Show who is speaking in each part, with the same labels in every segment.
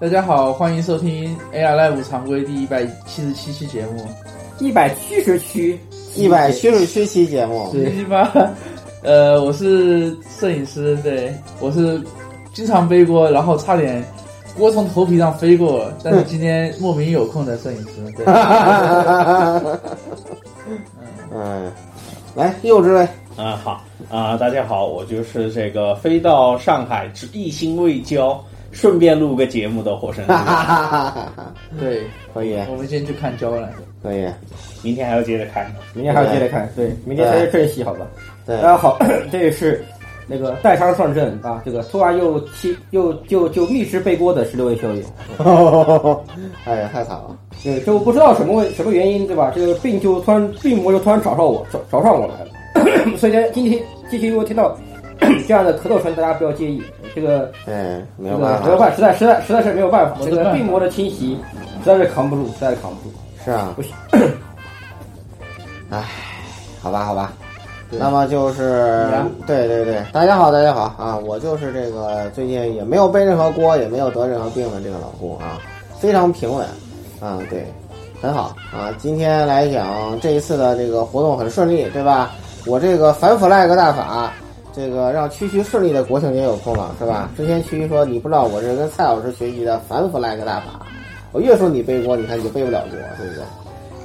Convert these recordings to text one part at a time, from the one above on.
Speaker 1: 大家好，欢迎收听 AR Live 常规第一百七十七期节目。
Speaker 2: 一百七十区，
Speaker 3: 一百七十七期节目，
Speaker 1: 鸡巴， 呃，我是摄影师，对我是经常背锅，然后差点锅从头皮上飞过，但是今天莫名有空的摄影师，对，
Speaker 3: 嗯，来柚子呗，
Speaker 4: 啊、好啊、大家好，我就是这个飞到上海只一心未交，顺便录个节目的火神之
Speaker 3: 哈
Speaker 4: 子。
Speaker 3: 哈哈哈哈哈，
Speaker 1: 对，
Speaker 3: 可以
Speaker 1: 我们先去看胶 了。
Speaker 3: 可以，
Speaker 4: 明天还要接着看。
Speaker 2: 明天还要接着看，对，明天还是这戏，好吧？
Speaker 3: 对
Speaker 2: 大，家好， 这是那个带伤上阵啊，这个苏娃又踢又就就密室背锅的十六位校友，
Speaker 3: 哎呀，太惨了，
Speaker 2: 对，就不知道什么问什么原因，对吧？这个病就突然病魔就突然找上我找找上我来了， 所以呢，今天今天如果听到 这样的咳嗽声，大家不要介意，这个
Speaker 3: 哎，没
Speaker 2: 这
Speaker 3: 有
Speaker 2: 个
Speaker 3: 办
Speaker 2: 没
Speaker 3: 法，
Speaker 2: 有办法，实在实在实在是没有办法，
Speaker 1: 没得
Speaker 2: 这
Speaker 1: 办
Speaker 2: 个
Speaker 1: 法
Speaker 2: 病魔的侵袭实在是扛不住，实在是扛不住。
Speaker 3: 是啊
Speaker 2: 不行，
Speaker 3: 哎，好吧，好吧。
Speaker 1: 对
Speaker 3: 那么就是
Speaker 1: 你啊，
Speaker 3: 对对对，大家好，大家好啊！我就是这个最近也没有背任何锅，也没有得任何病的这个老顾啊，非常平稳啊，对，很好啊。今天来讲这一次的这个活动很顺利，对吧？我这个反 flag 大法，这个让区区顺利的国庆节有空了，是吧？之前区区说你不知道我是跟蔡老师学习的反 flag 大法，我哦越说你背锅，你看你就背不了锅，对不 对？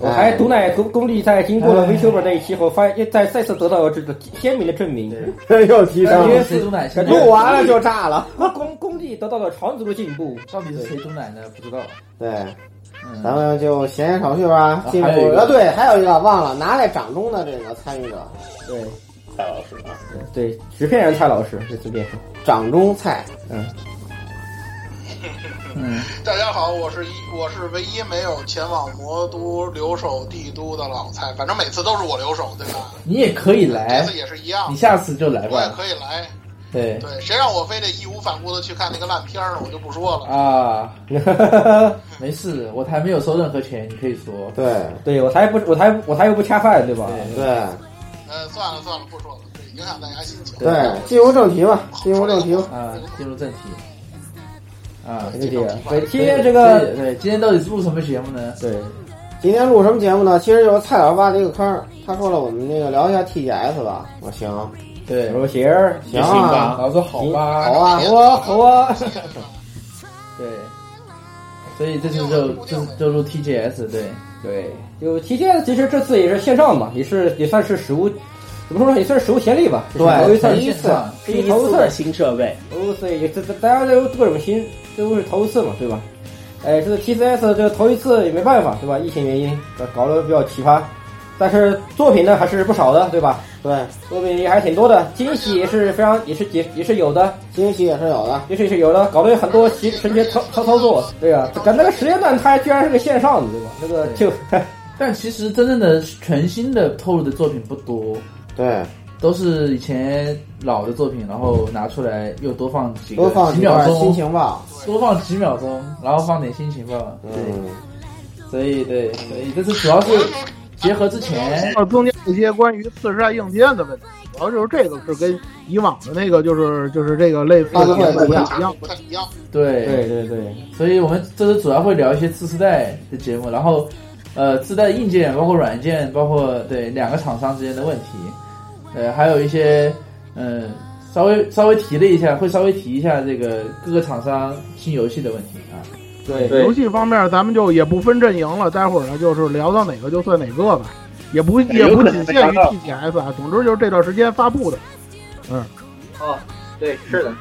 Speaker 2: 我
Speaker 3: 哎
Speaker 2: 还毒奶功功力在经过了 VTuber 那一期后，发现再再次得到这个鲜明的证明，
Speaker 3: 又提
Speaker 2: 哎
Speaker 3: 升
Speaker 2: 因
Speaker 3: 了
Speaker 2: 为，
Speaker 1: 谁毒奶？现在
Speaker 3: 录完了就炸了。
Speaker 1: 嗯
Speaker 2: 功功力得到了长足的进步。
Speaker 1: 到底是谁毒奶呢？不知道。
Speaker 3: 对，
Speaker 1: 嗯，
Speaker 3: 咱们就闲言少叙吧。进入
Speaker 1: 还有一个
Speaker 3: 啊，对，还有一个忘了，拿来掌中的这个参与者，
Speaker 2: 对
Speaker 4: 蔡老师啊，
Speaker 2: 对，纸片人蔡老师，这随便说。
Speaker 3: 掌中菜，
Speaker 2: 嗯，
Speaker 1: 嗯，
Speaker 5: 大家好，我是一我是唯一没有前往魔都留守帝都的老蔡，反正每次都是我留守，对吧？
Speaker 1: 你也可以
Speaker 5: 这
Speaker 1: 来
Speaker 5: 次，也是一样
Speaker 1: 你，下次就来
Speaker 5: 我也
Speaker 1: 吧。
Speaker 5: 可以来。
Speaker 1: 对
Speaker 5: 对，谁让我非得义无反顾的去看那个烂片儿呢？我就不说了。
Speaker 1: 啊，没事，我还没有收任何钱，你可以说。
Speaker 3: 对
Speaker 1: 嗯
Speaker 2: 对我才不，我才我才又不恰饭，对吧？
Speaker 3: 对
Speaker 5: 呃，算了算了，不说了，这影响大家心情。
Speaker 3: 对，进入正题吧，进入正题吧。
Speaker 1: 啊，进入正题。啊，
Speaker 2: 就这样。对，今天这个
Speaker 1: 对对，今天到底录什么节目呢？
Speaker 2: 对
Speaker 3: 今天录什么节目呢？其实就是蔡老师挖的一个坑儿，他说了，我们那个聊一下 TGS 吧。我行，
Speaker 1: 对
Speaker 2: 我，说鞋儿，
Speaker 3: 行啊，
Speaker 1: 老师说好吧，
Speaker 3: 好啊，
Speaker 2: 好啊好啊，
Speaker 1: 对，所以这次就就就录 TGS，对，
Speaker 2: 对，有提前，其实这次也是线上嘛，也是也算是史无，怎么说呢，也算是史无前例吧。
Speaker 3: 对
Speaker 2: 头一次，
Speaker 3: 第一次
Speaker 4: 第一
Speaker 2: 头一
Speaker 4: 次
Speaker 2: 次
Speaker 4: 的新设备，
Speaker 2: 头一次哦也这这大家都各种新，这都是头一次嘛，对吧？哎，这个 TCS 这头一次也没办法，对吧？疫情原因，搞得比较奇葩，但是作品呢还是不少的，对吧？
Speaker 3: 对，
Speaker 2: 作品也还挺多的，惊喜也是非常，也是也也是有的，
Speaker 3: 惊喜也是有的。
Speaker 2: 也是也是有的，搞得有很多奇神奇操操操作，对啊，赶那个时间段，它还居然是个线上的，对吧？那个就
Speaker 1: 但其实真正的全新的透露的作品不多，
Speaker 3: 对，
Speaker 1: 都是以前老的作品，然后拿出来又多放几个
Speaker 3: 多放
Speaker 1: 几
Speaker 3: 几段
Speaker 1: 秒
Speaker 3: 心
Speaker 1: 钟，
Speaker 3: 情报。
Speaker 1: 多放几秒钟，然后放点心情吧。
Speaker 3: 嗯，
Speaker 1: 对，所以对，所以这次主要是结合之前
Speaker 6: 到中间一些关于次时代硬件的问题，主要就是这个是跟以往的那个就是就是这个类似
Speaker 3: 啊
Speaker 6: 的
Speaker 3: 对
Speaker 6: 节目
Speaker 3: 不
Speaker 6: 不
Speaker 3: 一样
Speaker 6: 太一样。
Speaker 5: 不太呃一样。
Speaker 1: 对
Speaker 2: 对对对，
Speaker 1: 所以我们这次主要会聊一些次世代的节目，然后呃，自带硬件包括软件，包括对两个厂商之间的问题，呃，还有一些嗯、呃稍微稍微提了一下，会稍微提一下这个各个厂商新游戏的问题啊。
Speaker 2: 对
Speaker 4: 对
Speaker 6: 游戏方面，咱们就也不分阵营了，待会儿呢就是聊到哪个就算哪个吧，也不也不仅限于 TGS 啊。总之就是这段时间发布的，
Speaker 7: 对，是的，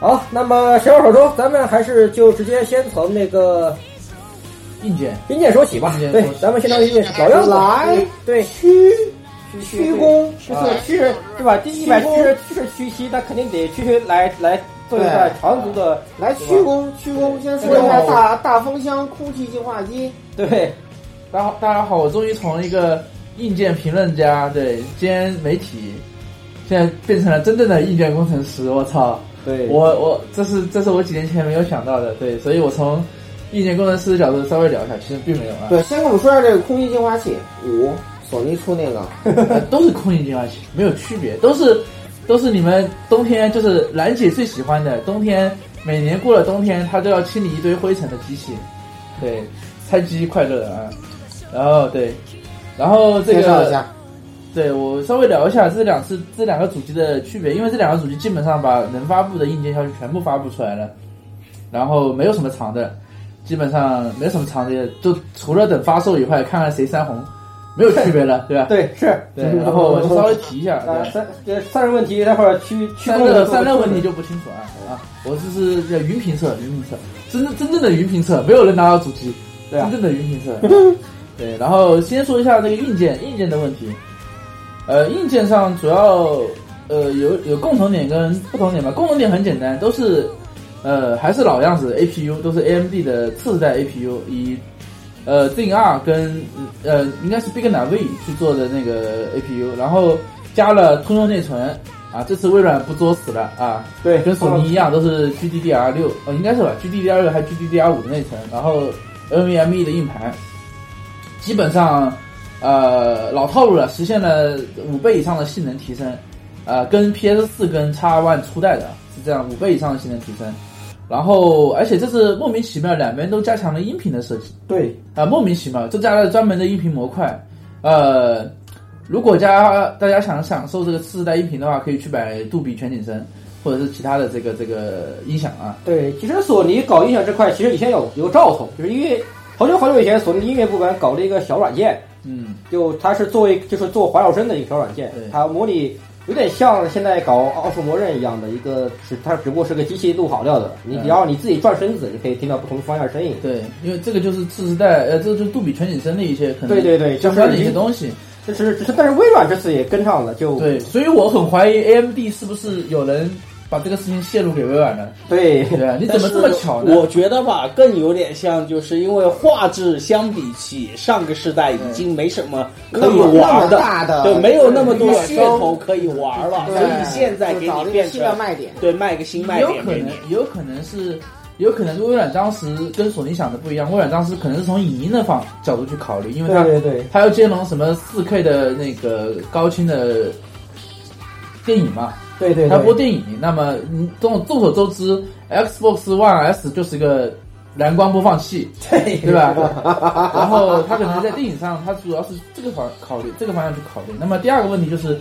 Speaker 2: 好，那么闲话少说，咱们还是就直接先从那个
Speaker 1: 硬件，
Speaker 2: 硬件说起吧。
Speaker 1: 硬件
Speaker 2: 对
Speaker 1: 说，起
Speaker 2: 咱们先从硬件老样子
Speaker 3: 来，
Speaker 2: 对，
Speaker 3: 区
Speaker 2: 屈
Speaker 3: 区公
Speaker 2: 躬是吧？屈是对吧？第一百七十七是屈膝，那肯定得屈膝来来做一下
Speaker 3: 对
Speaker 2: 长足的
Speaker 3: 来区公区公，先说一下大大风箱空气净化机。
Speaker 2: 对。
Speaker 1: 大家好，大家好，我终于从一个硬件评论家，对兼媒体，现在变成了真正的硬件工程师，我操！
Speaker 2: 对，
Speaker 1: 我我这是这是我几年前没有想到的，对，所以我从硬件工程师的角度稍微聊一下，其实并没有啊，
Speaker 3: 对，先跟我们说一下这个空气净化器五，索尼出那个。
Speaker 1: 呃都是空气净化器，没有区别，都是都是你们冬天就是兰姐最喜欢的冬天，每年过了冬天，她都要清理一堆灰尘的机器，对，拆机快乐啊，然后对，然后这
Speaker 3: 介绍一
Speaker 1: 个
Speaker 3: 下，
Speaker 1: 对我稍微聊一下这两次这两个主机的区别，因为这两个主机基本上把能发布的硬件消息全部发布出来了，然后没有什么长的，基本上没有什么长的，就除了等发售以外，看看谁三红，没有区别了，对吧？
Speaker 2: 对是，
Speaker 1: 对，然后我就稍微提一下，
Speaker 2: 呃
Speaker 1: 啊对
Speaker 2: 三呃三个问题，待会儿去去
Speaker 1: 散热散热问题就不清楚啊啊！我这是叫云评测，云评测，真正真正的云评测，没有人拿到主机，
Speaker 2: 对啊
Speaker 1: 真正的云评测。 对，然后先说一下这个硬件硬件的问题，呃，硬件上主要呃有有共同点跟不同点吧，共同点很简单，都是呃还是老样子，APU 都是 AMD 的次世代 APU 以。呃，Zen 2跟呃应该是 Bigna V 去做的那个 APU，然后加了通用内存啊，这次微软不作死了啊，
Speaker 2: 对，哦
Speaker 1: 跟索尼一样，都是 GDDR 六，呃，应该是吧？GDDR 六还是 GDDR 五的内存，然后 NVMe E 的硬盘，基本上呃老套路了，实现了五倍以上的性能提升，呃，跟 PS 四跟 X One 初代的是这样，五倍以上的性能提升。然后，而且这次莫名其妙，两边都加强了音频的设计。
Speaker 2: 对
Speaker 1: 啊、莫名其妙，这加了专门的音频模块。呃，如果家大家想享受这个次世代音频的话，可以去买杜比全景声，或者是其他的这个这个音响啊。
Speaker 2: 对，其实索尼搞音响这块，其实以前有有兆头，就是因为好久好久以前，索尼音乐部门搞了一个小软件，
Speaker 1: 嗯，
Speaker 2: 就它是作为就是做环绕声的一个小软件
Speaker 1: 对，
Speaker 2: 它模拟有点像现在搞奥数魔刃一样的一个，只它只不过是个机器录好掉的，你
Speaker 1: 嗯
Speaker 2: 只要你自己转身子，你可以听到不同方向的声音。
Speaker 1: 对，因为这个就是次世代，呃，这个就是杜比全景声的一些可能
Speaker 2: 对对对，就
Speaker 1: 相
Speaker 2: 是
Speaker 1: 关的一些东西。
Speaker 2: 这是只是，但是微软这次也跟上了，就
Speaker 1: 对，所以我很怀疑 AMD 是不是有人把这个事情泄露给微软了？
Speaker 2: 对
Speaker 1: 对啊，你怎么这么巧呢？
Speaker 4: 我觉得吧，更有点像，就是因为画质相比起上个世代，已经没什么可
Speaker 3: 那
Speaker 4: 以
Speaker 3: 么那
Speaker 4: 玩
Speaker 3: 么大的，
Speaker 4: 对，没有那么多噱头可以玩了，所以现在给
Speaker 3: 就找了一
Speaker 4: 你
Speaker 3: 个
Speaker 4: 变
Speaker 3: 新的
Speaker 4: 成
Speaker 3: 卖点。
Speaker 4: 对卖个新卖
Speaker 1: 也有
Speaker 4: 点
Speaker 1: 可
Speaker 4: 给
Speaker 1: 能
Speaker 4: 你。，
Speaker 1: 也有可能是，也有可能是微软当时跟索尼想的不一样。微软当时可能是从影音的方角度去考虑，因为它
Speaker 2: 对对对
Speaker 1: 它要兼容什么四 K 的那个高清的电影嘛，
Speaker 2: 对对，
Speaker 1: 它播电影。那么，嗯众众所周知，Xbox One S 就是个蓝光播放器，
Speaker 2: 对
Speaker 1: 对吧？然后它可能在电影上，它主要是这个方考虑，这个方向去考虑。那么第二个问题就是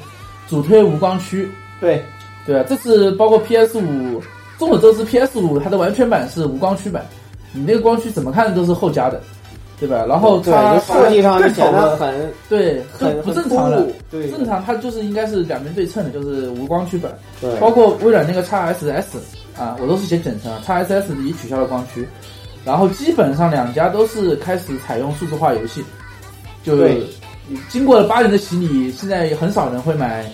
Speaker 1: 主推无光驱，
Speaker 2: 对
Speaker 1: 对啊，这次包括 PS 五，众所周知，PS 五它的完全版是无光驱版，你那个光驱怎么看都是后加的，对吧？然后
Speaker 3: 对，
Speaker 1: 它
Speaker 3: 就设计上就显得很
Speaker 1: 对就
Speaker 3: 很
Speaker 1: 不正常了
Speaker 3: 很突兀。
Speaker 2: 对
Speaker 1: 正常它就是应该是两边对称的，就是无光驱版，
Speaker 3: 对
Speaker 1: 包括微软那个 x SS 啊，我都是写简称啊，x SS 已取消了光驱，然后基本上两家都是开始采用数字化游戏，就
Speaker 2: 对
Speaker 1: 经过了八年的洗礼，现在很少人会买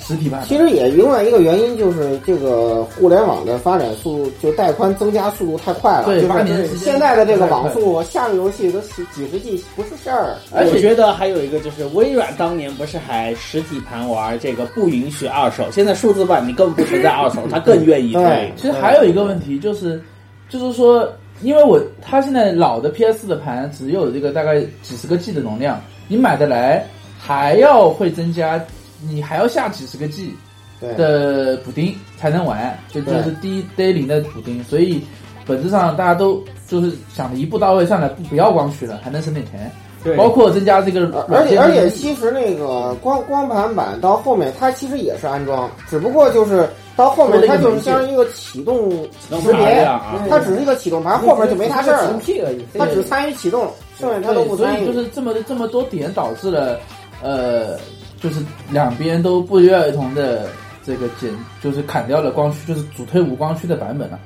Speaker 1: 实体版。
Speaker 3: 其实也另外一个原因就是这个互联网的发展速度，就带宽增加速度太快了。
Speaker 1: 对
Speaker 3: 就
Speaker 1: 八年
Speaker 3: 是
Speaker 1: 时间
Speaker 3: 现在的这个网
Speaker 1: 太
Speaker 3: 速，下个游戏都几几十 G 不是事儿。
Speaker 4: 而且觉得还有一个就是，微软当年不是还实体盘玩这个不允许二手，现在数字版你更不存在二手，他更 愿意推
Speaker 3: 对。
Speaker 1: 其实还有一个问题就是，就是说，因为我它现在老的 PS 的盘只有这个大概几十个 G 的容量，你买得来还要会增加，你还要下几十个 G
Speaker 3: 对
Speaker 1: 的补丁才能玩，就就
Speaker 3: 对
Speaker 1: 是第一 day 零的补丁，所以本质上大家都就是想着一步到位上来，不不要光驱了，还能省点钱，
Speaker 2: 对，
Speaker 1: 包括增加这个
Speaker 3: 而
Speaker 1: 软
Speaker 3: 而且
Speaker 1: 件
Speaker 3: 而
Speaker 1: 的
Speaker 3: 且，其实那个光光盘版到后面，它其实也是安装，只不过就是到后面它就是像一个启动
Speaker 4: 能
Speaker 3: 识
Speaker 4: 爬这
Speaker 3: 别，
Speaker 4: 样啊？
Speaker 3: 它只是一个启动盘，后面就没啥事儿了。
Speaker 2: 屁而已。
Speaker 3: 它只参与启动，剩下它都
Speaker 1: 对，
Speaker 3: 不
Speaker 1: 所
Speaker 3: 参
Speaker 1: 以
Speaker 3: 与
Speaker 1: 就。是这么这么多点导致了，呃，就是两边都不约而同的这个减，就是砍掉了光驱，就是主推无光驱的版本了。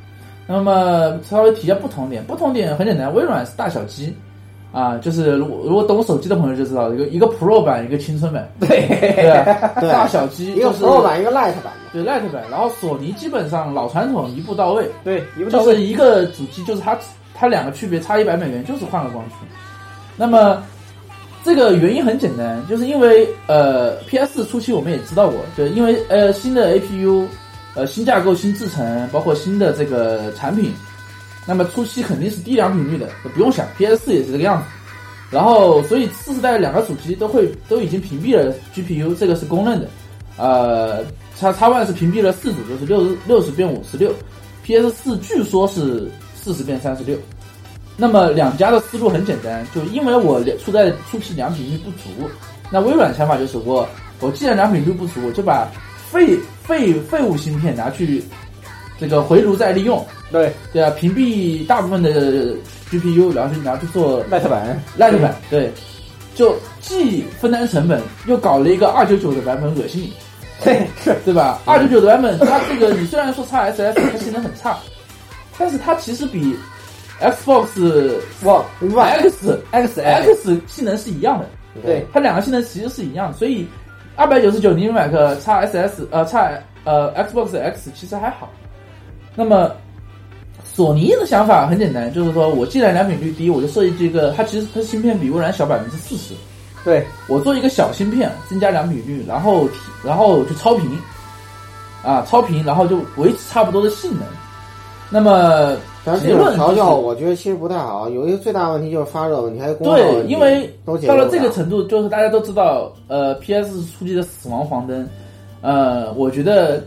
Speaker 1: 那么稍微提一下不同点，不同点很简单，微软是大小机。啊，就是如果如果懂手机的朋友就知道，一个一个 Pro 版，一个青春版，对吧
Speaker 3: 对
Speaker 1: 大小机
Speaker 3: 一个
Speaker 1: 就是
Speaker 3: Pro 版，一个 Lite 版的。
Speaker 1: 对 Lite 版，然后索尼基本上老传统，一步到位，
Speaker 2: 对一个到
Speaker 1: 就是
Speaker 2: 位，
Speaker 1: 一个主机，就是它它两个区别差一百美元，就是换了光驱。那么这个原因很简单，就是因为呃，PS 初期我们也知道过，对，因为呃新的 APU，呃新架构、新制程，包括新的这个产品，那么初期肯定是低良频率的，不用想，PS 也是这个样子。然后，所以次世代两个主机都会都已经屏蔽了 GPU，这个是公认的。呃，叉叉 One 是屏蔽了四组，就是六十六十变五十六，PS 四据说是四十变三十六。那么两家的思路很简单，就因为我两处在初期良品率不足，那微软想法就是我我既然良品率不足，我就把废废废物芯片拿去这个回炉再利用，
Speaker 2: 对
Speaker 1: 对啊，屏蔽大部分的 GPU，然后去拿去做
Speaker 2: Lite 版，
Speaker 1: 烂版，对，就既分担成本，又搞了一个二九九的版本，恶心你，
Speaker 2: 对是
Speaker 1: 对吧？二九九的版本，它这个你虽然说 x SS 它性能很差，但是它其实比 Xbox
Speaker 2: 哇
Speaker 1: X
Speaker 2: X X
Speaker 1: X 性能是一样的，
Speaker 2: 对
Speaker 1: 它两个性能其实是一样的，所以二百九十九你买个 x SS 呃 x 呃 Xbox X 其实还好。那么索尼的想法很简单，就是说我既然良品率低，我就设计一个，它其实它芯片比微软小百分之四十，
Speaker 2: 对
Speaker 1: 我做一个小芯片，增加良品率，然后提然后就超频，啊，超频，然后就维持差不多的性能。那么
Speaker 3: 但是
Speaker 1: 结
Speaker 3: 这种
Speaker 1: 论
Speaker 3: 调
Speaker 1: 就
Speaker 3: 教，
Speaker 1: 是，
Speaker 3: 我觉得其实不太好。有一个最大问题就是发热问题，还有功耗问
Speaker 1: 对，
Speaker 3: 题
Speaker 1: 因为
Speaker 3: 都解决
Speaker 1: 到
Speaker 3: 不
Speaker 1: 了这个程度，就是大家都知道，呃，PS 初期的死亡黄灯，呃，我觉得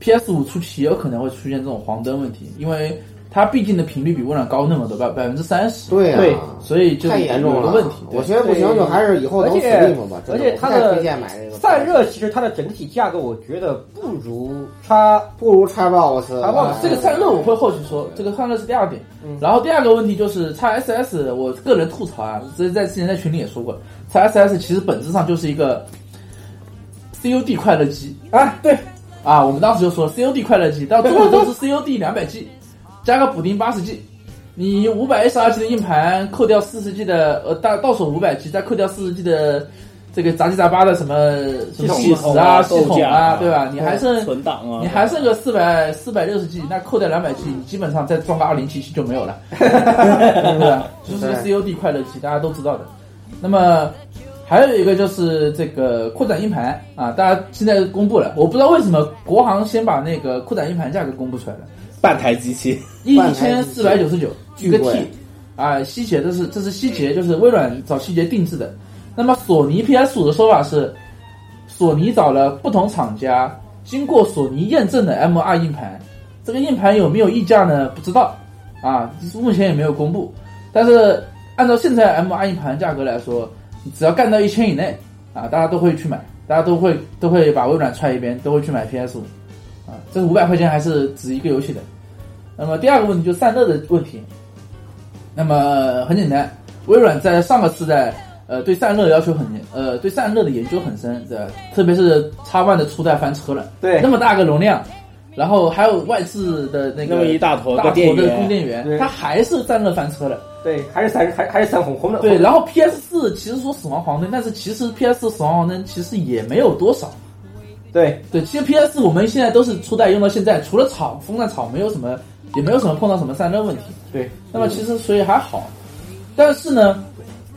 Speaker 1: PS 五初期也有可能会出现这种黄灯问题，因为它毕竟的频率比微软高那么多，百百分之三十，
Speaker 3: 对呀、
Speaker 2: 对
Speaker 1: 所以就
Speaker 3: 太严重
Speaker 1: 有
Speaker 3: 了
Speaker 1: 个问题。对
Speaker 3: 我觉得不行，
Speaker 2: 对
Speaker 3: 就还是以后
Speaker 2: 而
Speaker 3: 等
Speaker 2: 且
Speaker 3: Steam 吧。真
Speaker 2: 而且
Speaker 3: 我不
Speaker 2: 它
Speaker 3: 太
Speaker 2: 的
Speaker 3: 推荐买这个
Speaker 2: 散热，其实它的整体架构，我觉得不如叉
Speaker 3: 不如 Xbox。
Speaker 4: 啊
Speaker 2: Xbox
Speaker 1: 这个散热我会后续说，这个散热是第二点。
Speaker 4: 嗯
Speaker 1: 然后第二个问题就是叉 SS，我个人吐槽啊，这在之前在群里也说过，叉 SS 其实本质上就是一个 COD 快乐机
Speaker 2: 啊，对
Speaker 1: 啊，我们当时就说 COD 快乐机，到最后都是 COD 两百 G，加个补丁八十 G，你五百 S 二 G 的硬盘扣掉四十 G 的呃到到手五百 G，再扣掉四十 G 的。这个杂七杂八的什么什么
Speaker 4: 系
Speaker 1: 计
Speaker 4: 统
Speaker 1: 时
Speaker 4: 啊
Speaker 1: 啊、
Speaker 4: 构
Speaker 1: 系统
Speaker 4: 架啊
Speaker 1: 啊，对吧？你还剩
Speaker 4: 存档啊，
Speaker 1: 你还剩个四百四百六十 G，那扣掉两百 G，你基本上再装个二零七七就没有了，对不对？就是个 COD 快乐机，大家都知道的。那么还有一个就是这个扩展硬盘啊，大家现在公布了，我不知道为什么国行先把那个扩展硬盘价格公布出来了，
Speaker 4: 半台机 器，
Speaker 1: 一
Speaker 3: 半台
Speaker 1: 千四百九十九，举个
Speaker 3: 巨
Speaker 1: T
Speaker 3: 贵
Speaker 1: 啊，希捷这是这是希捷，就是微软找希捷定制的。那么索尼 PS 五的说法是，索尼找了不同厂家，经过索尼验证的 M 2硬盘，这个硬盘有没有溢价呢？不知道啊，目前也没有公布。但是按照现在 M 2硬盘价格来说，你只要干到一千以内啊，大家都会去买，大家都会都会把微软踹一边，都会去买 PS 五啊，这五百块钱还是值一个游戏的。那么第二个问题就是散热的问题。那么呃很简单，微软在上个世代，呃，对散热要求很严，呃，对散热的研究很深，呃对吧？特别是 X One 的初代翻车了，
Speaker 2: 对
Speaker 1: 那么大个容量，然后还有外置的那个
Speaker 4: 那么一大坨
Speaker 1: 大
Speaker 4: 电
Speaker 1: 坨的
Speaker 4: 源
Speaker 1: 供电源，
Speaker 2: 对
Speaker 1: 它还是散热翻车了。
Speaker 2: 对，还是三还还是三红红的
Speaker 1: 对，然后 PS 四其实说死亡黄灯，但是其实 PS 死亡黄灯其实也没有多少，
Speaker 2: 对，
Speaker 1: 对，其实 PS 我们现在都是初代用到现在，除了炒风扇炒，没有什么，也没有什么碰到什么散热问题。
Speaker 2: 对，
Speaker 1: 那么其实所以还好，但是呢，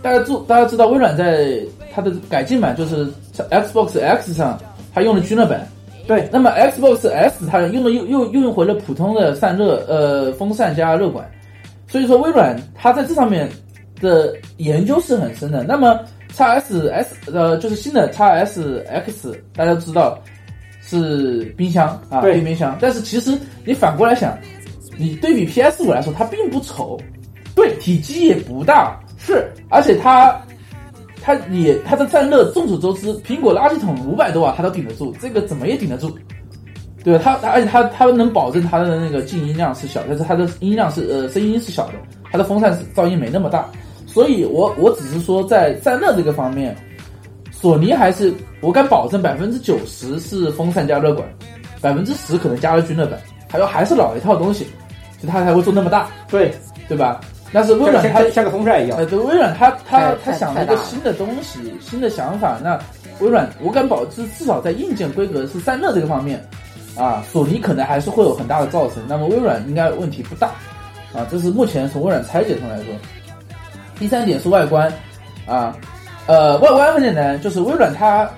Speaker 1: 大家知大家知道微软在它的改进版就是 Xbox X 上，它用了均热板。
Speaker 2: 对，
Speaker 1: 那么 Xbox S 它用了又又又用回了普通的散热呃风扇加热管，所以说微软它在这上面的研究是很深的。那么 x S S 呃就是新的 x S X，大家都知道是冰箱啊，
Speaker 2: 对
Speaker 1: 变冰箱。但是其实你反过来想，你对比 PS 五来说，它并不丑，对，体积也不大，
Speaker 2: 是
Speaker 1: 而且它它也它的散热，众所周知，苹果垃圾桶五百多瓦它都顶得住，这个怎么也顶得住，对吧？它它而且它它能保证它的那个静音量是小，但是它的音量是呃声音是小的，它的风扇是噪音没那么大，所以我我只是说在散热这个方面，索尼还是我敢保证百分之九十是风扇加热管，百分之十可能加了均热板，还有还是老一套东西，就它才会做那么大，
Speaker 2: 对，
Speaker 1: 对吧？但是微
Speaker 2: 像
Speaker 1: 软它
Speaker 2: 像像个风扇一样
Speaker 1: 呃，。对，微软它它
Speaker 7: 太
Speaker 1: 它
Speaker 7: 太
Speaker 1: 想了
Speaker 7: 太
Speaker 1: 一个
Speaker 7: 大了
Speaker 1: 新的东西，新的想法。那微软，我敢保至至少在硬件规格是散热这个方面，啊，索尼可能还是会有很大的造成。那么微软应该问题不大，啊，这是目前从微软拆解上来说。第三点是外观，啊，呃，外观很简单，就是微软它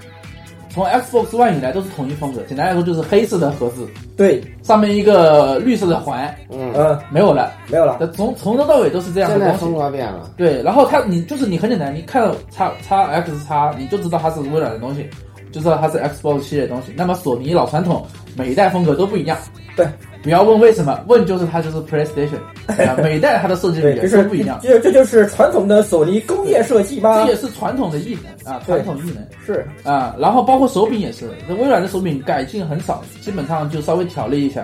Speaker 1: 从 Xbox One 以来都是统一风格，简单来说就是黑色的盒子，
Speaker 2: 对，
Speaker 1: 上面一个绿色的环，
Speaker 3: 嗯，
Speaker 2: 嗯，呃
Speaker 1: 没有了，
Speaker 2: 没有了。
Speaker 1: 从从头到尾都是这样的
Speaker 3: 现在
Speaker 1: 东西。
Speaker 3: 风格变了，
Speaker 1: 对，然后它你就是你很简单，你看到叉叉 X 叉，你就知道它是微软的东西，就知道它是 Xbox 系列的东西。那么索尼老传统，每一代风格都不一样。
Speaker 2: 对，
Speaker 1: 不要问为什么，问就是它就是 PlayStation，对吧每一代它的设计
Speaker 2: 对
Speaker 1: 理，
Speaker 2: 就
Speaker 1: 念
Speaker 2: 是
Speaker 1: 都不一样。
Speaker 2: 这这就是传统的索尼工业设计
Speaker 1: 这
Speaker 2: 吧
Speaker 1: 也？是传统的异能啊，传
Speaker 2: 对
Speaker 1: 统异能
Speaker 2: 是，
Speaker 1: 啊。然后包括手柄也是，那微软的手柄改进很少，基本上就稍微调了一下。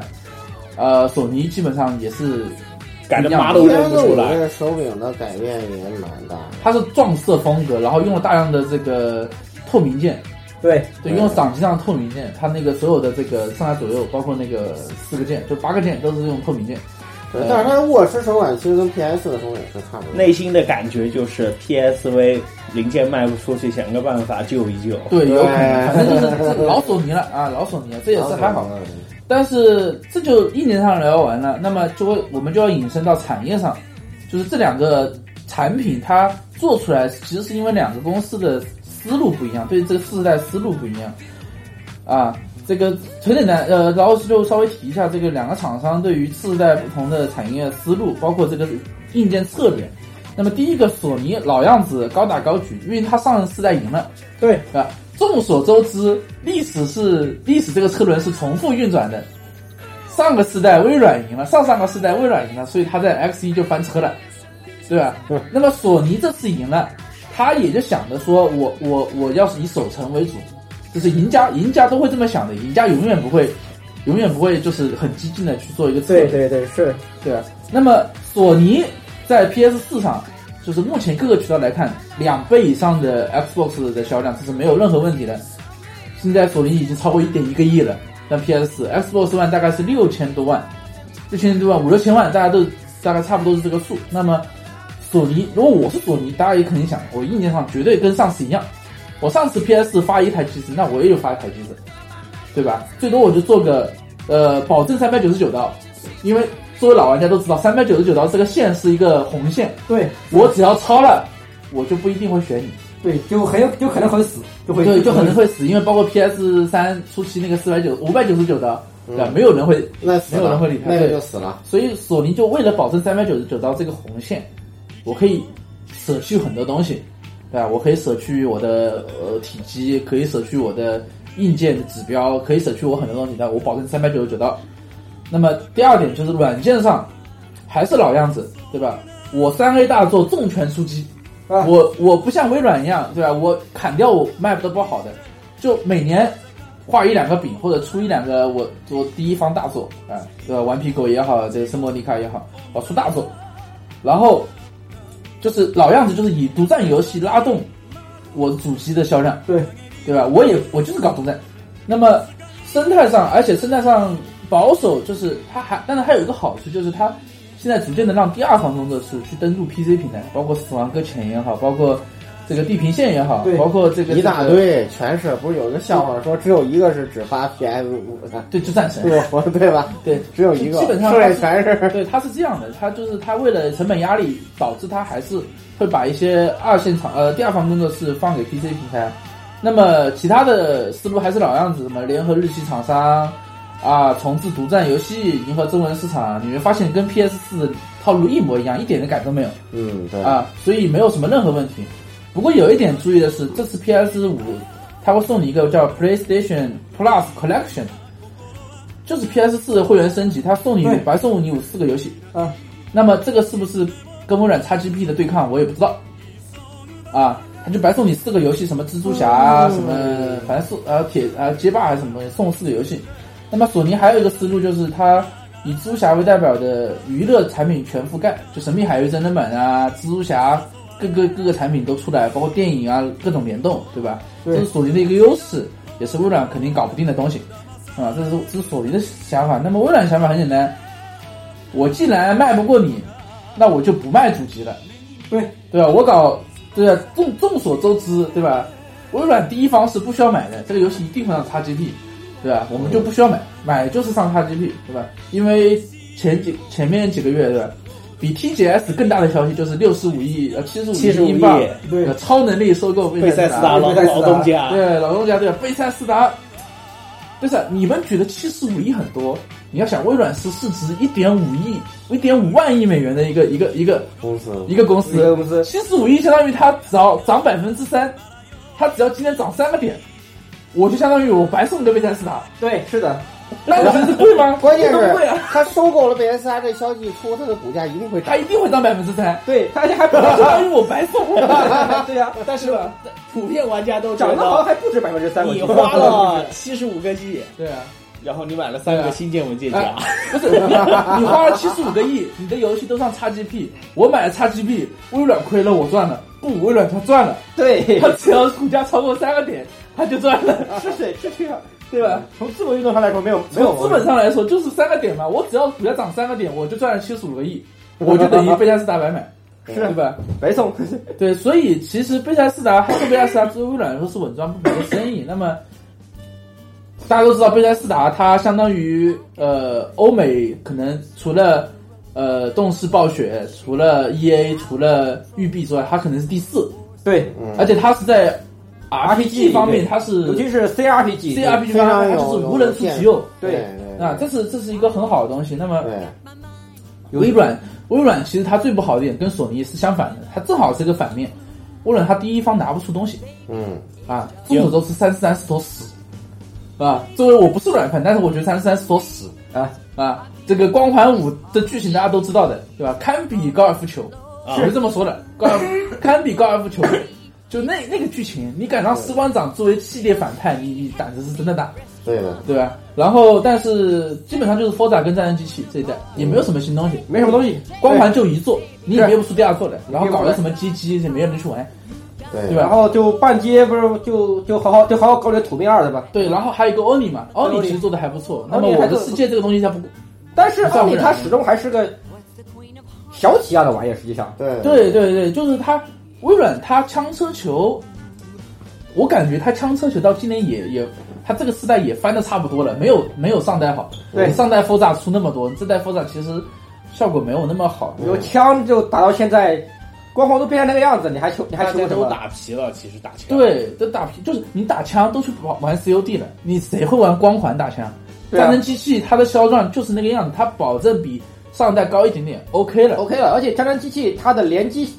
Speaker 1: 呃，索尼基本上也是
Speaker 4: 改的
Speaker 1: 一样
Speaker 4: 妈都
Speaker 1: 都
Speaker 4: 认不出
Speaker 3: 我
Speaker 4: 来。
Speaker 3: 这手柄的改变也蛮大的。
Speaker 1: 它是撞色风格，然后用了大量的这个透明件，
Speaker 2: 对，
Speaker 1: 对，用掌机上的透明键，它那个所有的这个上下左右，包括那个四个键，就八个键都是用透明键。
Speaker 3: 对但是它的握持手感其实跟 PS 的手感是差不多的。
Speaker 4: 内心的感觉就是 PSV 零件卖不出去，想个办法救一救。
Speaker 1: 对，有可
Speaker 3: 对
Speaker 1: 能，反正就是老索尼了啊，老索尼了，这也是还好。
Speaker 3: 嗯
Speaker 1: 但是这就一年上聊完了，那么就会我们就要引申到产业上，就是这两个产品它做出来，其实是因为两个公司的思路不一样，对这个世代思路不一样啊。这个很简单，呃，然后就稍微提一下这个两个厂商对于次世代不同的产业思路，包括这个硬件策略。那么第一个，索尼老样子高打高举，因为它上世代赢了，
Speaker 2: 对，
Speaker 1: 啊，众所周知，历史是历史这个车轮是重复运转的。上个世代微软赢了，上上个世代微软赢了，所以他在 X 一就翻车了，对吧？那么索尼这次赢了，他也就想着说我我我要是以守城为主，就是赢家赢家都会这么想的，赢家永远不会永远不会就是很激进的去做一个策略
Speaker 2: 对，。对，对，是，
Speaker 1: 对啊，那么索尼在 PS 四上，就是目前各个渠道来看，两倍以上的 Xbox 的销量，这是没有任何问题的。现在索尼已经超过一点一个亿了，但 PS 四、Xbox One 大概是六千多万，六千多万五六千万，大家都大概差不多是这个数。那么索尼，如果我是索尼，大家也肯定想，我硬件上绝对跟上次一样。我上次 PS 四发一台机子，那我也有发一台机子，对吧？最多我就做个呃，保证三百九十九刀，因为作为老玩家都知道，三百九十九刀这个线是一个红线，
Speaker 2: 对，
Speaker 1: 我只要超了，我就不一定会选你，
Speaker 2: 对，就很有就可能很死，就会
Speaker 1: 对，就可能会死，因为包括 PS 三初期那个四百九五百九十九刀，对吧？没有人会，
Speaker 3: 嗯那死
Speaker 1: 没有人
Speaker 3: 了
Speaker 1: 会理，他
Speaker 3: 那
Speaker 1: 对
Speaker 3: 个就死了。
Speaker 1: 所以索尼就为了保证三百九十九刀这个红线，我可以舍去很多东西，对吧？我可以舍去我的呃体积，可以舍去我的硬件指标，可以舍去我很多东西，但我保证三百九十九刀。那么第二点就是软件上还是老样子，对吧？我三 A 大作重拳出击，
Speaker 2: 啊
Speaker 1: 我我不像微软一样，对吧？我砍掉我卖不得不好的，就每年画一两个饼，或者出一两个我做第一方大作啊，对吧？顽皮狗也好，这个圣莫妮卡也好，我出大作，然后就是老样子，就是以独占游戏拉动我主机的销量，
Speaker 2: 对
Speaker 1: 对吧？我也我就是搞独占，那么生态上，而且生态上保守，就是它还，但是还有一个好处就是它现在逐渐的让第二方工作室去登陆 PC 平台，包括《死亡搁浅》也好，包括这个地平线也好
Speaker 3: 对，
Speaker 1: 包括这个
Speaker 3: 一大，
Speaker 1: 这个
Speaker 3: 堆，全是不是有一个笑话说只有一个是只发 PS 五 的，
Speaker 1: 对，就战神，
Speaker 3: 对我对吧？
Speaker 1: 对，
Speaker 3: 只有一个，
Speaker 1: 基本上
Speaker 3: 剩下全是
Speaker 1: 对，它是这样的，它就是它为了成本压力，导致它还是会把一些二线厂呃第二方工作室放给 PC 平台。那么其他的思路还是老样子，什么联合日系厂商啊，重置独占游戏，迎合中文市场。你会发现跟 PS 四套路一模一样，一点的改都没有。
Speaker 3: 嗯对
Speaker 1: 啊，所以没有什么任何问题。不过有一点注意的是，这次 PS 五它会送你一个叫 PlayStation Plus Collection，就是 PS 四会员升级，它送你
Speaker 2: 对
Speaker 1: 白送你五四个游戏。
Speaker 2: 啊，
Speaker 1: 那么这个是不是跟微软 XGP 的对抗，我也不知道。啊，它就白送你四个游戏，什么蜘蛛侠啊，什么反正是呃铁呃街霸还是什么东西，送四个游戏。那么索尼还有一个思路就是它以蜘蛛侠为代表的娱乐产品全覆盖，就神秘海域真人版啊，蜘蛛侠各个各个产品都出来，包括电影啊各种联动，对吧？
Speaker 2: 对
Speaker 1: 这是索尼的一个优势，也是微软肯定搞不定的东西啊。这是这是索尼的想法。那么微软的想法很简单，我既然卖不过你，那我就不卖主机了。
Speaker 2: 对
Speaker 1: 对吧？我搞对啊，众众所周知，对吧？微软第一方是不需要买的，这个游戏一定会上 XGP，对吧？我们就不需要买，买就是上 XGP，对吧？因为前几前面几个月，对吧？比 TGS 更大的消息就是六十五亿呃七十五
Speaker 4: 75
Speaker 1: 英镑
Speaker 4: 亿
Speaker 2: 对
Speaker 1: 的超能力收购贝
Speaker 4: 贝塞斯达
Speaker 1: 达，
Speaker 4: 老
Speaker 2: 贝塞斯达
Speaker 4: 老东家，
Speaker 1: 对老东家对吧？贝塞斯达，不是你们觉得七十五亿很多？你要想微软是市值一点五亿、一点五万亿美元的一个一个一个
Speaker 3: 公司
Speaker 1: 一个公司，
Speaker 2: 一个公司
Speaker 1: 七十五亿相当于它只要涨百分之三，它只要今天涨三个点，我就相当于我白送一个贝塞斯达，
Speaker 2: 对，是的，
Speaker 1: 那你觉得贵 吗？
Speaker 3: 关键
Speaker 1: 不
Speaker 3: 是
Speaker 1: 贵啊，
Speaker 3: 他收购了贝莱斯达，这消息一出，他的股价一定会涨
Speaker 1: 它。一定会涨百分之三，
Speaker 2: 对，他 还不
Speaker 1: 我相当于我白 送。
Speaker 2: 对呀、
Speaker 4: 啊但是普遍玩家都觉
Speaker 2: 涨得好像
Speaker 4: 得
Speaker 2: 还不止百分之三。
Speaker 4: 你花了七十五个 G，
Speaker 1: 对啊，
Speaker 4: 然后你买了三个新建文件夹，
Speaker 1: 不是你花了七十五个亿，你的游戏都上 XGP，我买了 XGP，微软亏了我赚了，不，微软它赚了，
Speaker 2: 对，
Speaker 1: 它只要股价超过三个点，它就赚了。
Speaker 2: 是是是这样，
Speaker 1: 对吧？
Speaker 2: 从资本运动上来说，没有没有
Speaker 1: 从资本上来说，就是三个点嘛，我只要股价涨三个点，我就赚了七十五个 亿，我就等于贝加斯达白买，
Speaker 2: 是
Speaker 1: 对吧？
Speaker 2: 白 送，
Speaker 1: 对，所以其实贝塞斯达还是贝塞斯达作为微软来说是稳赚不赔的生意。那么大家都知道，贝塞斯达它相当于呃欧美可能除了呃动视暴雪、除了 E A、除了育碧之外，它可能是第四，
Speaker 2: 对，
Speaker 1: 而且它是在嗯 R P G
Speaker 2: RPG
Speaker 1: 方面
Speaker 2: 对
Speaker 1: 它是
Speaker 2: 尤其是 CRPG，
Speaker 1: C R P G
Speaker 3: 非
Speaker 1: 方
Speaker 3: 常
Speaker 1: 面它
Speaker 3: 有
Speaker 1: 就是无人出其右。
Speaker 3: 对
Speaker 2: 对
Speaker 1: 啊，这是这是一个很好的东西。那么
Speaker 3: 对
Speaker 1: 微软，微软其实它最不好的一点跟索尼是相反的，它正好是个反面。微软它第一方拿不出东西，
Speaker 3: 嗯
Speaker 1: 啊，众所周知，三十三是坨屎，啊，作为我不是软粉，但是我觉得三十三是坨屎
Speaker 2: 啊
Speaker 1: 啊。这个光环五的剧情大家都知道的，对吧？堪比高尔夫球，
Speaker 3: 啊
Speaker 1: 我是这么说的，高尔 夫堪比高尔夫球，就那那个剧情，你敢让士官长作为系列反派，你你胆子是真的大，
Speaker 3: 对的，
Speaker 1: 对吧？然后，但是基本上就是 Forza 跟战争机器这一代也没有什么新东西，
Speaker 2: 没什么东西，
Speaker 1: 光环就一座，你也
Speaker 2: 是
Speaker 1: 憋不出第二座来，然后
Speaker 2: 憋不
Speaker 1: 搞
Speaker 2: 出
Speaker 1: 了
Speaker 2: 来
Speaker 1: 什么街机也没人去玩，
Speaker 3: 对
Speaker 1: 对
Speaker 2: 然
Speaker 1: 吧？
Speaker 2: 后就半街不是就就好好就好好搞点土命二的吧。
Speaker 1: 对，然后还有一个 Oni 嘛，Oni
Speaker 2: Oni
Speaker 1: 其实做的还不错。那
Speaker 2: 还
Speaker 1: 么我的
Speaker 2: 做得
Speaker 1: 世界这个东西它不，
Speaker 2: 但是
Speaker 1: 算
Speaker 2: 奥
Speaker 1: 不
Speaker 2: 利
Speaker 1: 了
Speaker 2: 它始终还是个小企样的玩意儿，实际上
Speaker 3: 对
Speaker 1: 对对对，就是它微软它枪车球，我感觉它枪车球到今年也也，它这个时代也翻的差不多了，没有没有上代好。
Speaker 2: 对
Speaker 1: 上代 Forza 出那么多，这代 Forza 其实效果没有那么好。
Speaker 2: 有枪就打到现在，光环都变成那个样子，你还求你还
Speaker 4: 大
Speaker 2: 求
Speaker 4: 家
Speaker 2: 什
Speaker 4: 都
Speaker 2: 么？
Speaker 4: 打皮了，其实打枪。
Speaker 1: 对，都打皮就是你打枪都去玩玩 COD 了，你谁会玩光环打枪？
Speaker 2: 对啊
Speaker 1: 战争机器它的销量就是那个样子，它保证比上代高一点点，OK 了。
Speaker 2: OK 了，而且战争机器它的联机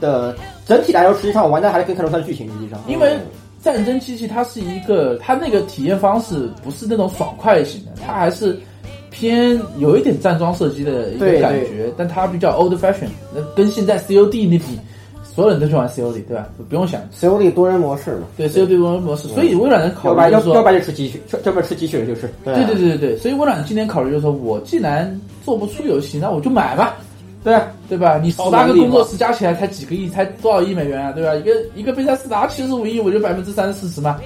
Speaker 2: 的整体来说，实际上玩家还是更看重它的剧情，实际上
Speaker 1: 因为
Speaker 3: 嗯
Speaker 1: 战争机器它是一个，它那个体验方式不是那种爽快型的，它还是偏有一点站桩射击的一个
Speaker 2: 对
Speaker 1: 感觉，但它比较 old fashion，那跟现在 COD 那比，所有人都去玩 COD 对吧？不用想，
Speaker 3: ，COD 多人模式嘛，
Speaker 1: 对 COD 玩模式，所以微软的考
Speaker 2: 要不然
Speaker 1: 虑就
Speaker 2: 要
Speaker 1: 是说
Speaker 2: 要不，然就吃鸡去，要不然吃鸡去了就是。
Speaker 3: 对
Speaker 1: 对对
Speaker 3: 啊
Speaker 1: 对对对，所以微软今年考虑就是说我既然做不出游戏，那我就买吧。
Speaker 2: 对啊，
Speaker 1: 对吧？你十
Speaker 4: 超
Speaker 1: 八
Speaker 4: 能
Speaker 1: 个
Speaker 4: 力
Speaker 1: 工作
Speaker 4: 嘛
Speaker 1: 室加起来才几个亿，才多少亿美元啊？对吧？一个一个贝塞斯达七十五亿，我就百分之三四十嘛，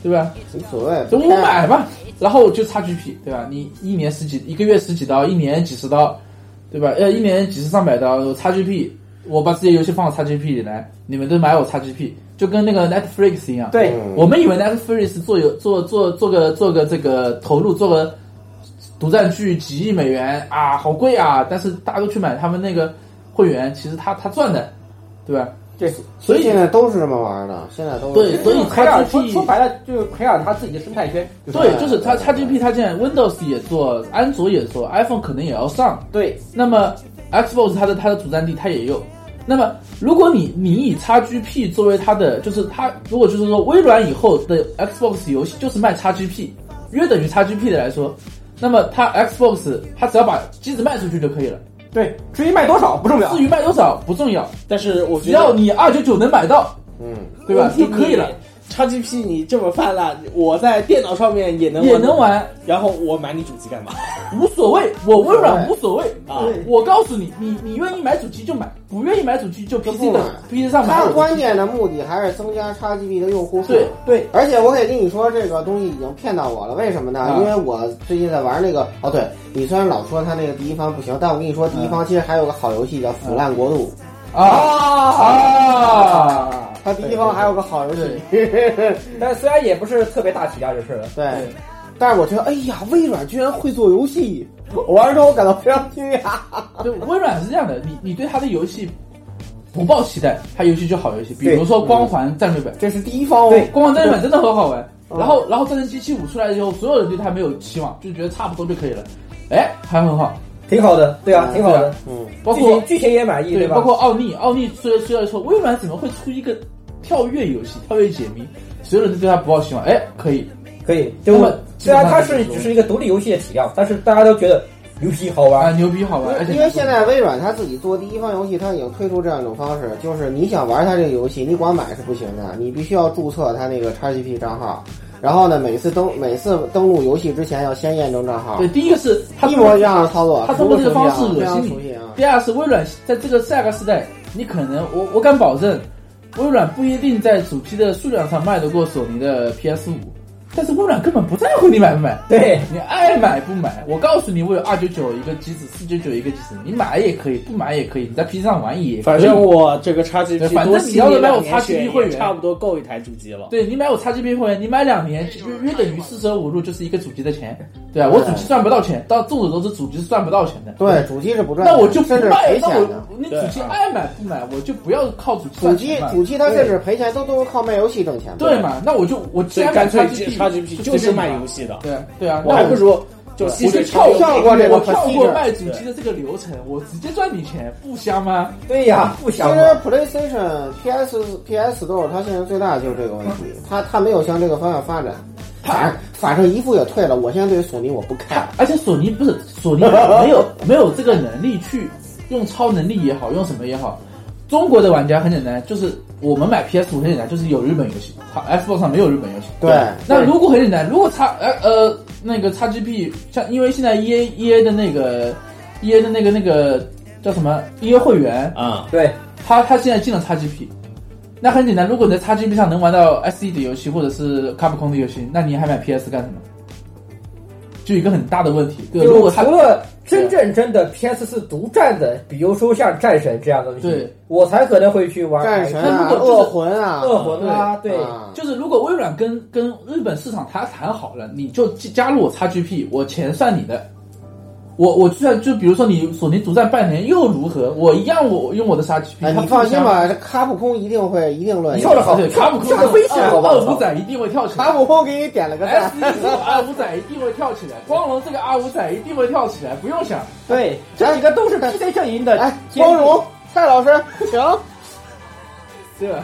Speaker 1: 对吧？
Speaker 3: 无所谓，
Speaker 1: 等我买吧，然后就 XGP，对吧？你一年十几，一个月十几刀，一年几十刀，对吧？呃，一年几十上百刀，XGP，我把自己游戏放到 XGP 里来，你们都买我 XGP，就跟那个 Netflix 一样。
Speaker 2: 对，
Speaker 3: 嗯
Speaker 1: 我们以为 Netflix 做有做做做个做个这个投入做个独占剧几亿美元啊，好贵啊！但是大家都去买他们那个会员，其实他他赚的，对吧？
Speaker 2: 对，
Speaker 1: 所以
Speaker 3: 现在都是这么玩的，现在都是
Speaker 1: 对所以
Speaker 2: 培养说
Speaker 1: XGP
Speaker 2: 说白了就是培养他自己的生态圈。
Speaker 1: 对，就是它 XGP 它现在 Windows 也做，安卓也做，iPhone 可能也要上。
Speaker 2: 对，
Speaker 1: 那么 Xbox 它的它的主战地它也有。那么如果你你以 XGP 作为它的，就是它如果就是说微软以后的 Xbox 游戏就是卖 XGP，约等于 XGP 的来说，那么它 Xbox 它只要把机子卖出去就可以了，
Speaker 2: 对，至于卖多少不重要
Speaker 1: 至。于卖多少不重要，
Speaker 7: 但是我
Speaker 1: 只
Speaker 7: 觉
Speaker 1: 要
Speaker 7: 得
Speaker 1: 你二九九能买到，
Speaker 3: 嗯，
Speaker 1: 对吧
Speaker 7: 问题
Speaker 1: 就可以了，。
Speaker 7: XGP 你这么泛滥，我在电脑上面也能
Speaker 1: 也能，玩，
Speaker 7: 然后我买你主机干嘛？
Speaker 1: 无所谓，我微软无所谓
Speaker 7: 啊
Speaker 1: 对我告诉你，你你愿意买主机就买，不愿意买主机就 PC 的 PC 上买
Speaker 3: 它
Speaker 1: 我的主机。
Speaker 3: 关键的目的还是增加 XGP 的用户数。
Speaker 1: 对
Speaker 2: 对，
Speaker 3: 而且我得跟你说，这个东西已经骗到我了。为什么呢？
Speaker 1: 啊
Speaker 3: 因为我最近在玩那个哦，对你虽然老说它那个第一方不行，但我跟你说，第一
Speaker 2: 嗯
Speaker 3: 方其实还有个好游戏叫《腐烂国度
Speaker 1: 啊啊！》，
Speaker 3: 它第一方还有个好游戏。
Speaker 2: 但虽然也不是特别大体量就是了。
Speaker 3: 对，但是我觉得，哎呀，微软居然会做游戏，我玩之后我感到非常惊 讶。
Speaker 1: 对，微软是这样的，你你对它的游戏不抱期待，它游戏就好游戏，比如说《光环战略版》，
Speaker 3: 这是第一方哦，
Speaker 1: 《光环战略版》真的很好玩。然后，然后《战争机器五》出来以后，所有人对它没有期望，就觉得差不多就可以了。哎，还很好，
Speaker 2: 挺好的，对啊，
Speaker 3: 嗯
Speaker 2: 挺好的，
Speaker 3: 嗯，
Speaker 1: 包
Speaker 2: 剧
Speaker 1: 括
Speaker 2: 情剧情也满意，
Speaker 1: 对，
Speaker 2: 吧？
Speaker 1: 包括奥利，奥利虽然虽然说微软怎么会出一个跳跃游戏、跳跃解谜，所有人都对它不抱希望。哎，可以，
Speaker 2: 可以，
Speaker 1: 那
Speaker 2: 就
Speaker 1: 么
Speaker 2: 虽然啊它
Speaker 1: 基本
Speaker 2: 是
Speaker 1: 上
Speaker 2: 只是一个独立游戏的体量，但是大家都觉得牛皮好玩
Speaker 1: 啊，。牛逼好玩，
Speaker 2: 嗯
Speaker 1: 而且
Speaker 3: 因为现在微软它自己做第一方游戏，它已经推出这样一种方式，就是你想玩它这个游戏，你光买是不行的，你必须要注册它那个 XGP 账号，然后呢，每次登每次登录游戏之前要先验证账号
Speaker 1: 对，，第一个是它
Speaker 3: 一模一样的操作，
Speaker 1: 他通过这个方式
Speaker 3: 非
Speaker 1: 恶
Speaker 3: 常
Speaker 1: 心
Speaker 3: 熟悉
Speaker 1: 你
Speaker 3: 啊。。
Speaker 1: 第二是微软在这个下个时代，你可能我我敢保证，微软不一定在主机的数量上卖得过索尼的 PS 五，但是微软根本不在乎你买不买，
Speaker 2: 对，
Speaker 1: 你爱买不买。我告诉你，我有二九九一个机子，四九九一个机子，你买也可以，不买也可以，你在 PC 上玩也可以。
Speaker 7: 反正我这个 XGP，
Speaker 1: 反正
Speaker 7: 多吸
Speaker 1: 你要是买我
Speaker 7: 引两年
Speaker 1: XGP 会员
Speaker 7: 也差不多够一台主机了。
Speaker 1: 对你买我 XGP 会员，你买两年约约等于四舍五入就是一个主机的钱，对啊，我主机赚不到钱，到众所周知，主机是赚不到钱的。
Speaker 3: 对，主机是不赚的，
Speaker 1: 那我就不
Speaker 3: 甚至
Speaker 1: 卖
Speaker 3: 赔，
Speaker 1: 那
Speaker 3: 钱的
Speaker 1: 我。你主机
Speaker 7: 对啊
Speaker 1: 爱买不买，我就不要靠主机
Speaker 3: 主
Speaker 1: 赚
Speaker 3: 机
Speaker 1: 钱嘛
Speaker 3: 主机它甚至赔钱都都是靠卖游戏挣钱的。
Speaker 1: 对嘛？那我就我既
Speaker 7: 所以
Speaker 1: 然
Speaker 7: 干脆
Speaker 1: 买
Speaker 7: XGP
Speaker 1: 就
Speaker 7: 就是卖
Speaker 1: 游
Speaker 7: 游戏的，
Speaker 1: 对啊对啊，
Speaker 7: 我还
Speaker 1: 那
Speaker 7: 不
Speaker 1: 我
Speaker 7: 如就
Speaker 1: 我
Speaker 7: 吸
Speaker 1: 就
Speaker 7: 水
Speaker 1: 跳
Speaker 3: 跳过这个
Speaker 1: 我跳
Speaker 3: procedure
Speaker 1: 过卖主机的这个流程，我直接赚你钱，不香吗？
Speaker 2: 对呀，不
Speaker 3: 其
Speaker 2: 想
Speaker 3: 实
Speaker 2: 玩
Speaker 1: 啊
Speaker 3: PlayStation、PS、PS Store 它现在最大的就是这个问题，
Speaker 1: 啊
Speaker 3: 它它没有向这个方向发展。反反正一副也退了，我现在对于索尼我不看。
Speaker 1: 而且索尼不是索尼没有没有这个能力去用超能力也好，用什么也好。中国的玩家很简单，就是我们买 PS 五很简单，就是有日本游戏，它 Xbox 上没有日本游戏。
Speaker 3: 对
Speaker 1: 那如果很简单，如果叉呃呃那个 XGP 像，因为现在 E A E A 的那个 E A 的那个那个叫什么 E A 会员，
Speaker 7: 啊，
Speaker 2: 对，
Speaker 1: 他他现在进了 XGP，那很简单，如果你在 XGP 上能玩到 SE 的游戏或者是 Capcom 的游戏，那你还买 PS 干什么？就一个很大的问题，对，如
Speaker 2: 就
Speaker 1: 果他
Speaker 2: 除了真正真的 PS 四独占的，比如说像战神这样的东西，
Speaker 1: 对
Speaker 2: 我才可能会去玩
Speaker 3: 战神
Speaker 1: 那
Speaker 3: 啊，
Speaker 1: 如果就是
Speaker 3: 恶魂啊，
Speaker 2: 恶魂啊，对，
Speaker 3: 啊
Speaker 1: 就是如果微软跟跟日本市场他谈好了，你就加入我 XGP，我钱算你的。我我就算就比如说你索尼独占半年又如何？我一样我用我的 XGP，、
Speaker 3: 哎，
Speaker 1: 它
Speaker 3: 你
Speaker 1: 不
Speaker 3: 放
Speaker 1: 影
Speaker 3: 心
Speaker 1: 响
Speaker 3: 吧，这卡普空一定会一定论。
Speaker 2: 你跳得好
Speaker 1: 对，卡普空
Speaker 2: 跳得飞起来好吧
Speaker 1: 二五仔一定会跳起来
Speaker 3: 卡。普空给你点了个赞
Speaker 2: 哎
Speaker 1: S。D 这个二五仔一定会跳起来，光荣这个二五仔一定会跳起来，不用想。
Speaker 2: 对，这几个都 是 PC 阵营的
Speaker 3: 哎，
Speaker 2: 尖
Speaker 3: 光
Speaker 2: 兵
Speaker 3: 荣蔡老师，行。
Speaker 1: 对吧？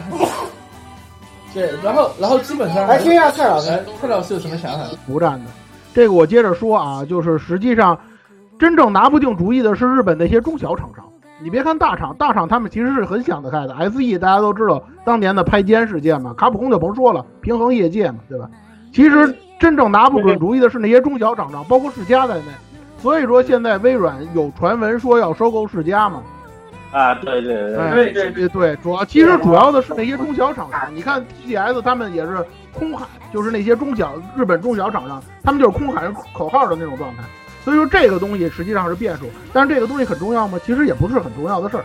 Speaker 1: 对，然后然后基本上，
Speaker 3: 来听一下蔡老师。
Speaker 1: 呃，蔡老师有什么想法？
Speaker 6: 独占的。这个我接着说啊，就是实际上真正拿不定主意的是日本那些中小厂商。你别看大厂，大厂他们其实是很想得开的。S E 大家都知道当年的拍肩事件嘛，卡普空就甭说了，平衡业界嘛，对吧？其实真正拿不准主意的是那些中小厂商，包括世嘉在内。所以说现在微软有传闻说要收购世嘉嘛，
Speaker 4: 啊，对对对
Speaker 6: 哎
Speaker 4: 对对，
Speaker 6: 对对，主要其实主要的是那些中小厂商，你看 TGS 他们也是空海，就是那些中小日本中小厂商，他们就是空喊口号的那种状态。所以说这个东西实际上是变数，但是这个东西很重要吗？其实也不是很重要的事儿。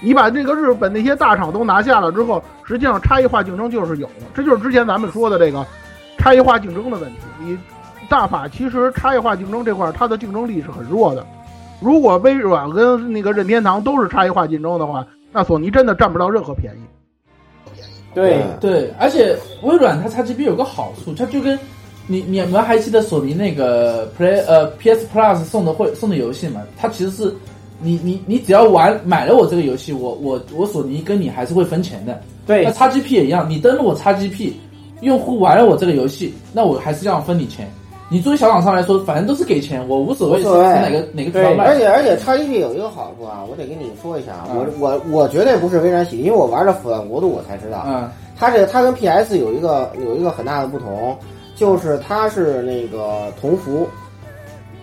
Speaker 6: 你把这个日本那些大厂都拿下了之后，实际上差异化竞争就是有的，这就是之前咱们说的这个差异化竞争的问题。你大法其实差异化竞争这块儿，它的竞争力是很弱的。如果微软跟那个任天堂都是差异化竞争的话，那索尼真的占不到任何便宜。
Speaker 2: 对
Speaker 1: 对，而且微软它 XGP 有个好处，它就跟你你们还记得索尼那个 Play 呃 PS Plus 送的会送的游戏嘛？它其实是你你你只要玩买了我这个游戏，我我我索尼跟你还是会分钱的。
Speaker 2: 对
Speaker 1: 那 XGP 也一样，你登录我 XGP，用户玩了我这个游戏，那我还是要分你钱。你作为小厂商来说，反正都是给钱，我无所谓
Speaker 3: 无
Speaker 1: 是
Speaker 3: 所谓
Speaker 1: 哪个哪个地方卖。
Speaker 3: 而且而且叉 GP 有一个好处啊，我得跟你说一下
Speaker 1: 嗯
Speaker 3: 啊，我我我绝对不是微软喜，因为我玩了《腐烂国度》，我才知道，
Speaker 1: 嗯，
Speaker 3: 它这个它跟 PS 有一个有一个很大的不同，就是它是那个同服，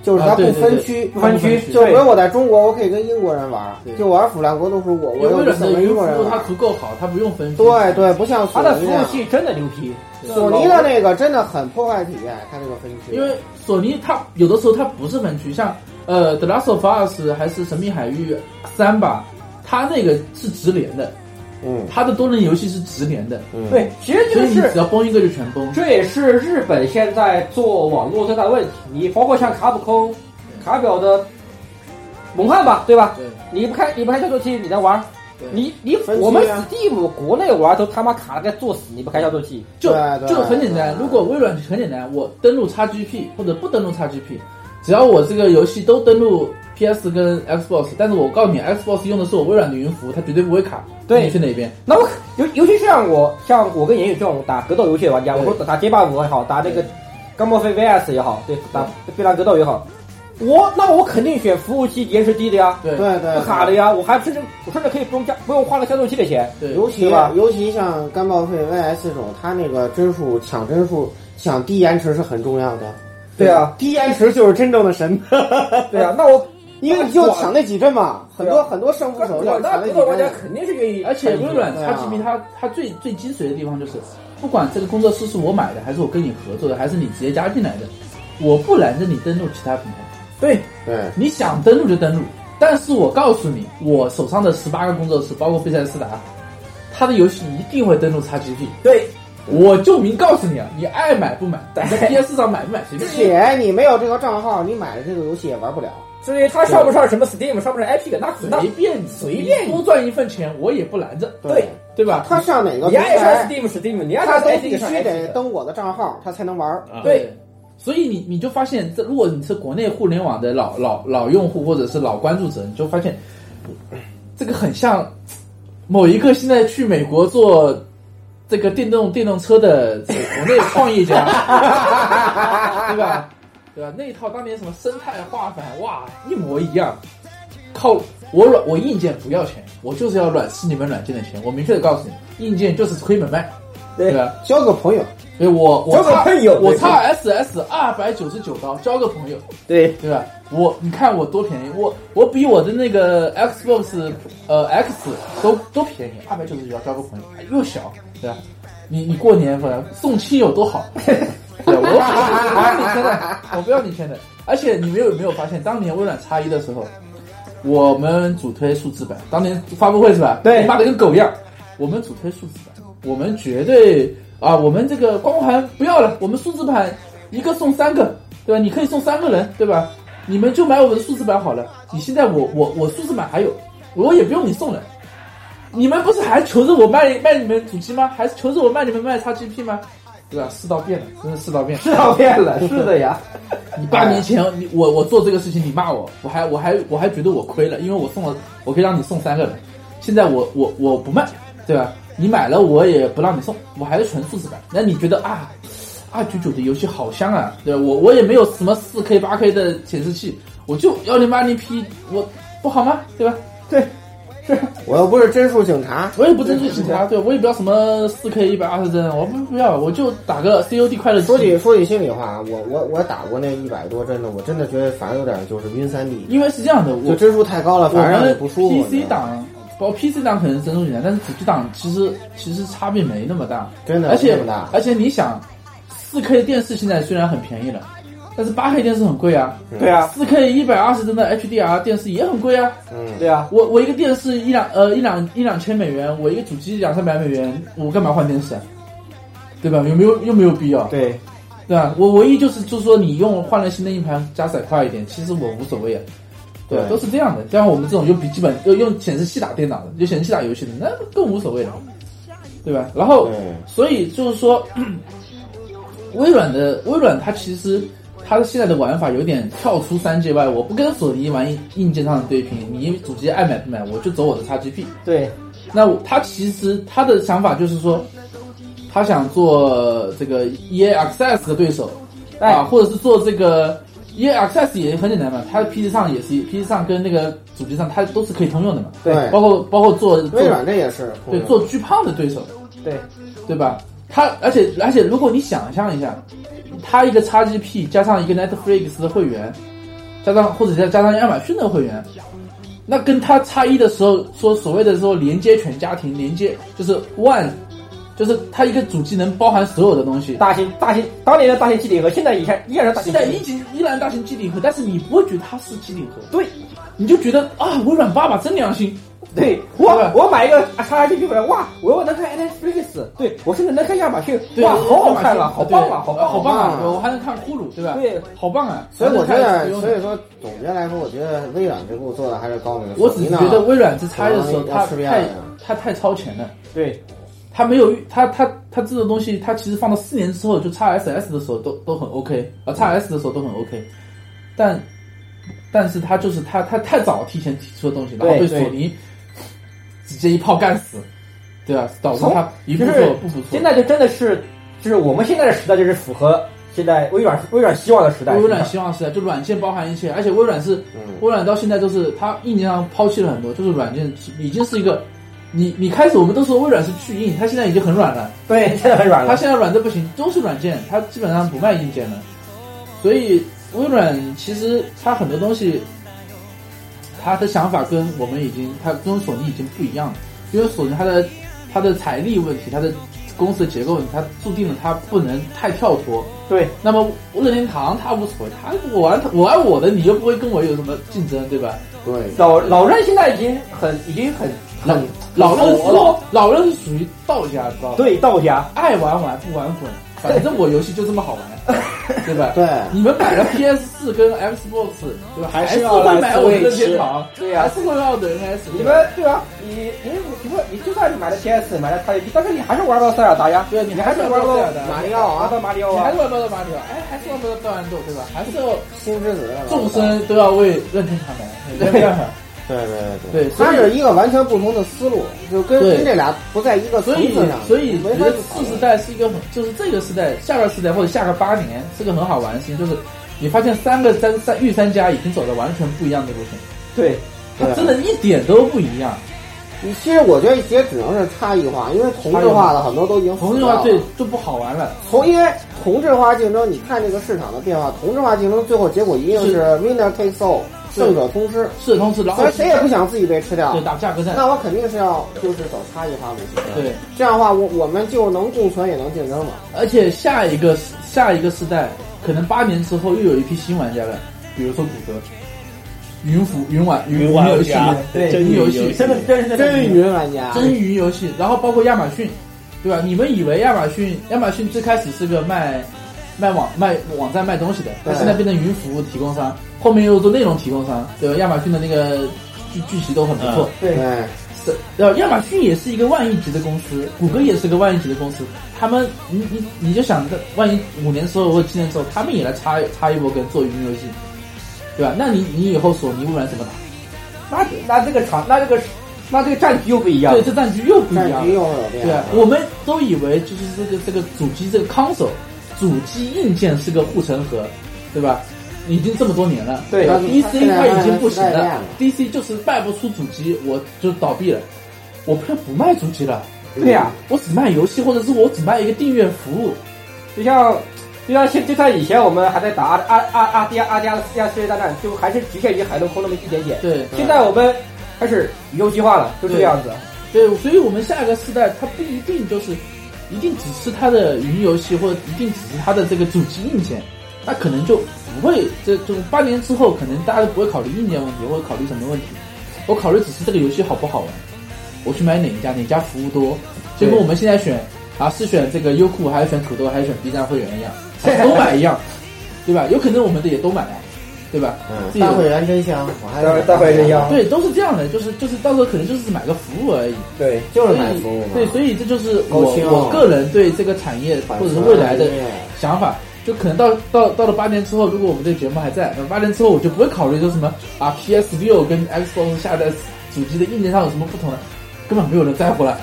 Speaker 3: 就是它
Speaker 1: 啊
Speaker 3: 不
Speaker 1: 对对
Speaker 3: 分
Speaker 1: 对
Speaker 3: 区，
Speaker 1: 不分区
Speaker 3: 就比
Speaker 2: 对
Speaker 3: 如我在中国，我可以跟英国人玩，就玩《腐烂国度》时候，我我
Speaker 1: 因为
Speaker 3: 又
Speaker 1: 微
Speaker 3: 不
Speaker 1: 软
Speaker 3: 怎
Speaker 1: 的
Speaker 3: 么英
Speaker 1: 云服
Speaker 3: 国人
Speaker 1: 务它
Speaker 3: 玩。
Speaker 1: 足够好，它不用分区。
Speaker 3: 对对，不像索
Speaker 2: 它的
Speaker 3: 尼
Speaker 2: 服
Speaker 3: 那
Speaker 2: 务
Speaker 3: 样，
Speaker 2: 器真的牛逼，
Speaker 3: 索尼的那个真的很破坏体验，它这个分区。
Speaker 1: 因为索尼它有的时候它不是分区，像呃《The Last of Us》还是《神秘海域三》吧，它那个是直连的，
Speaker 3: 嗯
Speaker 1: 它的多人游戏是直连的，
Speaker 3: 嗯，
Speaker 2: 对，其实这
Speaker 1: 所以
Speaker 2: 个
Speaker 1: 你
Speaker 2: 是
Speaker 1: 只要崩一个就全崩。
Speaker 2: 这也是日本现在做网络最大的问题。你包括像卡普空、卡表的猛汉吧，对吧？
Speaker 1: 对
Speaker 2: 你不开你不开销售器，你能玩？
Speaker 1: 对
Speaker 2: 你你
Speaker 3: 分期啊
Speaker 2: 我们 Steam 国内玩都他妈卡了个作死，你不开销售器，
Speaker 1: 就
Speaker 3: 对对
Speaker 1: 就很简单，
Speaker 3: 对
Speaker 1: 如果微软很简单，我登录 XGP 或者不登录 XGP，只要我这个游戏都登录 PS 跟 Xbox，但是我告诉你，Xbox 用的是我微软的云服务，它绝对不会卡。
Speaker 2: 对
Speaker 1: 你去哪边？
Speaker 2: 那我尤尤其像我像我跟言语这种打格斗游戏的玩家，我说打街霸五也好，打那个钢墨飞 VS 也好，对，打飞狼格斗也好，我那我肯定选服务器延迟低的呀，
Speaker 1: 对
Speaker 3: 对对，
Speaker 2: 不卡的呀，我还甚至我甚至可以不用加不用花那销售器的钱，
Speaker 1: 对
Speaker 3: 尤其
Speaker 2: 对吧
Speaker 3: 尤其像干报废 VS 这种，它那个帧数抢帧数、抢低延迟是很重要的。
Speaker 2: 对啊，
Speaker 3: 低延迟就是真正的神，
Speaker 2: 对啊，那我
Speaker 3: 因为你就抢那几帧嘛，很
Speaker 2: 对
Speaker 3: 多
Speaker 2: 啊
Speaker 3: 很多胜负手就
Speaker 2: 广
Speaker 3: 是
Speaker 2: 大
Speaker 3: 抢那
Speaker 2: 格
Speaker 3: 几
Speaker 2: 斗玩家
Speaker 3: 帧。
Speaker 2: 肯定是愿意，
Speaker 1: 而且微软
Speaker 3: 对啊
Speaker 1: XGP 它它最最精髓的地方就是，不管这个工作室是我买的，还是我跟你合作的，还是你直接加进来的，我不拦着你登录其他平台，
Speaker 2: 对
Speaker 3: 对，
Speaker 1: 你想登录就登录。但是我告诉你，我手上的十八个工作室，包括费塞斯达，它的游戏一定会登录 XGP。
Speaker 2: 对，
Speaker 1: 我就明告诉你啊，你爱买不买，你在 PS 上买不买随
Speaker 3: 而
Speaker 1: 便。
Speaker 3: 且你没有这个账号，你买的这个游戏也玩不了。
Speaker 2: 至于他上不上什么 Steam，上不上 Epic，那那
Speaker 1: 随便你，
Speaker 2: 随便你
Speaker 1: 多赚一份钱，我也不拦着，
Speaker 2: 对，
Speaker 1: 对吧？
Speaker 3: 他上哪个
Speaker 2: 你
Speaker 3: 平
Speaker 2: 爱上
Speaker 3: 台，
Speaker 2: Steam Steam，你爱
Speaker 3: 他
Speaker 2: 上
Speaker 3: 都
Speaker 2: Epic
Speaker 3: 必
Speaker 2: 上
Speaker 3: 须得
Speaker 2: Epic，
Speaker 3: 登我的账号，他才能玩。
Speaker 4: 啊
Speaker 2: 对，
Speaker 1: 所以你你就发现，这如果你是国内互联网的老老老用户或者是老关注者，你就发现这个很像某一个现在去美国做这个电动电动车的这个国内创业家， 对吧？对吧？那一套当年什么生态化反，哇，一模一样。靠我软我硬件不要钱，我就是要软吃你们软件的钱。我明确的告诉你，硬件就是亏本卖，对吧？
Speaker 3: 交个 朋友，
Speaker 1: 所以哎我我
Speaker 2: 交个
Speaker 1: 差
Speaker 2: 朋友
Speaker 1: 我
Speaker 2: 对
Speaker 1: 差 SS 二百九十九刀，交个朋友，
Speaker 2: 对
Speaker 1: 对吧？我你看我多便宜，我我比我的那个 Xbox 呃 X 都都便宜，二百九十九交个朋友，哎又小，对吧？你你过年反正送亲友多好， 对我我不要你签的，我不要你签的。而且你们有没有发现，当年微软叉一的时候，我们主推数字版，当年发布会是吧？
Speaker 2: 对
Speaker 1: 你骂的跟狗一样。我们主推数字版，我们绝对啊，我们这个光环不要了，我们数字版一个送三个，对吧？你可以送三个人，对吧？你们就买我们的数字版好了。你现在我我我数字版还有，我也不用你送了。你们不是还求着我卖卖你们主机吗？还求着我卖你们卖 XGP 吗？对吧？世道变了，真的世道变了。
Speaker 2: 是啊照片了，是的呀，
Speaker 1: 你八年前你我我做这个事情，你骂我，我还我还我还觉得我亏了，因为我送了，我可以让你送三个人，现在我我我不卖，对吧？你买了我也不让你送，我还是纯数字版。那你觉得啊，二九九的游戏好香啊，对吧？我我也没有什么四 K 八 K 的显示器，我就幺零八零 P，我不好吗？对吧？
Speaker 3: 我又不是帧数警察。
Speaker 1: 我也不争取其他，对我也不要什么四 K 一百二十帧，我不不要，我就打个 COD 快乐
Speaker 3: 说句
Speaker 1: 机。
Speaker 3: 说句心里话，啊我我我打过那一百多帧的，我真的觉得反而有点就是晕三 D。
Speaker 1: 因为是这样的，
Speaker 3: 就
Speaker 1: 我
Speaker 3: 帧数太高了，
Speaker 1: 我
Speaker 3: 反而让你
Speaker 1: 们
Speaker 3: 不舒服。你知
Speaker 1: PC
Speaker 3: 道吗
Speaker 1: 档，包 PC 档可能帧数简单，但是主机档其实其实差别没那么大，
Speaker 3: 真的
Speaker 1: 而且
Speaker 3: 这么大
Speaker 1: 而且你想，4 K 电视现在虽然很便宜了，但是八 K 电视很贵啊，
Speaker 2: 对啊
Speaker 1: 四 K 一百二十帧的 HDR 电视也很贵啊，
Speaker 3: 嗯，
Speaker 2: 对啊，
Speaker 1: 我我一个电视一两呃一两一两千美元，我一个主机两三百美元，我干嘛换电视啊？对吧？有没有又没有必要？
Speaker 2: 对，
Speaker 1: 对吧？我唯一就是就是说你用换了新的硬盘加载快一点，其实我无所谓啊。对吧，
Speaker 2: 对
Speaker 1: 都是这样的。像我们这种用笔记本用用显示器打电脑的，用显示器打游戏的，那更无所谓了，对吧？然后
Speaker 3: 嗯
Speaker 1: 所以就是说， 微软的微软它其实它现在的玩法有点跳出三 G 外，我不跟索尼玩硬硬件上的对拼，你主机爱买不买，我就走我的 XGP。
Speaker 2: 对，
Speaker 1: 那我他其实他的想法就是说，他想做这个 EA Access 的对手，
Speaker 2: 哎
Speaker 1: 啊，或者是做这个 EA Access 也很简单嘛，它 PC 上也是 PC 上跟那个主机上它都是可以通用的嘛，
Speaker 3: 对
Speaker 1: 包括包括做做
Speaker 3: 微软这也是
Speaker 1: 对做巨胖的对手，
Speaker 2: 对，
Speaker 1: 对吧？它而且而且，如果你想象一下，它一个 XGP 加上一个 Netflix 的会员，加上或者再加上亚马逊的会员，那跟它 x 一的时候说所谓的说连接全家庭，连接就是 One，就是它一个主机能包含所有的东西。
Speaker 2: 大型大型当年的大型机顶盒，现在依然依然是大
Speaker 1: 现
Speaker 2: 型机
Speaker 1: 在
Speaker 2: 顶盒
Speaker 1: 依及依然大型机顶盒，但是你不会觉得它是机顶盒，
Speaker 2: 对
Speaker 1: 你就觉得啊，微软爸爸真良心。
Speaker 2: 对，我
Speaker 1: 对吧
Speaker 2: 我买一个 XGP 回来，哇，我又能看 Netflix，对我甚至能看亚马逊，
Speaker 1: 对
Speaker 2: 哇，好好看了，
Speaker 1: 对
Speaker 2: 好棒了，好
Speaker 1: 啊好
Speaker 2: 棒，
Speaker 1: 棒
Speaker 3: 好棒
Speaker 1: 啊！
Speaker 3: 啊
Speaker 1: 我我还能看呼噜，对吧？
Speaker 2: 对，
Speaker 1: 好棒啊！
Speaker 3: 所以我觉
Speaker 1: 还能看
Speaker 3: 得，
Speaker 1: 不用
Speaker 3: 所以说总结来说，我觉得微软这步做的还是高明。
Speaker 1: 我只是觉得微软这差异的时候，
Speaker 3: 嗯
Speaker 1: 它
Speaker 3: 要吃遍
Speaker 1: 太
Speaker 3: 了
Speaker 1: 它太超前了，
Speaker 2: 对
Speaker 1: 它没有预它它它这个东西，它其实放到四年之后，就 x SS 的时候都都很 OK，啊 x S 的时候都很 OK，但但是它就是它它太早提前提出的东西，然后被
Speaker 2: 对
Speaker 1: 索
Speaker 2: 对
Speaker 1: 尼直接一炮干死，对吧？导致它一步
Speaker 2: 就
Speaker 1: 错
Speaker 2: 是
Speaker 1: 步步错。
Speaker 2: 现在就真的是，就是我们现在的时代，就是符合现在微软微软希望的时嗯代。
Speaker 1: 微软希望是就软件包含一切，而且微软是微软到现在就是它硬件上抛弃了很多，就是软件已经是一个，你你开始我们都说微软是巨硬，它现在已经很软了，
Speaker 2: 对现在很软
Speaker 1: 它
Speaker 2: 了，
Speaker 1: 现在软的不行，都是软件，它基本上不卖硬件了，所以微软其实它很多东西，它的想法跟我们已经它跟索尼已经不一样了，因为索尼它的它的财力问题，它的公司的结构问题，它注定了它不能太跳脱。
Speaker 2: 对
Speaker 1: 那么任天堂他无所谓，他我玩我玩我的，你又不会跟我有什么竞争，对吧？
Speaker 3: 对，
Speaker 2: 老老任现在已经很已经很
Speaker 1: 老老
Speaker 2: 很
Speaker 1: 任
Speaker 2: 很
Speaker 1: 老老任是属于道家，知道吧？，
Speaker 2: 对道家，
Speaker 1: 爱玩玩不玩滚，反正我游戏就这么好玩，对吧？
Speaker 3: 对
Speaker 1: 你们买了 PS 四跟 Xbox，对吧？还
Speaker 7: 还
Speaker 1: 是
Speaker 7: 是要
Speaker 1: 会
Speaker 7: 来
Speaker 1: 买我的
Speaker 7: Switch
Speaker 1: 任天堂，
Speaker 2: 对
Speaker 1: 还
Speaker 2: 呀、
Speaker 1: 是会买我的 NS。
Speaker 2: 你们对啊吧？你你你不你就算你买了 PS，买了 XGP，但是你还是玩不到塞尔达呀，
Speaker 1: 对，你
Speaker 2: 你还
Speaker 1: 是
Speaker 2: 是
Speaker 1: 玩
Speaker 2: 玩
Speaker 1: 不
Speaker 2: 不
Speaker 1: 到
Speaker 2: 到
Speaker 1: 塞尔达
Speaker 2: 马里奥啊，玩不到马里奥
Speaker 1: 你还
Speaker 2: 啊
Speaker 1: 是，玩不到马里奥，哎，还是玩不到大乱斗，对吧？还是要
Speaker 3: 新之子
Speaker 2: 啊
Speaker 3: 的
Speaker 1: 众生都要为任天堂买，没办法。
Speaker 3: 对对
Speaker 1: 对所以
Speaker 3: 它是一个完全不同的思路，就跟
Speaker 1: 对
Speaker 3: 跟这俩不在一个层
Speaker 1: 所以
Speaker 3: 次上，，
Speaker 1: 所以
Speaker 3: 没
Speaker 1: 我觉
Speaker 3: 法
Speaker 1: 得
Speaker 3: 去讨
Speaker 1: 次时
Speaker 3: 论。
Speaker 1: 代是一个很，就是这个时代，下个时代或者下个八年是个很好玩的事情，就是你发现三个三三御三家已经走的完全不一样的路线，
Speaker 2: 对
Speaker 1: 它
Speaker 3: 对啊
Speaker 1: 真的一点都不一样。
Speaker 3: 你其实我觉得也只能是差异化，因为同质化的很多都已经
Speaker 1: 同质
Speaker 3: 死掉
Speaker 1: 化
Speaker 3: 了
Speaker 1: 对就不好玩了，
Speaker 3: 同因为同质化竞争，你看这个市场的变化，同质化竞争最后结果一定
Speaker 1: 是
Speaker 3: 是 winner takes all，
Speaker 1: 是
Speaker 3: 胜者通吃。
Speaker 1: 是同时，然后
Speaker 3: 所以谁也不想自己被吃掉
Speaker 1: 对，打价格战，
Speaker 3: 那我肯定是要就是走差异化路线。
Speaker 1: 对，
Speaker 3: 这样的话，我我们就能共存也能竞争嘛。
Speaker 1: 而且下一个下一个时代，可能八年之后又有一批新玩家了，比如说谷歌。云服云玩云
Speaker 4: 云玩
Speaker 1: 游戏
Speaker 4: 家，
Speaker 2: 对
Speaker 4: 真
Speaker 1: 云游戏
Speaker 2: 真的 真的
Speaker 3: 真云玩家，
Speaker 1: 真云游戏，然后包括亚马逊，对吧？你们以为亚马逊，亚马逊最开始是个卖卖网卖网站卖东西的，但
Speaker 3: 对
Speaker 1: 现在变成云服务提供商，后面又做内容提供商，对吧？亚马逊的那个剧剧集都很不错，
Speaker 2: 对
Speaker 3: 对
Speaker 1: 是，然后亚马逊也是一个万亿级的公司，谷歌也是个万亿级的公司，他们你你你就想着，万一五年之后或七年之后，他们也来插插一波跟做云游戏，对吧？那你你以后索尼微软怎么打？
Speaker 2: 那那这个场，那这个那这个战局又不一样
Speaker 1: 对，。这战局又不一样了
Speaker 3: 战。局又会有变
Speaker 1: 对啊
Speaker 3: 化。，
Speaker 1: 我们都以为就是这个这个主机这个 console 主机硬件是个护城河，对吧？已经这么多年了，
Speaker 2: 对
Speaker 1: 吧
Speaker 3: 但是它
Speaker 1: ？DC
Speaker 3: 现在
Speaker 1: 它已经不行
Speaker 3: 慢慢时代变
Speaker 1: 了
Speaker 3: 了
Speaker 1: ，DC 就是卖不出主机，我就倒闭了，我不不卖主机了，
Speaker 2: 对啊呀、
Speaker 1: 我只卖游戏，或者是我只卖一个订阅服务。
Speaker 2: 就像就像现就像以前我们还在打阿阿阿阿迪亚阿迪亚斯亚世界大战，就还是局限于海陆空那么一点
Speaker 3: 嗯
Speaker 2: 点。
Speaker 1: 对，
Speaker 2: 现在我们开始宇宙计划了，就这个样子。
Speaker 1: 对，所以我们下一个时代，它不一定就是一定只是它的云游戏，或者一定只是它的这个主机硬件，那可能就不会这这种八年之后，可能大家都不会考虑硬件问题，或者考虑什么问题。我考虑只是这个游戏好不好玩，我去买哪一家，哪家服务多，就跟我们现在选啊是选这个优酷，还是选土豆，还是选 B 站会员一样，都买一样，对吧？有可能我们的也都买啊，对吧？
Speaker 3: 嗯
Speaker 1: 自己
Speaker 3: 大会员真香，我还
Speaker 2: 大大会员真香
Speaker 1: 对，都是这样的，就是就是到时候可能就是买个服务而已。
Speaker 2: 对，
Speaker 3: 就是买服务嘛
Speaker 1: 对，所以这就是我
Speaker 3: 高清啊
Speaker 1: 我个人对这个产业或者是未来的想法。就可能到到到了八年之后，如果我们这个节目还在，那八年之后我就不会考虑说什么啊 PS View 跟 Xbox 下载主机的硬件上有什么不同了，根本没有人在乎了。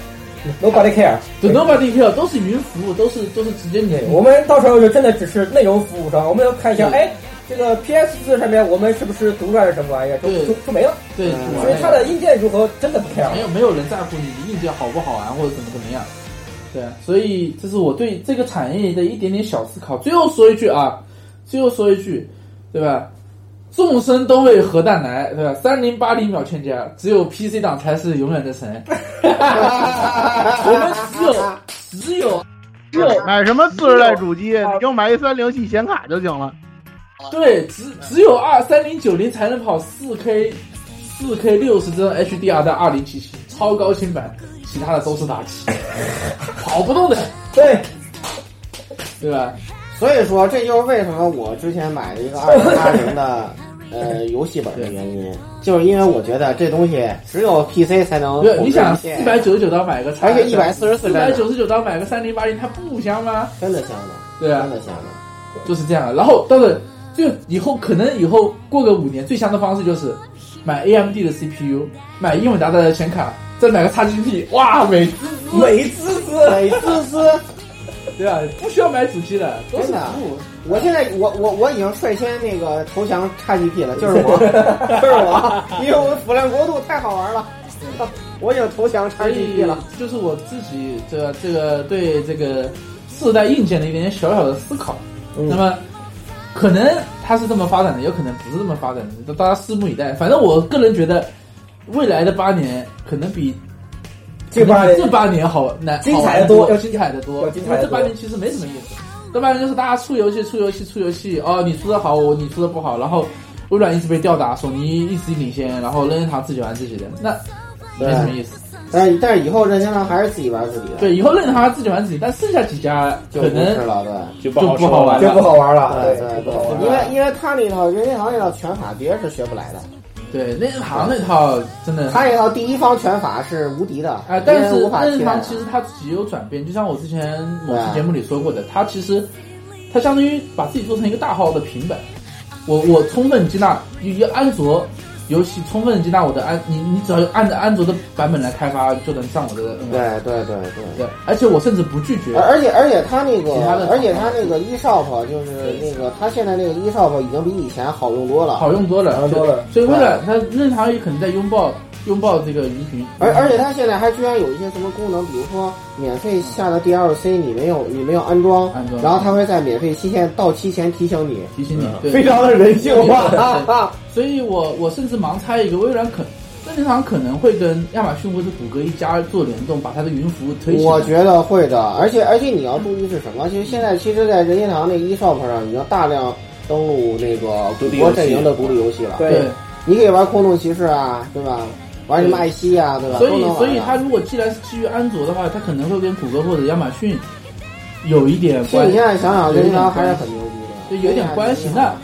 Speaker 2: Nobody care。
Speaker 1: 对 Nobody care，都是云服务，都是都是直接你
Speaker 2: 我们到时候就真的只是内容服务商，我们要看一
Speaker 3: 嗯
Speaker 2: 下，哎，这个 PS 四上面我们是不是独占了什么玩意儿，
Speaker 3: 嗯
Speaker 2: 就就就没了。
Speaker 1: 对，
Speaker 2: 所以它的硬件如何真的不 care
Speaker 1: 没。有没有人在乎你的硬件好不好玩或者怎么怎么样。对，所以这是我对这个产业的一点点小思考。最后说一句啊，最后说一句，对吧？众生都为核弹来，对吧？三零八零秒欠佳，只有 PC 党才是永远的神。 我们只有只有只有
Speaker 6: 买什么次世代主机，你就买一三零系显卡就行了。
Speaker 1: 啊对，只只有二三零九零才能跑四 K 四 K 六十帧 HDR 的二零七七超高清版，其他的都是垃 圾，跑不动的。
Speaker 2: 对，
Speaker 1: 对吧？
Speaker 3: 所以说，这就是为什么我之前买了一个二零八零 的呃游戏本的原因，就是因为我觉得这东西只有 PC 才能
Speaker 1: 对，
Speaker 3: 统
Speaker 1: 你
Speaker 3: 治
Speaker 1: 想
Speaker 3: 一
Speaker 1: 四
Speaker 3: 切。
Speaker 1: 百九十九刀买个叉，
Speaker 3: 而且144
Speaker 1: 四百九十九刀买个三零八零，它不香吗？
Speaker 3: 真的香的，
Speaker 1: 对啊
Speaker 3: 真的香的。
Speaker 1: 就是这样。然后到了就以后可能以后过个五年，最香的方式就是买 AMD 的 CPU，买英伟达的显卡，再买个 XGP，哇，美滋滋，
Speaker 2: 美滋滋，
Speaker 3: 美滋滋。
Speaker 1: 对啊，不需要买主机了，都是
Speaker 3: 真的
Speaker 1: 服务。
Speaker 3: 我现在我我我已经率先那个哎投降 XGP 了，就是 我，就是我，因为我们腐烂国度太好玩了，我已经投降
Speaker 1: 所以
Speaker 3: XGP 了。
Speaker 1: 就是我自己这个这个对这个四代硬件的一点点小小的思考。那么可能它是这么发展的，有可能不是这么发展的，都大家拭目以待。反正我个人觉得，未来的八年可能比
Speaker 2: 这八年
Speaker 1: 可能比这八年好难，
Speaker 2: 精彩
Speaker 1: 好玩
Speaker 2: 得多
Speaker 1: 要精彩的多，
Speaker 2: 要精彩得
Speaker 1: 因为这
Speaker 2: 多
Speaker 1: 八年其实没什么意思。这八年就是大家出游戏、出游戏、出游戏，哦，你出的好，我你出的不好，然后微软一直被吊打，索尼一直领先，然后任天堂自己玩自己的，那没什么意思。
Speaker 3: 但哎但是以后任天堂还是自己玩自己的，
Speaker 1: 对，以后任天堂自己玩自己，但剩下几家
Speaker 3: 就
Speaker 1: 可
Speaker 3: 不
Speaker 1: 能
Speaker 3: 是了，对。
Speaker 4: 就
Speaker 1: 不
Speaker 4: 不好说
Speaker 1: 好玩
Speaker 4: 了
Speaker 1: 了
Speaker 2: 就不好玩了，
Speaker 3: 对
Speaker 2: 就
Speaker 3: 对
Speaker 2: 不好玩
Speaker 3: 对，因
Speaker 2: 了。
Speaker 3: 为因为他那套任天堂那套拳法别人是学不来的，
Speaker 1: 对任天堂那套真的
Speaker 3: 他那套第一方拳法哎是无敌的，
Speaker 1: 啊，但
Speaker 3: 别人
Speaker 1: 是
Speaker 3: 无法替
Speaker 1: 任天
Speaker 3: 代
Speaker 1: 堂
Speaker 3: 的。
Speaker 1: 其实它自己有转变，就像我之前某
Speaker 3: 对
Speaker 1: 期
Speaker 3: 啊
Speaker 1: 节目里说过的，它其实它相当于把自己做成一个大号的平板。我我充分接纳一个安卓游戏，充分接纳我的安，你你只要按照安卓的版本来开发，就能上我的 N
Speaker 3: 对对对对。啊
Speaker 1: 对，而且我甚至不拒绝
Speaker 3: 而。而且而且他那个
Speaker 1: 其他的，
Speaker 3: 而且他那个 eShop 就是那个，他现在那个 eShop 已经比以前好用多了，啊
Speaker 1: 好用多了，
Speaker 2: 好用多了
Speaker 1: 所以为了它，任天堂也可能在拥抱拥抱这个云云。
Speaker 3: 而而且它现在还居然有一些什么功能，比如说免费下的 DLC 你没有你没有安装，
Speaker 1: 安装
Speaker 3: 然后它会在免费期限到期前提醒 你。
Speaker 1: 提醒你，对
Speaker 3: 非常的人性化
Speaker 1: 对对对
Speaker 3: 啊！
Speaker 1: 所以我我甚至盲猜一个，微软可任天堂可能会跟亚马逊或者谷歌一家做联动，把它的云服务推起来。
Speaker 3: 我觉得会的，而且而且你要注意是什么？就是现在其实，在任天堂那 eShop 上已经大量登录那个
Speaker 4: 独
Speaker 3: 谷
Speaker 4: 立游戏
Speaker 3: 歌阵营的独立游戏了。
Speaker 2: 对
Speaker 1: 对，
Speaker 3: 你可以玩空洞骑士啊，对吧？玩什么艾希啊，对吧？
Speaker 1: 所以
Speaker 3: 都能玩啊
Speaker 1: 所以它如果既然是基于安卓的话，它可能会跟谷歌或者亚马逊有一点
Speaker 3: 其实
Speaker 1: 关
Speaker 3: 你
Speaker 1: 系
Speaker 3: 现，在想想，
Speaker 1: 有
Speaker 3: 任
Speaker 1: 一
Speaker 3: 天
Speaker 1: 点
Speaker 3: 堂还是
Speaker 1: 关系
Speaker 3: 很牛逼的，
Speaker 1: 对，有一点关系。
Speaker 3: 啊
Speaker 1: 那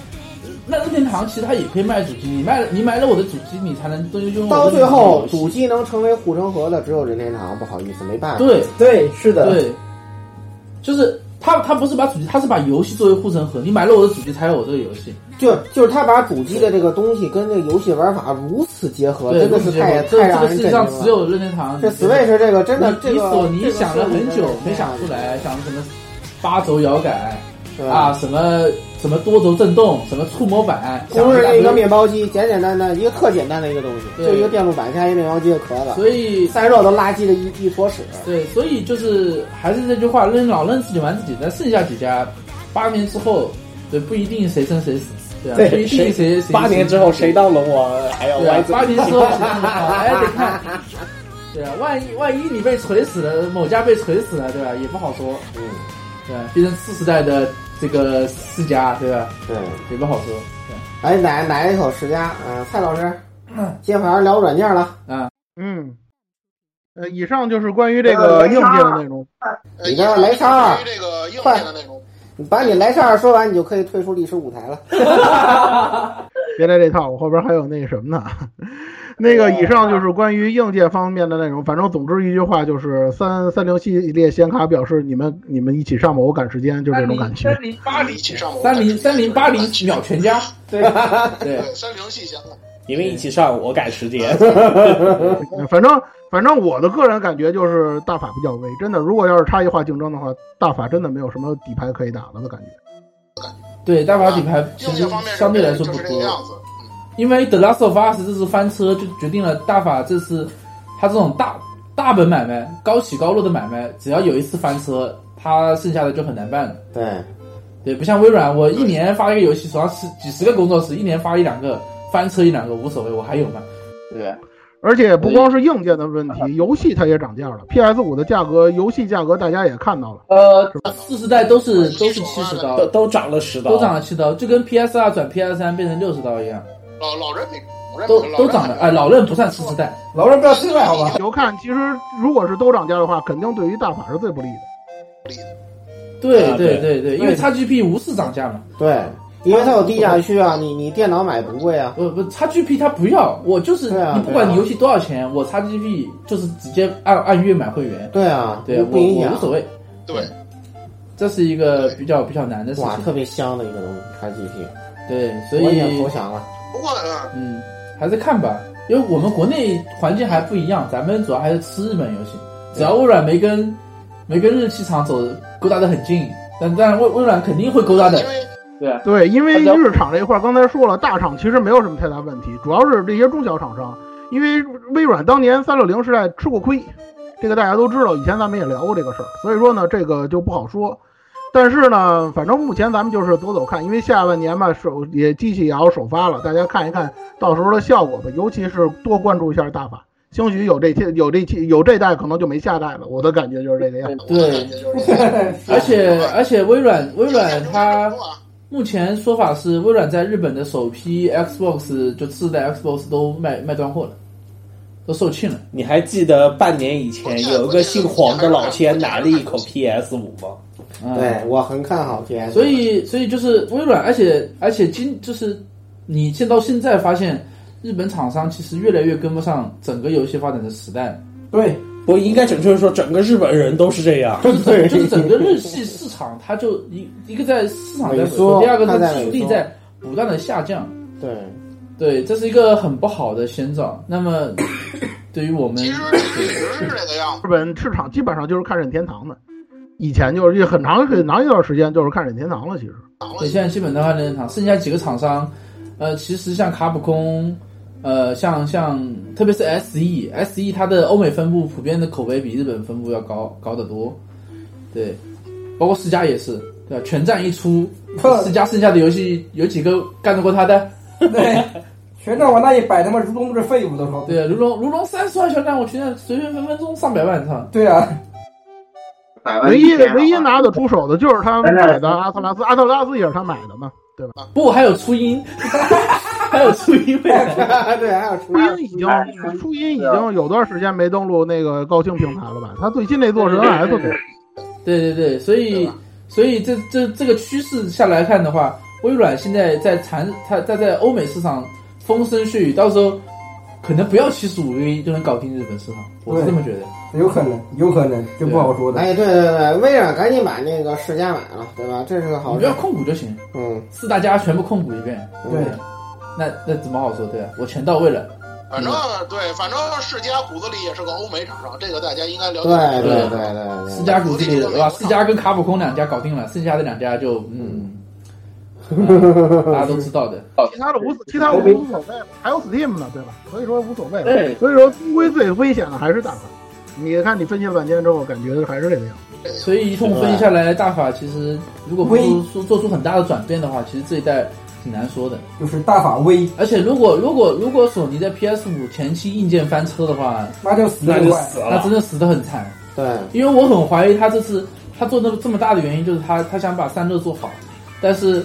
Speaker 1: 那任天堂其实它也可以卖主机，你卖了你买了我的主机，你才能拥有
Speaker 3: 到
Speaker 1: 我的
Speaker 3: 最后，
Speaker 1: 主
Speaker 3: 主
Speaker 1: 机。
Speaker 3: 机能成为护城河的只有任天堂，不好意思，没办法。
Speaker 1: 对，
Speaker 2: 对，是的，
Speaker 1: 对，就是他他不是把主机，他是把游戏作为护城河。你买了我的主机，才有我这个游戏。
Speaker 3: 就就是他把主机的这个东西跟这个游戏玩法如此结合，
Speaker 1: 对，
Speaker 3: 真的
Speaker 1: 这
Speaker 3: 是
Speaker 1: 个
Speaker 3: 太
Speaker 1: 结果
Speaker 3: 太
Speaker 1: 这这
Speaker 3: 让
Speaker 1: 个
Speaker 3: 人震
Speaker 1: 世界
Speaker 3: 惊
Speaker 1: 上只
Speaker 3: 了。
Speaker 1: 有任天堂。
Speaker 3: 这
Speaker 1: 你觉得
Speaker 3: Switch 这个真的，
Speaker 1: 你
Speaker 3: 这
Speaker 1: 你
Speaker 3: 个
Speaker 1: 索
Speaker 3: 这
Speaker 1: 尼
Speaker 3: 个
Speaker 1: 想了很久
Speaker 3: 设计真的
Speaker 1: 没
Speaker 3: 是
Speaker 1: 想出来，想什么八轴摇杆
Speaker 3: 对吧
Speaker 1: 啊，？什么什么多轴震动，什么触摸板，想
Speaker 3: 不
Speaker 1: 了
Speaker 3: 是
Speaker 1: 一大堆
Speaker 3: 那个面包机，简简单单一个特简单的一个东西，
Speaker 1: 对
Speaker 3: 就一个电路板加一个面包机的壳子，
Speaker 1: 所以
Speaker 3: 散热都垃圾的一一坨屎。
Speaker 1: 对，所以就是还是这句话，任老任自己玩自己，但剩下几家，八年之后，对，不一定谁生谁死，对啊，不一定谁谁
Speaker 7: 八年之后谁当龙王还要
Speaker 1: 对
Speaker 7: 歪
Speaker 1: 啊，
Speaker 7: 嘴
Speaker 1: 八年之 后还得哎看。对啊，万一万一你被锤死了，某家被锤死了，对吧？也不好说。嗯，对啊，毕竟次时代的这个世家，对吧？
Speaker 3: 对，
Speaker 1: 也不好说。
Speaker 3: 哎，哪哪一口世家啊？蔡老师，接盘聊软件了。
Speaker 1: 啊，
Speaker 6: 嗯，呃，以上就是关于这个硬件的内容。
Speaker 5: 呃
Speaker 3: 你这来叉，
Speaker 5: 这个硬
Speaker 3: 快
Speaker 5: 件的内容，
Speaker 3: 你把你来叉说完，你就可以退出历史舞台了。
Speaker 6: 别来这套，我后边还有那什么呢？ 那个以上就是关于硬件方面的内容。反正总之一句话就是，三三零系列显卡表示你们你们一起上吧，我赶时间，就这种感觉。
Speaker 1: 三零
Speaker 5: 八零起上我
Speaker 1: 三零三零八零秒全家，
Speaker 2: 对
Speaker 1: 对，
Speaker 5: 对三零系显卡，
Speaker 4: 你们一起上，我赶时 间。
Speaker 6: 反正反正我的个人感觉就是大法比较危，真的。如果要是差异化竞争的话，大法真的没有什么底牌可以打了的感觉。
Speaker 1: 对，大法底牌其
Speaker 5: 硬
Speaker 1: 实
Speaker 5: 件啊方面
Speaker 1: 相对来说
Speaker 5: 就
Speaker 1: 不
Speaker 5: 是这个样
Speaker 1: 多，
Speaker 5: 子。
Speaker 1: 因为 The Last of Us 这次翻车就决定了大法这次他这种大大本买卖、高起高落的买卖，只要有一次翻车，他剩下的就很难办了。
Speaker 3: 对，
Speaker 1: 对，不像微软，我一年发一个游戏，手上十几十个工作室，一年发一两个，翻车一两个无所谓，我还有嘛。对不对？
Speaker 6: 而且不光是硬件的问题，游戏它也涨价了。PS 五的价格，游戏价格大家也看到了。
Speaker 1: 呃，四十代都是都是七十刀
Speaker 4: 都，都涨了十刀，
Speaker 1: 都涨了七刀，就跟 PS 二转 PS 三变成六十刀一样，
Speaker 5: 老老任没，老任
Speaker 1: 都
Speaker 5: 没
Speaker 1: 都涨了。哎，老任不算四十代，
Speaker 2: 老任不要失败好吧？
Speaker 6: 由看，其实如果是都涨价的话，肯定对于大法是最不利的。
Speaker 1: 对
Speaker 4: 啊
Speaker 1: 对
Speaker 4: 对
Speaker 1: 对对，因为 XGP 无视涨价嘛，
Speaker 3: 对，因为它有低价区啊，你你电脑买不贵啊。
Speaker 1: 呃不不 XGP 它不要，我就是
Speaker 3: 对啊
Speaker 1: 你不管你游戏多少钱，我 XGP 就是直接按按月买会员，
Speaker 3: 对啊，
Speaker 1: 对
Speaker 3: 不
Speaker 1: 我
Speaker 3: 影
Speaker 1: 我无所
Speaker 3: 响。
Speaker 1: 谓，
Speaker 5: 对，
Speaker 1: 这是一个比较比较难的事
Speaker 3: 哇，
Speaker 1: 情，
Speaker 3: 特别香的一个东西，XGP，
Speaker 1: 对，所以
Speaker 3: 我已经投降了。
Speaker 5: 不过呢，
Speaker 1: 嗯，还是看吧，因为我们国内环境还不一样，咱们主要还是吃日本游戏。只要微软没跟没跟日系厂走勾搭的很近，但但微微软肯定会勾搭的
Speaker 5: 因。为
Speaker 6: 对，因为日厂这一块儿，刚才说了，大厂其实没有什么太大问题，主要是这些中小厂商，因为微软当年三六零时代吃过亏，这个大家都知道，以前咱们也聊过这个事儿，所以说呢，这个就不好说。但是呢，反正目前咱们就是走走看，因为下半年嘛，首也机器也要首发了，大家看一看到时候的效果吧，尤其是多关注一下大法，兴许有这些有这期有这代，可能就没下代了，我的感觉就是这个样子。
Speaker 5: 我的感觉就是这样，
Speaker 1: 而且而且微软微软它
Speaker 5: 硬件就是这么多啊
Speaker 1: 目前说法是微软在日本的首批 Xbox 就次世代 Xbox 都卖卖断货了，都售罄了。
Speaker 4: 你还记得半年以前有一个姓黄的老仙拿了一口 PS 五吗？
Speaker 1: 嗯、
Speaker 3: 对我很看好 PS，
Speaker 1: 所以所以就是微软，而且而且今就是你现到现在发现，日本厂商其实越来越跟不上整个游戏发展的时代，
Speaker 2: 对，
Speaker 4: 不应该准确地说，整个日本人都是这样。
Speaker 1: 就 是整就是整个日系市场，它就一一个在市场在
Speaker 3: 萎
Speaker 1: 萎
Speaker 3: 缩
Speaker 1: 缩，第二个它
Speaker 3: 它在
Speaker 1: 技术力
Speaker 3: 萎缩
Speaker 1: 在不断的下降，
Speaker 3: 对
Speaker 1: 对，这是一个很不好的先兆。那么对于我们
Speaker 5: 其实其实一直是这个样子。
Speaker 6: 日本市场基本上就是看任天堂的，以前就是很长很长一段时间就是看任天堂了。其实
Speaker 1: 对，现在基本都还能厂，剩下几个厂商，呃，其实像卡普空，呃，像像特别是 SE，SE E 它的欧美分部普遍的口碑比日本分部要高高得多，对，包括世嘉也是，对吧？全站一出，世嘉剩下的游戏有几个干得过他的？
Speaker 2: 对，全站往那一摆，他妈如同不是废物都说。
Speaker 1: 对，啊如龙如龙三十万小站，我全站随便分分钟上百万，操！
Speaker 2: 对啊，
Speaker 8: 百万
Speaker 6: 唯一
Speaker 8: 一千啊
Speaker 6: 唯一拿得出手的就是他买的阿特拉斯，阿特拉斯也是他买的嘛，对吧？
Speaker 1: 不，还有初音， 还有初音未来，
Speaker 3: 对，还有
Speaker 6: 初
Speaker 1: 啊
Speaker 6: 音已经初音已经有段时间没登录那个高清平台了吧？他最新那座是 NS 的，
Speaker 1: 对对对，所以
Speaker 5: 对吧
Speaker 1: 所以这这这个趋势下来看的话，微软现在在残它它在欧美市场风生血雨，到时候可能不要七十五个亿就能搞定日本市场，我是这么觉得。
Speaker 2: 有可能，有可能，就不好说的。
Speaker 3: 哎，对对对，微软赶紧把那个世嘉买了，对吧？这是个
Speaker 1: 你
Speaker 3: 好
Speaker 1: 不
Speaker 3: 事
Speaker 1: 要。控股就行，
Speaker 3: 嗯，
Speaker 1: 四大家全部控股一遍。
Speaker 2: 对
Speaker 1: 嗯，那那怎么好说对吧、我全到位了。
Speaker 5: 反正对，反正世嘉骨子里也是个欧美厂商，这个大家应该了
Speaker 3: 对
Speaker 5: 解。
Speaker 3: 对对
Speaker 1: 对
Speaker 3: 对对
Speaker 1: 四家股这对吧？四家跟卡普空两家搞定了，剩下的两家就嗯，啊 大家都知道的。
Speaker 6: 其他的无其他的无所谓了，还有 Steam 呢，对吧？所以说无所谓了。
Speaker 1: 对，
Speaker 6: 所以说终归最危险的还是大法。你看你分析了半天之后，感觉还是这个样子。
Speaker 1: 所以一通分析下来，大法其实如果不
Speaker 2: 微
Speaker 1: 做做出很大的转变的话，其实这一代挺难说的。
Speaker 2: 哎就是大法威，
Speaker 1: 而且如果如果如果索尼的 PS 五前期硬件翻车的话，
Speaker 2: 那就死
Speaker 4: 那
Speaker 2: 得
Speaker 4: 就
Speaker 2: 快。
Speaker 4: 死
Speaker 1: 那真
Speaker 4: 了。
Speaker 1: 的死得很惨。
Speaker 3: 对
Speaker 1: 因为我很怀疑他这次他做那么这么大的原因就是他他想把三六做好，但是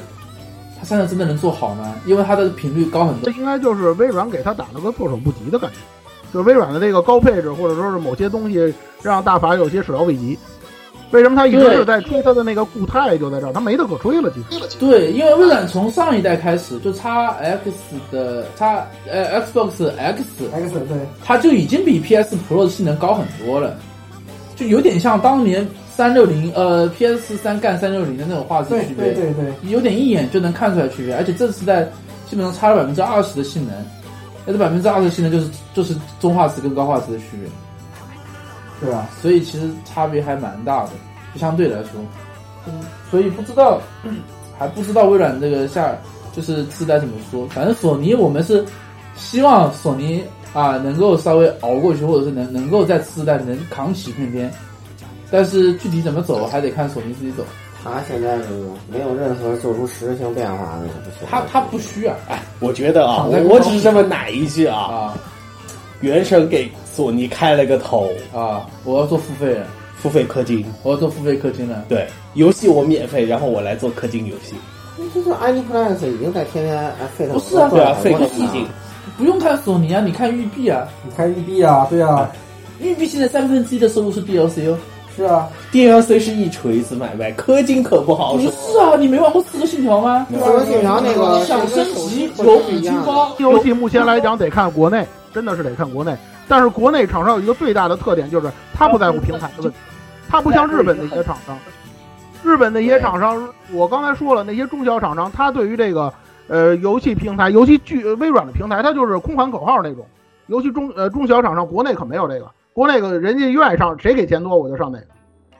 Speaker 1: 它三个真的能做好吗？因为它的频率高很
Speaker 6: 这应该就是微软给他打了个措手不及的感觉，就是微软的这个高配置或者说是某些东西让大法有些始料未及。为什么他一直
Speaker 1: 对
Speaker 6: 是在吹他的那个固态就在这儿，他没得可吹了，其实。
Speaker 1: 对，因为微软从上一代开始，就 x X 的 x 呃 Xbox X
Speaker 2: X 对，
Speaker 1: 它就已经比 PS Pro 的性能高很多了，就有点像当年三六零呃 PS 三干三六零的那种画质区别，
Speaker 2: 对对对
Speaker 1: 有点一眼就能看出来区别，而且这次在基本上差了百分之二十的性能，那这百分之二十性能就是就是中画质跟高画质的区别，
Speaker 2: 对吧？
Speaker 1: 所以其实差别还蛮大的，就相对来说，
Speaker 2: 嗯
Speaker 1: 所以不知道 还不知道微软这个下就是次代怎么说，反正索尼我们是希望索尼啊能够稍微熬过去，或者是能能够在次代能扛起片天，但是具体怎么走还得看索尼自己走，
Speaker 3: 他现在这个没有任何做出实质性变化的，不行。
Speaker 1: 他他不需要，哎，
Speaker 4: 我觉得啊，
Speaker 1: 躺
Speaker 4: 我
Speaker 1: 在
Speaker 4: 我
Speaker 1: 高
Speaker 4: 只是这么奶一句啊，原神给索尼开了个头
Speaker 1: 啊，我要做付费了，
Speaker 4: 付费氪金，
Speaker 1: 我要做付费氪金了，
Speaker 4: 对，游戏我免费，然后我来做氪金游戏，
Speaker 3: 就是 iPlanet 已经在天天 Fit
Speaker 1: 不是啊，
Speaker 3: 对
Speaker 1: 不是不用看索尼啊，你看育碧啊，
Speaker 2: 你看育碧啊，对啊，
Speaker 1: 育碧现在三分之一的收入是 DLC 哦，
Speaker 2: 是啊
Speaker 4: ，DLC 是一锤子买卖，氪金可不好
Speaker 1: 不
Speaker 4: 说。
Speaker 1: 是啊，你没玩过《刺客信条》吗？
Speaker 4: 没有刺客信条那个
Speaker 1: 你想升级
Speaker 4: 手机
Speaker 1: 有五金包，
Speaker 6: 这游戏目前来讲得看国内，真的是得看国内。但是国内厂商有一个最大的特点就是他不在乎平台的问题，他不像日本的一些厂商，日本的一些厂商，我刚才说了，那些中小厂商，他对于这个呃游戏平台，尤其巨呃微软的平台，它就是空喊口号那种。尤其中呃中小厂商，国内可没有这个，国内个人家愿意上谁给钱多我就上哪个，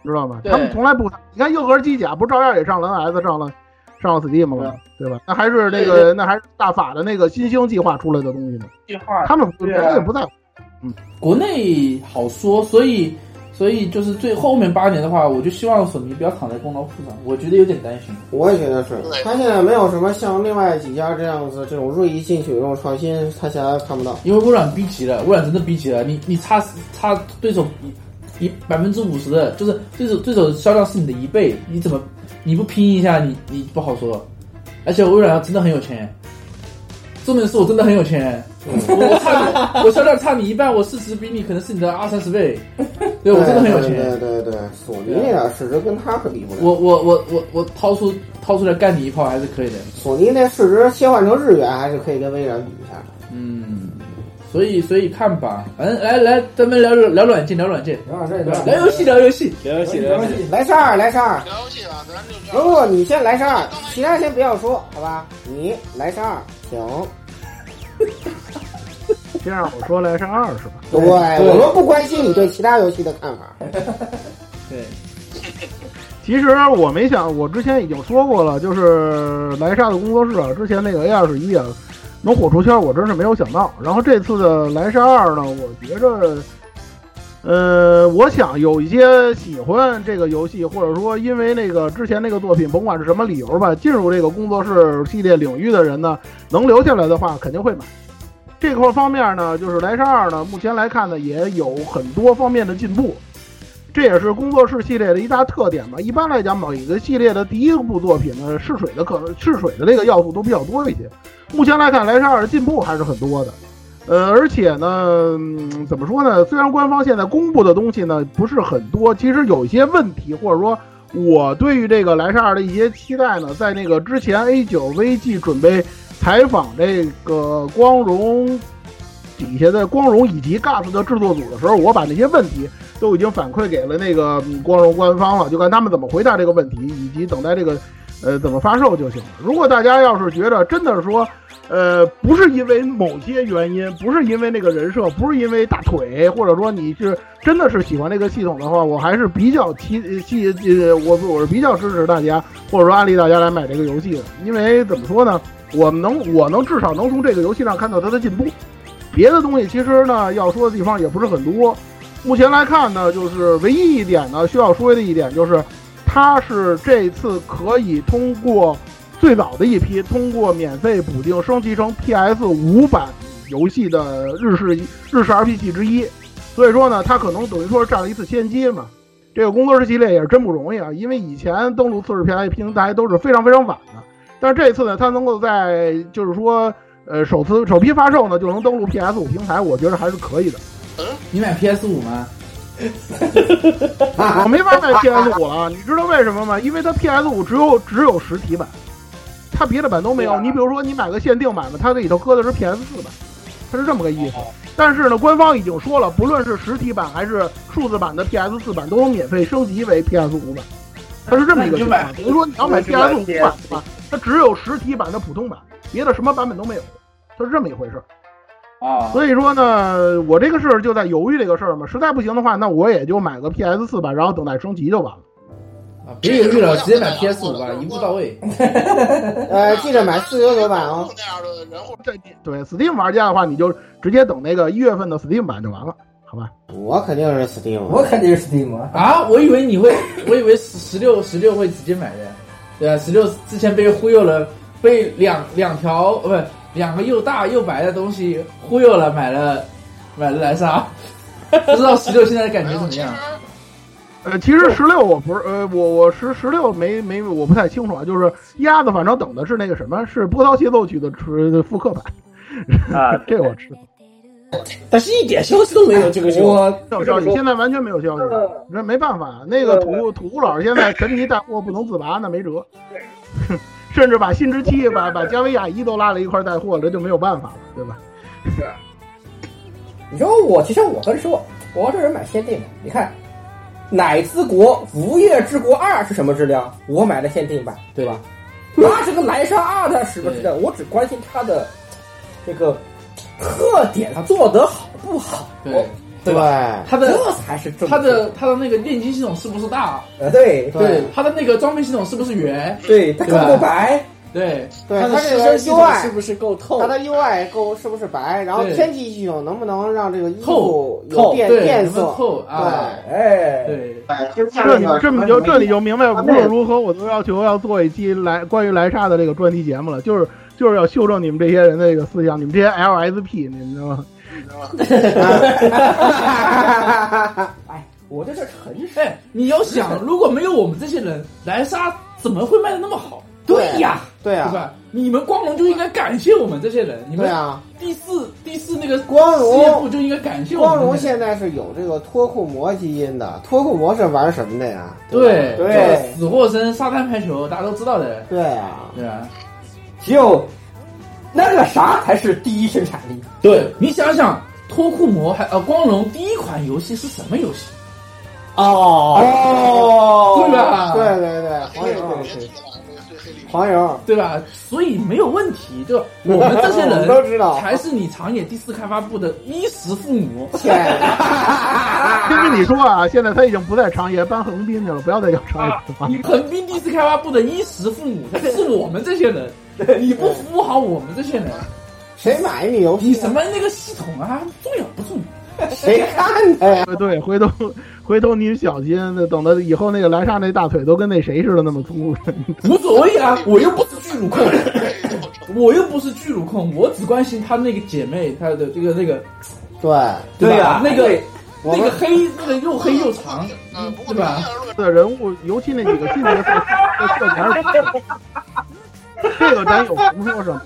Speaker 6: 知道吗？
Speaker 1: 对
Speaker 6: 他们从来不，你看硬核机甲不照样也上了 NS 上了上了 Steam 了吗，对吧？那还是
Speaker 1: 对
Speaker 6: 那个那还是大法的那个新兴计划出来的东西呢，
Speaker 1: 计划
Speaker 6: 他们不
Speaker 1: 对
Speaker 6: 绝
Speaker 1: 啊
Speaker 6: 对不在乎。
Speaker 1: 国内好说，所以所以就是最后面八年的话，我就希望索尼不要躺在功劳簿上，我觉得有点担心。
Speaker 3: 我也觉得是，他现在没有什么像另外几家这样子这种锐意进取、这种创新，他现在看不到。
Speaker 1: 因为微软逼急了，微软真的逼急了，你你差差对手一一百分之五十的，就是对手对手销量是你的一倍，你怎么你不拼一下，你你不好说。而且微软真的很有钱，重点是我真的很有钱，
Speaker 3: 嗯
Speaker 1: 我我差你，我销量差你一半，我市值比你可能是你的二三十倍，对我真的很有钱。
Speaker 3: 对对对对，索尼那点市值跟他可比不了。
Speaker 1: 我我我我我掏出掏出来干你一炮还是可以的，
Speaker 3: 索尼那市值切换成日元还是可以跟微软比一下的。
Speaker 1: 嗯，所以所以看吧，反正来来咱们聊聊软件聊软件，
Speaker 2: 聊软件
Speaker 1: 聊游戏聊游戏
Speaker 4: 聊游戏
Speaker 3: 来事儿来事儿。聊游戏吧，咱就如果你先来事儿，其他先不要说，好吧？你来事儿，请。
Speaker 6: 先让我说来上二是吧？
Speaker 3: 对，我们不关心你对其他游戏的看法。
Speaker 1: 对，
Speaker 6: 其实我没想，我之前已经说过了，就是莱莎的工作室啊，之前那个 A 二十一啊，能火出圈，我真是没有想到。然后这次的莱莎二呢，我觉着，呃，我想有一些喜欢这个游戏，或者说因为那个之前那个作品，甭管是什么理由吧，进入这个工作室系列领域的人呢，能留下来的话，肯定会买。这块方面呢，就是莱莎二呢，目前来看呢，也有很多方面的进步。这也是工作室系列的一大特点吧。一般来讲，每个系列的第一部作品呢，试水的可能试水的这个要素都比较多一些。目前来看，莱莎二的进步还是很多的。呃，而且呢、嗯怎么说呢？虽然官方现在公布的东西呢不是很多，其实有一些问题，或者说我对于这个莱莎二的一些期待呢，在那个之前 A 9 VG 准备采访这个光荣底下的光荣以及 GAS 的制作组的时候，我把那些问题都已经反馈给了那个嗯光荣官方了，就看他们怎么回答这个问题，以及等待这个呃怎么发售就行了。如果大家要是觉得真的说，呃，不是因为某些原因，不是因为那个人设，不是因为大腿，或者说你是真的是喜欢这个系统的话，我还是比较期呃期呃，我我是比较支持大家，或者说安利大家来买这个游戏的，因为怎么说呢，我们能我能至少能从这个游戏上看到它的进步。别的东西其实呢，要说的地方也不是很多。目前来看呢，就是唯一一点呢需要说的一点就是，它是这次可以通过最早的一批通过免费补丁升级成 PS 五版游戏的日式日式 RPG 之一。所以说呢，它可能等于说是占了一次先机嘛。这个工作室系列也是真不容易啊，因为以前登陆次世 PS 平台都是非常非常晚的，但是这次呢，它能够在就是说呃首次首批发售呢就能登陆 PS 五平台，我觉得还是可以的。
Speaker 1: 你买 PS 五吗？
Speaker 6: 我没法卖 PS 五啊 了，你知道为什么吗？因为它 PS 五只有只有实体版，它别的版都没有。你比如说你买个限定版的，它里头搁的是 PS 四版，它是这么个意思。但是呢，官方已经说了，不论是实体版还是数字版的 PS 四版，都能免费升级为 PS 五版，它是这么一个情况。比如说你要买 PS 五版的话，它只有实体版的普通版，别的什么版本都没有，它是这么一回事儿。
Speaker 1: 啊，
Speaker 6: 所以说呢，我这个事儿就在犹豫这个事儿嘛。实在不行的话，那我也就买个 PS 四吧，然后等待升级就完了。
Speaker 1: 啊，别犹豫了，直接买 PS 五吧，一步到位。
Speaker 3: 呃，记着买四九九版哦。
Speaker 6: 对 Steam 玩家的话，你就直接等那个一月份的 Steam 版就完了，好吧？
Speaker 3: 我肯定是 Steam，
Speaker 2: 我肯定是 Steam
Speaker 1: 啊！我以为你会，我以为十六十六会直接买的，对啊，十六之前被忽悠了，被两两条呃不是两个又大又白的东西忽悠了，买了买了莱莎，不知道十六现在的感觉怎么样？
Speaker 6: 呃，其实十六我不是，呃，我我十十六没没我不太清楚啊，就是鸭子反正等的是那个什么，是波涛协奏曲的呃复刻版
Speaker 7: 啊，
Speaker 6: 这我知道。
Speaker 7: 但是一点消息都没有，这个就
Speaker 6: 我有消息，现在完全没有消息，那没办法，那个土土屋老师现在沉迷带货不能自拔，那没辙， 甚至把新之期把把加维亚一都拉了一块带货了，这就没有办法了，对吧？
Speaker 2: 是。你说我，其实我跟你说，我要这人买限定的，你看《乃之国无月之国二》是什么质量？我买的限定版，对吧？那这个莱莎二它什么质量？我只关心它的这个特点，它做得好不好？
Speaker 1: 对
Speaker 3: 对吧？
Speaker 1: 它的
Speaker 2: 这才是正
Speaker 1: 它的它的那个炼金系统是不是大？
Speaker 2: 呃，对
Speaker 1: 对，它的那个装备系统是不是圆？
Speaker 2: 对，它
Speaker 1: 对吧
Speaker 2: 够不白？
Speaker 1: 对，
Speaker 3: 对，
Speaker 1: 它
Speaker 3: 它
Speaker 1: 的
Speaker 3: 这
Speaker 1: 牺
Speaker 3: 个
Speaker 1: 牲系统
Speaker 3: UI
Speaker 1: 是不是够透？
Speaker 3: 它的 UI 够是不是白？然后
Speaker 1: 对
Speaker 3: 天气系统能不能让这个衣
Speaker 1: 透
Speaker 3: 服有变
Speaker 1: 对
Speaker 3: 变
Speaker 1: 能不
Speaker 3: 色
Speaker 1: 能？透啊
Speaker 3: 对，
Speaker 2: 哎，
Speaker 1: 对，
Speaker 6: 这你
Speaker 3: 嗯
Speaker 6: 这么就这你就明白，无论如何我都要求要做一期来关于莱莎的这个专题节目了，就是就是要修正你们这些人的这个思想，你们这些 LSP，你们知道吗？
Speaker 2: 哎，我这是很
Speaker 1: 哎，你要想，如果没有我们这些人，莱莎怎么会卖的那么好？呀，
Speaker 3: 对呀
Speaker 1: 对吧？你们光荣就应该感谢我们这些人，你们
Speaker 3: 对啊
Speaker 1: 第四第四那个
Speaker 3: 光荣
Speaker 1: 事业部就应该感谢我们
Speaker 3: 光
Speaker 1: 这些
Speaker 3: 荣现
Speaker 1: 人。
Speaker 3: 在是有这个脱裤魔基因的，脱裤魔是玩什么的呀？
Speaker 1: 对
Speaker 3: 对
Speaker 1: 就是死或生沙滩排球，大家都知道的，
Speaker 3: 对啊，
Speaker 1: 对啊。
Speaker 2: 只有那个啥才是第一生产力。
Speaker 1: 对你想想，脱裤魔还呃光荣第一款游戏是什么游戏？
Speaker 3: 哦
Speaker 1: 对吧
Speaker 3: 对对对，黄油，黄油，
Speaker 1: 对吧？所以没有问题，就我们这些
Speaker 3: 我
Speaker 1: 人
Speaker 3: 们 都知道
Speaker 1: 才是你长野第四开发部的衣食 父母。
Speaker 6: 先跟你说啊，现在他已经不在长野搬横滨去了，不要再叫长野了。
Speaker 1: 你横滨第四开发部的衣食父母是我们这 些人，你不服务好我们这些人，
Speaker 3: 谁买你游
Speaker 1: 你
Speaker 3: 戏？
Speaker 1: 什么那个系统啊，重要不重要？
Speaker 3: 谁看的呀？
Speaker 6: 对对，回头回头你小心，那等到以后那个莱莎那大腿都跟那谁似的那么 粗。
Speaker 1: 无所谓啊，我又不是巨乳控，我又不是巨乳控，我只关心她那个姐妹，她的这个那个，
Speaker 3: 对，
Speaker 1: 对吧
Speaker 2: 呀
Speaker 1: 那个
Speaker 2: 对
Speaker 1: 那个黑，那个又黑又长，对吧？
Speaker 6: 的人物，尤其那几个细节设设计还是不错的这个咱有不说什么，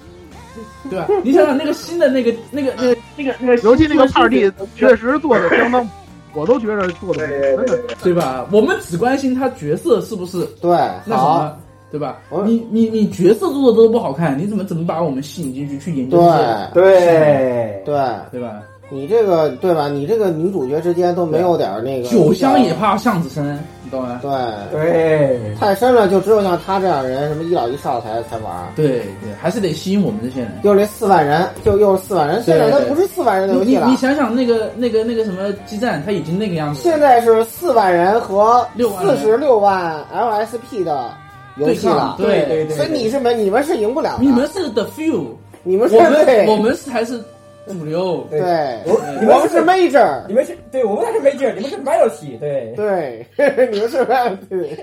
Speaker 1: 对吧？你想想那个新的那个那个那个那个那个，
Speaker 6: 尤其那个帕蒂确实做的相当，我都觉得做的真的。
Speaker 1: 对吧？我们只关心她角色是不是
Speaker 3: 对，
Speaker 1: 那什
Speaker 3: 好，
Speaker 1: 么，对吧
Speaker 3: 我？
Speaker 1: 你你你角色做的都不好看，你怎么怎么把我们吸引进去去研究
Speaker 3: 对
Speaker 1: 这些？
Speaker 2: 对，
Speaker 3: 对，
Speaker 1: 对吧？
Speaker 3: 你这个对吧？你这个女主角之间都没有点儿那个
Speaker 1: 酒香也怕巷子深，你懂吗？
Speaker 3: 对，
Speaker 2: 对，
Speaker 3: 太深了，就只有像他这样人，什么一老一少才才玩儿。
Speaker 1: 对对，还是得吸引我们这些人。
Speaker 3: 又这四万人，就又是四万人，现在
Speaker 1: 对
Speaker 3: 都
Speaker 1: 对
Speaker 3: 不是四万人的游
Speaker 1: 你
Speaker 3: 戏了
Speaker 1: 你，想想那个那个那个什么基站，它已经那个样子了，
Speaker 3: 现在是四万人和
Speaker 1: 六万
Speaker 3: 四
Speaker 1: 人
Speaker 3: 十六万 LSP 的游
Speaker 1: 对
Speaker 3: 戏了
Speaker 1: 抗，，
Speaker 2: 对
Speaker 1: 对，
Speaker 2: 对
Speaker 3: 所以你是没你们是赢不了的，
Speaker 1: 你们是 the few，
Speaker 3: 你们是
Speaker 1: 我们
Speaker 3: 对
Speaker 1: 我们才是主流。
Speaker 2: 对
Speaker 3: 对，
Speaker 2: 我你
Speaker 3: 我
Speaker 2: 们
Speaker 3: 们
Speaker 2: 是
Speaker 3: 是 major，
Speaker 2: 你们是对我们那是 major，你们是 minority，对
Speaker 3: 对， 你们是 minority
Speaker 2: 对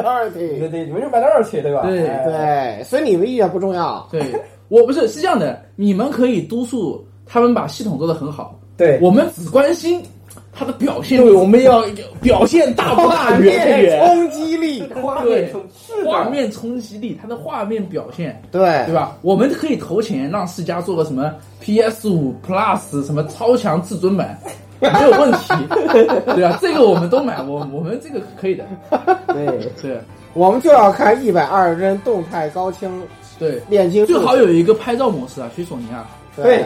Speaker 3: minority，
Speaker 2: 对，你们是 minority，对吧？
Speaker 1: 对
Speaker 2: 哎
Speaker 3: 对，所以你们一点不重要，
Speaker 1: 对，我不是是这样的，你们可以督促他们把系统做得很好，
Speaker 2: 对，
Speaker 1: 我们只关心
Speaker 4: 他的表现，对，我们要表现大不大，圆不圆，
Speaker 9: 冲击力，画面冲，是的
Speaker 1: 画面冲击力，它的画面表现，
Speaker 2: 对
Speaker 1: 对吧？我们可以投钱让世嘉做个什么 PS 五 Plus 什么超强至尊版，没有问题，对吧？这个我们都买，我我们这个可以的，
Speaker 2: 对
Speaker 1: 对
Speaker 2: 我们就要看一百二十帧动态高清
Speaker 1: 对，
Speaker 2: 炼金术
Speaker 1: 最好有一个拍照模式啊，去索尼啊，
Speaker 2: 对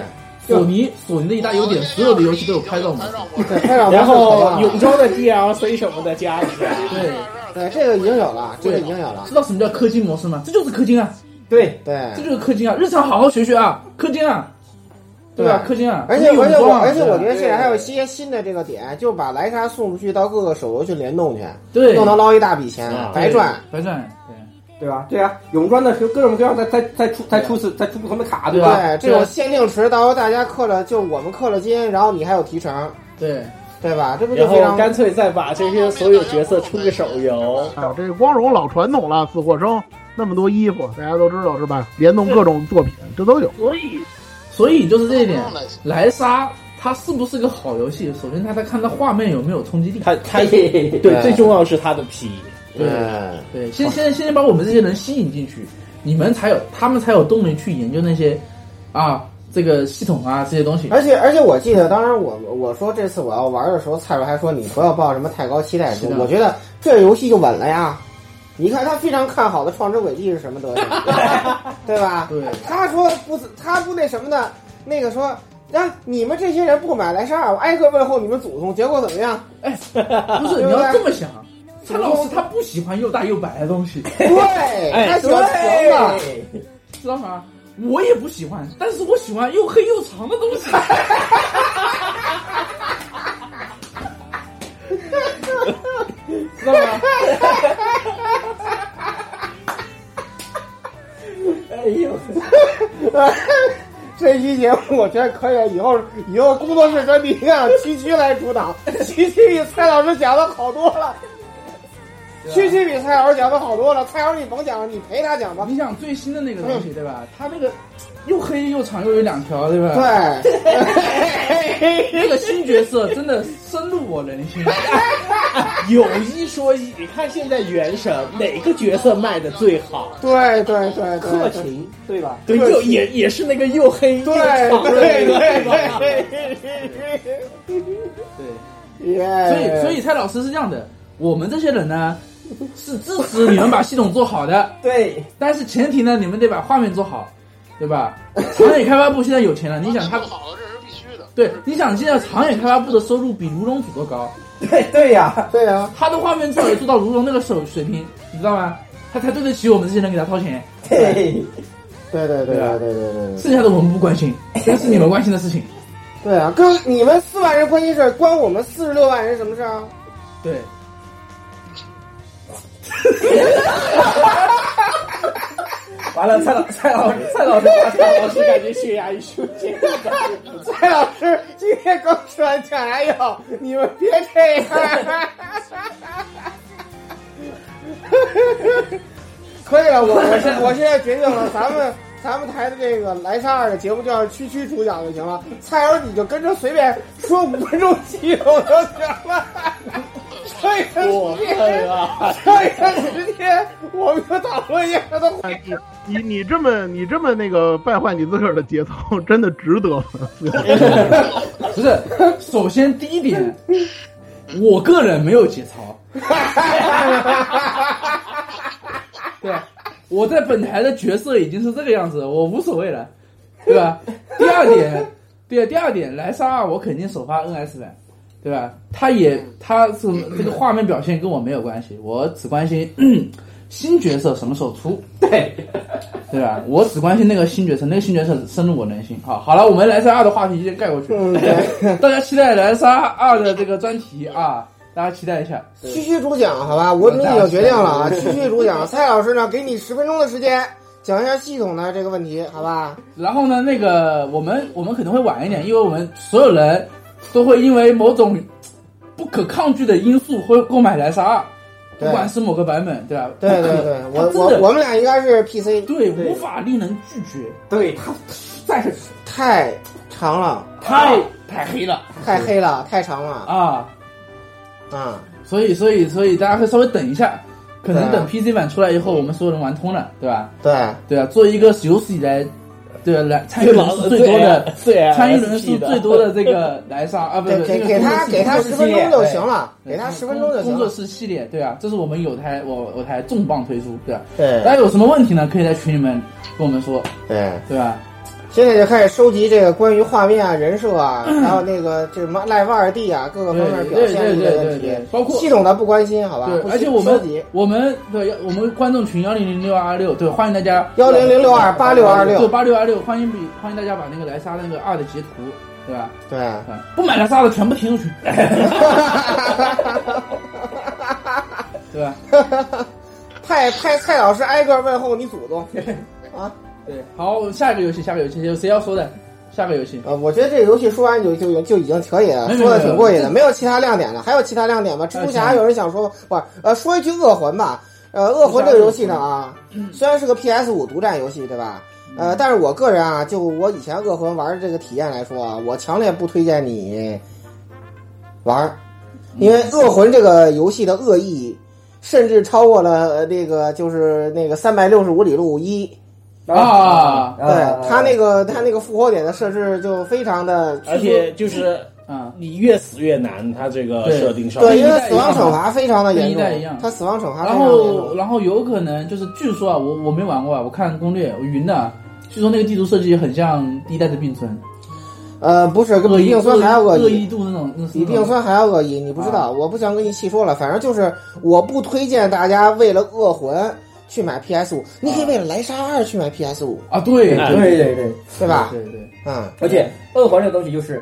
Speaker 1: 索尼索尼的一大优点，所有的游戏都有拍照模式，
Speaker 4: 然后永州的 DLC 什么的加一下，
Speaker 1: 对。
Speaker 2: 对，这个已经有了，这个已经有了
Speaker 1: 知。道什么叫氪金模式吗？这就是氪金啊，
Speaker 2: 对对
Speaker 1: 这，就是氪金啊！日常好好学学啊，氪金啊，对吧？氪金啊！
Speaker 2: 而且
Speaker 1: 不
Speaker 2: 而
Speaker 1: 是
Speaker 2: 且
Speaker 1: 永
Speaker 2: 我
Speaker 1: 光啊
Speaker 2: 而且我觉
Speaker 1: 对
Speaker 2: 得现在还有一些新的这个点，就把莱莎送出去到各个手游去联动去，
Speaker 1: 对
Speaker 2: 又能捞一大笔钱
Speaker 1: 啊，
Speaker 2: 白赚。
Speaker 1: 白赚，对
Speaker 9: 对吧？对啊，泳装的时候各种各样的再再出再出次再出不同的卡，对吧？
Speaker 2: 啊对，这种限定池，到时候大家氪了，就我们氪了金，然后你还有提成，
Speaker 1: 对
Speaker 2: 对吧？这不就
Speaker 4: 然
Speaker 2: 非
Speaker 4: 后
Speaker 2: 常
Speaker 4: 干脆再把这些所有角色出个手游，
Speaker 6: 啊，这个光荣老传统了，死或生那么多衣服，大家都知道是吧？联动各种作品，这都有。
Speaker 1: 所以所以就是这一点，莱莎它是不是个好游戏？首先它得看它画面有没有冲击力。
Speaker 4: 它它对最重要是它的皮，
Speaker 2: 对
Speaker 1: 对，先先先把我们这些人吸引进去，你们才有他们才有动力去研究那些啊这个系统啊这些东西。
Speaker 2: 而且而且我记得当时我我说这次我要玩的时候，蔡老还说你不要抱什么太高期待值
Speaker 1: 是，的
Speaker 2: 我觉得这游戏就稳了呀。你看他非常看好的《创世轨迹》是什么德行， 对吧？
Speaker 1: 对
Speaker 2: 他说不，他不那什么的，那个说。让你们这些人不买莱莎尔，我挨个问候你们祖宗，结果怎么样？
Speaker 1: 不是你
Speaker 2: 对不
Speaker 1: 要
Speaker 2: 对
Speaker 1: 这么想，他老师他不喜欢又大又白的东西，
Speaker 2: 对，
Speaker 4: 哎
Speaker 2: 他喜欢黄的，
Speaker 1: 知道吗？我也不喜欢，但是我喜欢又黑又长的东西。知道吗？
Speaker 4: 哎呦，
Speaker 2: 这期节目我觉得可以，以后以后工作室专题让区区来主导， 区区比蔡老师讲的好多了，区区比蔡老师讲的好多了，蔡老师你甭讲了，你陪他讲吧。
Speaker 1: 你想最新的那个
Speaker 2: 嗯
Speaker 1: 东西对吧？它那个又黑又长又有两条对吧？
Speaker 2: 对，
Speaker 1: 那个新角色真的深入我人 心。
Speaker 4: 有一说一，你看现在原神哪个角色卖的最好？
Speaker 2: 对对对，
Speaker 4: 克勤，
Speaker 9: 对吧？
Speaker 4: 对，
Speaker 2: 克
Speaker 4: 又
Speaker 2: 勤
Speaker 4: 也也是那个又黑又
Speaker 2: 对
Speaker 4: 长的那
Speaker 2: 对
Speaker 4: 个，
Speaker 2: 对
Speaker 4: 吧
Speaker 2: 对
Speaker 1: 对，
Speaker 2: 对，
Speaker 1: 所以所以蔡老师是这样的，我们这些人呢是支持你们把系统做好的，
Speaker 9: 对，
Speaker 1: 但是前提呢，你们得把画面做好，对 吧？长野开发部现在有钱了，你想他
Speaker 5: 做好了，这是必须的。
Speaker 1: 对，你想现在长野开发部的收入比如龙组都高，
Speaker 9: 对对呀，
Speaker 2: 对啊，
Speaker 1: 他的画面至少也做到如龙那个手水平，你知道吗？他才对得起我们这些人给他掏钱，
Speaker 9: 对，
Speaker 2: 对对对啊对对对对。
Speaker 1: 剩下的我们不关 心，这是你们关心的事情。
Speaker 2: 对啊，跟你们四万人关心事儿，关我们四十六万人什么事儿啊？
Speaker 1: 对，
Speaker 9: 完了，蔡老蔡老师蔡老师
Speaker 4: 哇蔡老师感觉血压一瞬间就感觉不错
Speaker 2: 蔡老师今天刚吃完酱鸭药，哎你们别这样。可以了，我我现我现在决定了，咱们咱们台的这个莱莎二的节目就让区区主讲就行了，蔡老师你就跟着随便说五分钟起头就行了。所以他
Speaker 4: 我
Speaker 2: 直
Speaker 4: 恨
Speaker 2: 接，
Speaker 4: 啊！
Speaker 2: 所以他直接我们就讨论一下他的话题。
Speaker 6: 你你这么你这么那个败坏你自个儿的节操， 真的值得吗？
Speaker 1: 不是，首先第一点，我个人没有节操。 对，我在本台的角色已经是这个样子，我无所谓了，对吧？第二点，对，第二点，莱莎二我肯定首发 NS 版，对吧？它也它是这个画面表现跟我没有关系，我只关心 新角色什么时候出。
Speaker 9: 对，
Speaker 1: 对吧？我只关心那个新角色，那个新角色深入我人心。好，好了，我们莱莎二的话题先盖过去，
Speaker 2: 嗯
Speaker 1: 大家期待莱莎二的这个专题啊，大家期待一下。
Speaker 2: 区区主讲，好吧，我已经决定了啊，区区主讲。蔡老师呢，给你十分钟的时间讲一下系统的这个问题，好吧？
Speaker 1: 然后呢，那个我们我们可能会晚一点，因为我们所有人都会因为某种不可抗拒的因素会购买莱莎二，不
Speaker 2: 对
Speaker 1: 管是某个版本，对吧？
Speaker 2: 对对对，我
Speaker 1: 它真
Speaker 2: 我
Speaker 1: 的
Speaker 2: 我们俩应该是 PC，
Speaker 1: 对无法令人拒绝，
Speaker 9: 对他，但是
Speaker 2: 太长了，
Speaker 1: 太太黑了，
Speaker 3: 太黑了，太长了
Speaker 1: 啊
Speaker 3: 啊！
Speaker 1: 所以所以所以大家会稍微等一下，可能等 PC 版出来以后，我们所有人玩通了，对吧？
Speaker 3: 对
Speaker 1: 对啊，做一个有史以来。对啊，来参与人数最多的，
Speaker 7: 最
Speaker 1: 参与人数最多的这个来上啊，不
Speaker 3: 给
Speaker 1: 不，
Speaker 3: 给
Speaker 1: 这个
Speaker 3: 给他
Speaker 1: 工
Speaker 3: 给他
Speaker 1: 作室系
Speaker 3: 十分
Speaker 1: 列
Speaker 3: 钟就行了，
Speaker 1: 对
Speaker 3: 给他
Speaker 1: 工
Speaker 3: 十分钟就行
Speaker 1: 工作
Speaker 3: 了。
Speaker 1: 室系列，对啊，这是我们有台我我台重磅推出，对吧？
Speaker 3: 对
Speaker 1: 大家有什么问题呢？可以在群里面跟我们说，
Speaker 3: 对
Speaker 1: 对吧？
Speaker 3: 现在就开始收集这个关于画面啊、人设啊，还有那个这什么 Live 二 D 啊各个方面表现力的问
Speaker 1: 嗯对对对对
Speaker 3: 题
Speaker 1: 对，包括
Speaker 3: 系统的不关心，好吧？
Speaker 1: 对，
Speaker 3: 不
Speaker 1: 而且
Speaker 3: 收
Speaker 1: 我们
Speaker 3: 集
Speaker 1: 我们对我们观众群幺零零六二六，对，欢迎大家
Speaker 3: 10062 8626
Speaker 1: 对八六二六，欢迎比欢迎大家把那个莱莎的那个二的截图，对吧？嗯
Speaker 3: 对，
Speaker 1: 不买莱莎的全部踢出去， 对吧？
Speaker 3: 派派蔡老师挨个问候你祖宗啊！
Speaker 1: 对，好，下一个游戏，下个游戏有谁要说的？下个游戏，
Speaker 3: 呃，我觉得这个游戏说完就就就已经可以了，
Speaker 1: 没
Speaker 3: 说的挺过瘾的，
Speaker 1: 没
Speaker 3: 没有其他亮点了。还有其他亮点吗？蜘蛛侠有人想说吗？不是，呃，说一句《恶魂》吧。呃，《恶魂》这个游戏呢啊，虽然是个 PS 五独占游戏，对吧？呃，但是我个人啊，就我以前《恶魂》玩的这个体验来说啊，我强烈不推荐你玩儿，因为《恶魂》这个游戏的恶意甚至超过了呃那个就是那个三百六十五里路一。
Speaker 1: 啊
Speaker 3: 对他那个他那个复活点的设置就非常的，
Speaker 7: 而且就是
Speaker 1: 啊，
Speaker 7: 你越死越难，它这个设定上
Speaker 3: 对，因为死亡惩罚非常的
Speaker 1: 跟
Speaker 3: 严
Speaker 1: 一代一
Speaker 3: 重
Speaker 1: 样，
Speaker 3: 他死亡惩罚非
Speaker 1: 然
Speaker 3: 常严重。
Speaker 1: 后然后有可能就是，据说啊，我我没玩过啊，我看攻略，我云的啊，据说那个地图设计很像第一代的并存，
Speaker 3: 呃，不是，跟
Speaker 1: 恶
Speaker 3: 比
Speaker 1: 意
Speaker 3: 病酸还要恶
Speaker 1: 恶意啊
Speaker 3: 意，
Speaker 1: 度那种，那是
Speaker 3: 比病酸还要恶意，你不知道，我不想跟你细说了。反正就是，我不推荐大家为了恶魂去买 PS 五，你可以为了莱莎二去买 PS 五，
Speaker 1: 啊，对
Speaker 2: 对对对，
Speaker 3: 对吧？
Speaker 1: 对对，
Speaker 3: 嗯，
Speaker 2: 而且恶魂这个东西就是，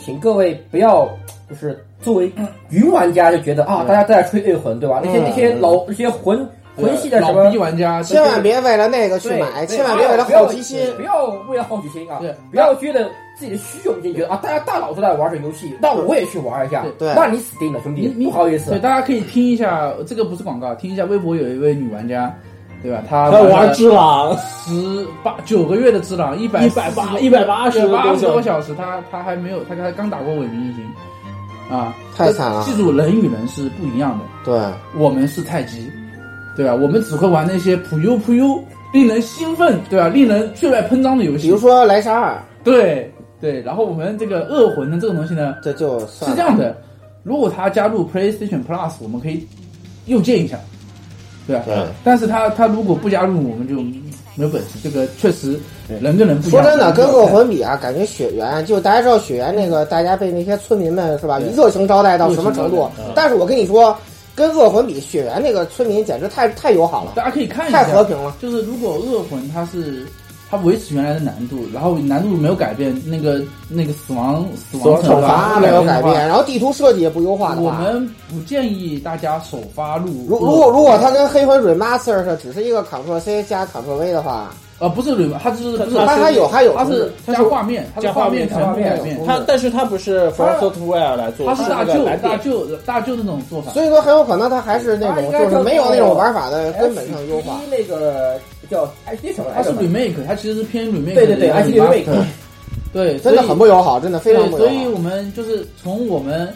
Speaker 2: 请各位不要就是作为云玩家就觉得啊，大家都在吹恶魂对吧？那些那些老那些魂魂系的什么
Speaker 1: 嗯老逼玩家，
Speaker 3: 千万别为了那个去
Speaker 2: 对
Speaker 3: 买，
Speaker 2: 对
Speaker 3: 千万别为了
Speaker 2: 不要
Speaker 3: 好奇心。
Speaker 2: 不要为了好奇心啊
Speaker 1: 对！
Speaker 2: 不要觉得自己的虚荣心，觉得啊，大家大佬都在玩这游戏，那我也去玩一下，
Speaker 3: 对
Speaker 2: 那你死定了，兄弟
Speaker 1: 你，你
Speaker 2: 不好意思
Speaker 1: 对，。大家可以听一下，这个不是广告，听一下微博有一位女玩家，对吧？她
Speaker 7: 他玩
Speaker 1: 了
Speaker 7: 只狼，
Speaker 1: 十八九个月的只狼，一百
Speaker 7: 180 180
Speaker 1: 八十
Speaker 7: 多
Speaker 1: 多
Speaker 7: 个
Speaker 1: 小时，他他还没有，他他刚打过伪明一星，啊，
Speaker 3: 太惨了
Speaker 1: 记住，人与人是不一样的，
Speaker 3: 对，
Speaker 1: 我们是太极，对吧？我们只会玩那些普悠普悠，令人兴奋，对吧？令人血脉喷张的游
Speaker 3: 比
Speaker 1: 戏
Speaker 3: 如，说莱莎二，
Speaker 1: 对对。然后我们这个恶魂呢，这种东西呢，
Speaker 3: 这就是算
Speaker 1: 这样的，如果他加入 PlayStation Plus，我们可以右键一下，对吧？
Speaker 3: 对
Speaker 1: 但是他他如果不加入，我们就没有本事。这个确实人跟人不一
Speaker 3: 说
Speaker 1: 样。
Speaker 3: 真的，跟恶
Speaker 1: 我
Speaker 3: 魂比啊，感觉血缘就大家知道血缘那个，大家被那些村民们是吧一热情招待到什么程度
Speaker 1: 热情招待嗯？
Speaker 3: 但是我跟你说，跟恶魂比，血缘那个村民简直太太友好了，
Speaker 1: 大家可以看一下，
Speaker 3: 太和平了。
Speaker 1: 就是如果恶魂它是它维持原来的难度，然后难度没有改变，那个那个死亡死
Speaker 7: 死亡
Speaker 1: 亡
Speaker 3: 惩罚
Speaker 1: 罚
Speaker 3: 没有
Speaker 1: 改
Speaker 3: 改
Speaker 1: 变
Speaker 3: 变，
Speaker 1: 的
Speaker 3: 然后地图设计也不优化
Speaker 1: 话，
Speaker 3: 的
Speaker 1: 我
Speaker 3: 话，
Speaker 1: 们不建议大家首发入
Speaker 3: 如如果如果它跟黑魂 remaster 是只是一个 Ctrl C 加 Ctrl V 的话，
Speaker 1: 呃不是 re，它就是不是
Speaker 3: 它还有还有
Speaker 1: 它是
Speaker 3: 它
Speaker 1: 加画面，它是
Speaker 7: 加画面
Speaker 1: 面全部
Speaker 7: 加画面
Speaker 1: 改变，
Speaker 7: 他但是他不是 From Software 来做，
Speaker 1: 它是大舅
Speaker 7: 来
Speaker 1: 大舅大舅那种做法。
Speaker 3: 所以说很有可能它还是那种就是没有那种玩法
Speaker 2: 哎
Speaker 3: 的根本上优化啊
Speaker 2: S。一那个叫 S 一什么
Speaker 1: 它
Speaker 2: 来
Speaker 1: 是
Speaker 2: 着？
Speaker 1: remake，它其实是偏 remake
Speaker 2: 对对对
Speaker 1: 的
Speaker 2: ，S
Speaker 1: 一
Speaker 2: 一
Speaker 1: 个
Speaker 2: remake，
Speaker 1: 对，
Speaker 3: 真
Speaker 1: 所以
Speaker 3: 的很不友好，真的非常
Speaker 1: 对
Speaker 3: 不友
Speaker 1: 所以
Speaker 3: 好。
Speaker 1: 我们就是从我们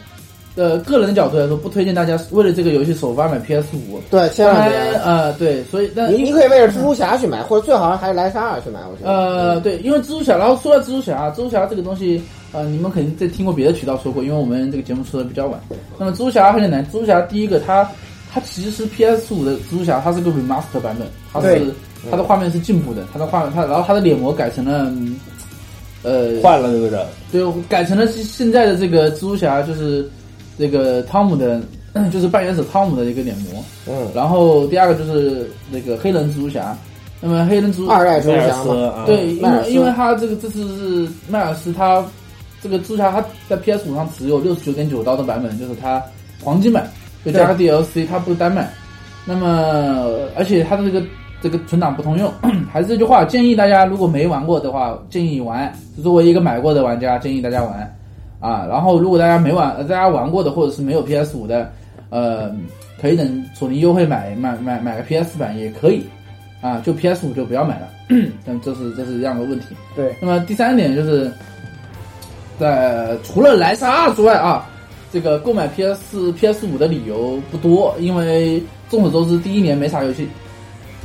Speaker 1: 的个人的角度来说，不推荐大家为了这个游戏首发买 PS 五。
Speaker 3: 对，千万别。
Speaker 1: 呃，对，所以但
Speaker 3: 你你可以为了蜘蛛侠去买，或者最好还是莱莎二去买，我觉得。
Speaker 1: 呃，对，因为蜘蛛侠，然后说到蜘蛛侠，蜘蛛侠这个东西，呃，你们肯定在听过别的渠道说过，因为我们这个节目出的比较晚。那么蜘蛛侠很简单，蜘蛛侠第一个它它其实是 PS 五的蜘蛛侠，它是个 remaster 版本，它
Speaker 2: 对
Speaker 1: 是它的画面是进步的，它的画面它然后它的脸模改成了，嗯呃，
Speaker 7: 换了这个人，
Speaker 1: 对，改成了现现在的这个蜘蛛侠，就是这个汤姆的， 就是扮演者汤姆的一个脸模。
Speaker 3: 嗯，
Speaker 1: 然后第二个就是那个黑人蜘蛛侠，那么黑人蜘蛛
Speaker 3: 二代蜘
Speaker 7: 迈
Speaker 3: 蛛
Speaker 7: 尔
Speaker 3: 侠
Speaker 7: 斯
Speaker 3: 嘛，
Speaker 7: 啊，
Speaker 1: 对，因
Speaker 3: 迈尔斯
Speaker 1: 为因为他这个这次是迈尔斯他这个蜘蛛侠他在 PS 五上只有六十九点九刀的版本，就是他黄金版，就加个 DLC，它不是单卖。那么而且它的这个这个存档不通用， 还是这句话，建议大家如果没玩过的话，建议玩。作为一个买过的玩家，建议大家玩啊。然后如果大家没玩，呃大家玩过的或者是没有 PS 五的，呃，可以等索尼优惠买买买买个 PS 版也可以啊，就 PS 五就不要买了。但这是这是这样的问题。
Speaker 2: 对，
Speaker 1: 那么第三点就是，在除了莱莎之外啊，这个购买 PS 四、PS 五的理由不多，因为众所周知，第一年没啥游戏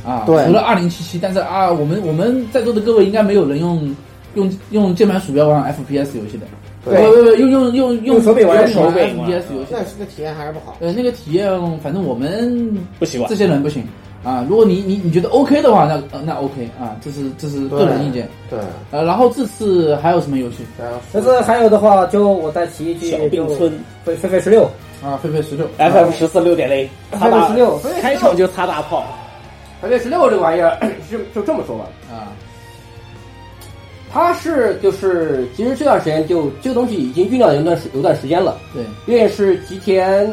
Speaker 1: 啊，
Speaker 3: 对
Speaker 1: 除了二零七七，但是啊，我们我们在座的各位应该没有人用用用键盘鼠标玩 FPS 游戏的，
Speaker 3: 对
Speaker 1: 不不不，用用用
Speaker 3: 用手柄玩手柄
Speaker 1: FPS 游戏，
Speaker 3: 那那体验还是不好。
Speaker 1: 啊呃，那个体验，反正我们
Speaker 4: 不喜欢
Speaker 1: 这些人不行啊。如果你你你觉得 OK 的话，那呃那 OK 啊，这是这是个人意见。
Speaker 3: 对，
Speaker 1: 呃，然后这次还有什么游戏？
Speaker 2: 这次还有的话，就我再提一句，
Speaker 1: 小
Speaker 2: 就
Speaker 1: 冰村
Speaker 2: 狒狒狒十六
Speaker 1: 啊，狒狒十六
Speaker 4: FF 十四六点零，
Speaker 2: 狒狒十六，
Speaker 4: 开场就擦大炮，
Speaker 2: 狒狒十六这个玩意儿是就这么说吧，
Speaker 1: 啊，
Speaker 2: 它是就是其实这段时间就这个东西已经酝酿有段时有段时间了，
Speaker 1: 对，
Speaker 2: 因为是吉田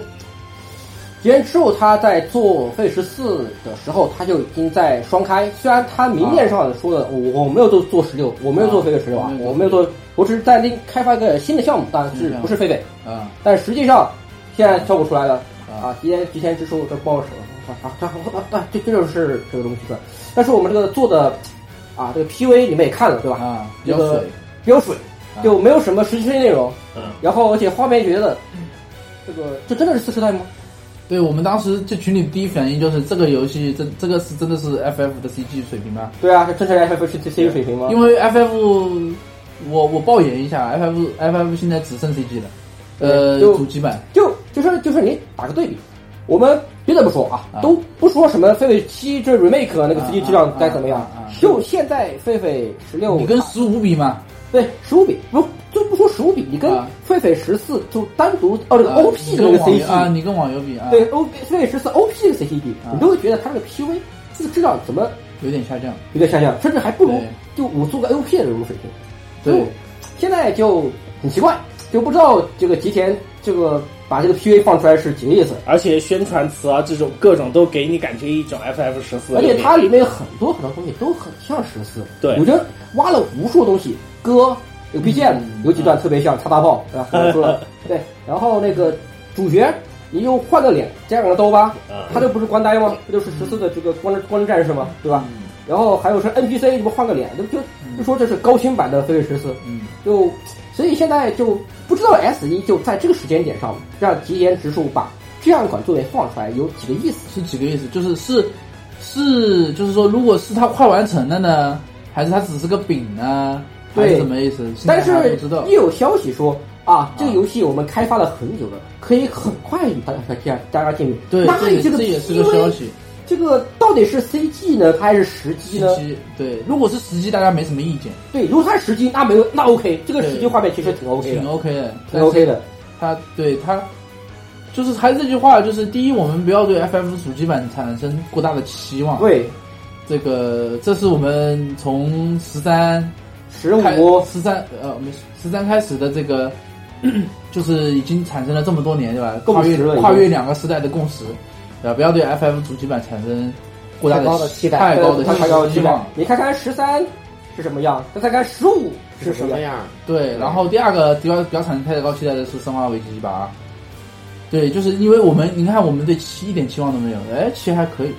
Speaker 2: 吉田之后他在做费十四的时候，他就已经在双开，虽然他明面上说的、我我没有做做十六，我没有做费费十六嗯啊，我没有做，我只是在那开发一个新的项目，但是不是狒狒。
Speaker 1: 啊，
Speaker 2: 但实际上现在效果出来了啊，今天提前支出这不好使了啊，这啊这这就是这个东西出来。但是我们这个做的啊，这个 PV 你们也看了对吧？
Speaker 1: 啊，比
Speaker 2: 这
Speaker 1: 较
Speaker 2: 个
Speaker 1: 水
Speaker 2: 比较水，就没有什么实质性内容。
Speaker 4: 嗯，
Speaker 2: 然后而且画面觉得这个这真的是次时代吗？
Speaker 1: 对我们当时这群里第一反应就是这个游戏，这这个是真的是 FF 的 CG 水平吗？
Speaker 2: 对啊，这真是 FF 是 C 水平吗？
Speaker 1: 因为 FF，我我爆言一下，FF FF 现在只剩 CG 了，呃，
Speaker 2: 就
Speaker 1: 主机版
Speaker 2: 就就是就是你打个对比，我们别的不说啊，都不说什么狒狒七这 remake 啊那个 CG 质量该怎么样，就现在狒狒十六，
Speaker 1: 你跟十五比吗？
Speaker 2: 对，十五比不就不说十五比，你跟狒狒十四就单独哦这个
Speaker 1: 啊
Speaker 2: OP
Speaker 1: 你
Speaker 2: 的
Speaker 1: 跟
Speaker 2: 那
Speaker 1: 网
Speaker 2: 个
Speaker 1: 游啊，
Speaker 2: CG，
Speaker 1: 你跟网游比啊，
Speaker 2: 对 O 狒狒十四 OP 这个 CG，你都会觉得它这个 PV 这个质量怎么
Speaker 1: 有点下降，
Speaker 2: 有点下降，甚至还不如就我做个 OP 的这种水平。
Speaker 1: 对，
Speaker 2: 现在就很奇怪，就不知道这个吉田这个把这个 PV 放出来是几个意思。
Speaker 4: 而且宣传词啊这种各种都给你感觉一种 FF 十四，
Speaker 2: 而且它里面有很多很多东西都很像十四，
Speaker 4: 对
Speaker 2: 我觉得挖了无数东西，歌有 BGM，有几段特别像擦大炮，啊，刚才说了，对，然后那个主角你又换个脸，加上个刀疤，他这不是关呆吗？这就是十四的这个光之光之战士吗？
Speaker 1: 嗯
Speaker 2: 对吧？然后还有是 NPC，你不换个脸，就就就说这是高清版的飞跃十四，
Speaker 1: 嗯，
Speaker 2: 就所以现在就不知道 S 一就在这个时间点上让吉田直树把这样一款作品放出来有几个意思？
Speaker 1: 是几个意思？就是是是，就是说，如果是它快完成了呢，还是它只是个饼呢？还是
Speaker 2: 对
Speaker 1: 什么意思？现在
Speaker 2: 但
Speaker 1: 还
Speaker 2: 是
Speaker 1: 不知道
Speaker 2: 一。有消息说啊，这个游戏我们开发了很久了，可以很快与大家见大家见面。
Speaker 1: 对，
Speaker 2: 那
Speaker 1: 这也
Speaker 2: 这个
Speaker 1: 这也是个
Speaker 2: PV
Speaker 1: 消息。
Speaker 2: 这个到底是 CG 呢，还是实机呢？
Speaker 1: 实对，如果是实机，大家没什么意见。
Speaker 2: 对，如果它是实机，那没有那 OK，这个
Speaker 1: 对
Speaker 2: 实际画面其实挺 OK 的，
Speaker 1: 挺 OK 的，
Speaker 2: 啊挺 OK 的。
Speaker 1: 他对他就是还是这句话，就是第一，我们不要对 FF 主机版产生过大的期望。
Speaker 2: 对，
Speaker 1: 这个这是我们从十三、
Speaker 2: 十
Speaker 1: 五、十三呃，没十三开始的这个， 就是已经产生了这么多年，对吧？
Speaker 2: 共
Speaker 1: 跨
Speaker 2: 识
Speaker 1: 越
Speaker 2: 了已经
Speaker 1: 跨越两个时代的共识，对吧？不要对 FF 主机版产生过大
Speaker 2: 太高的期待，呃
Speaker 1: 太高的
Speaker 2: 太高的
Speaker 1: 期
Speaker 2: 期
Speaker 1: 望
Speaker 2: 待。。你看看十三是什么样，再看看十五是什么
Speaker 3: 样。
Speaker 1: 对，然后第二个比较比较产生太高期待的是《生化危机八》，对，就是因为我们你看我们对七一点期望都没有，哎，七还可以，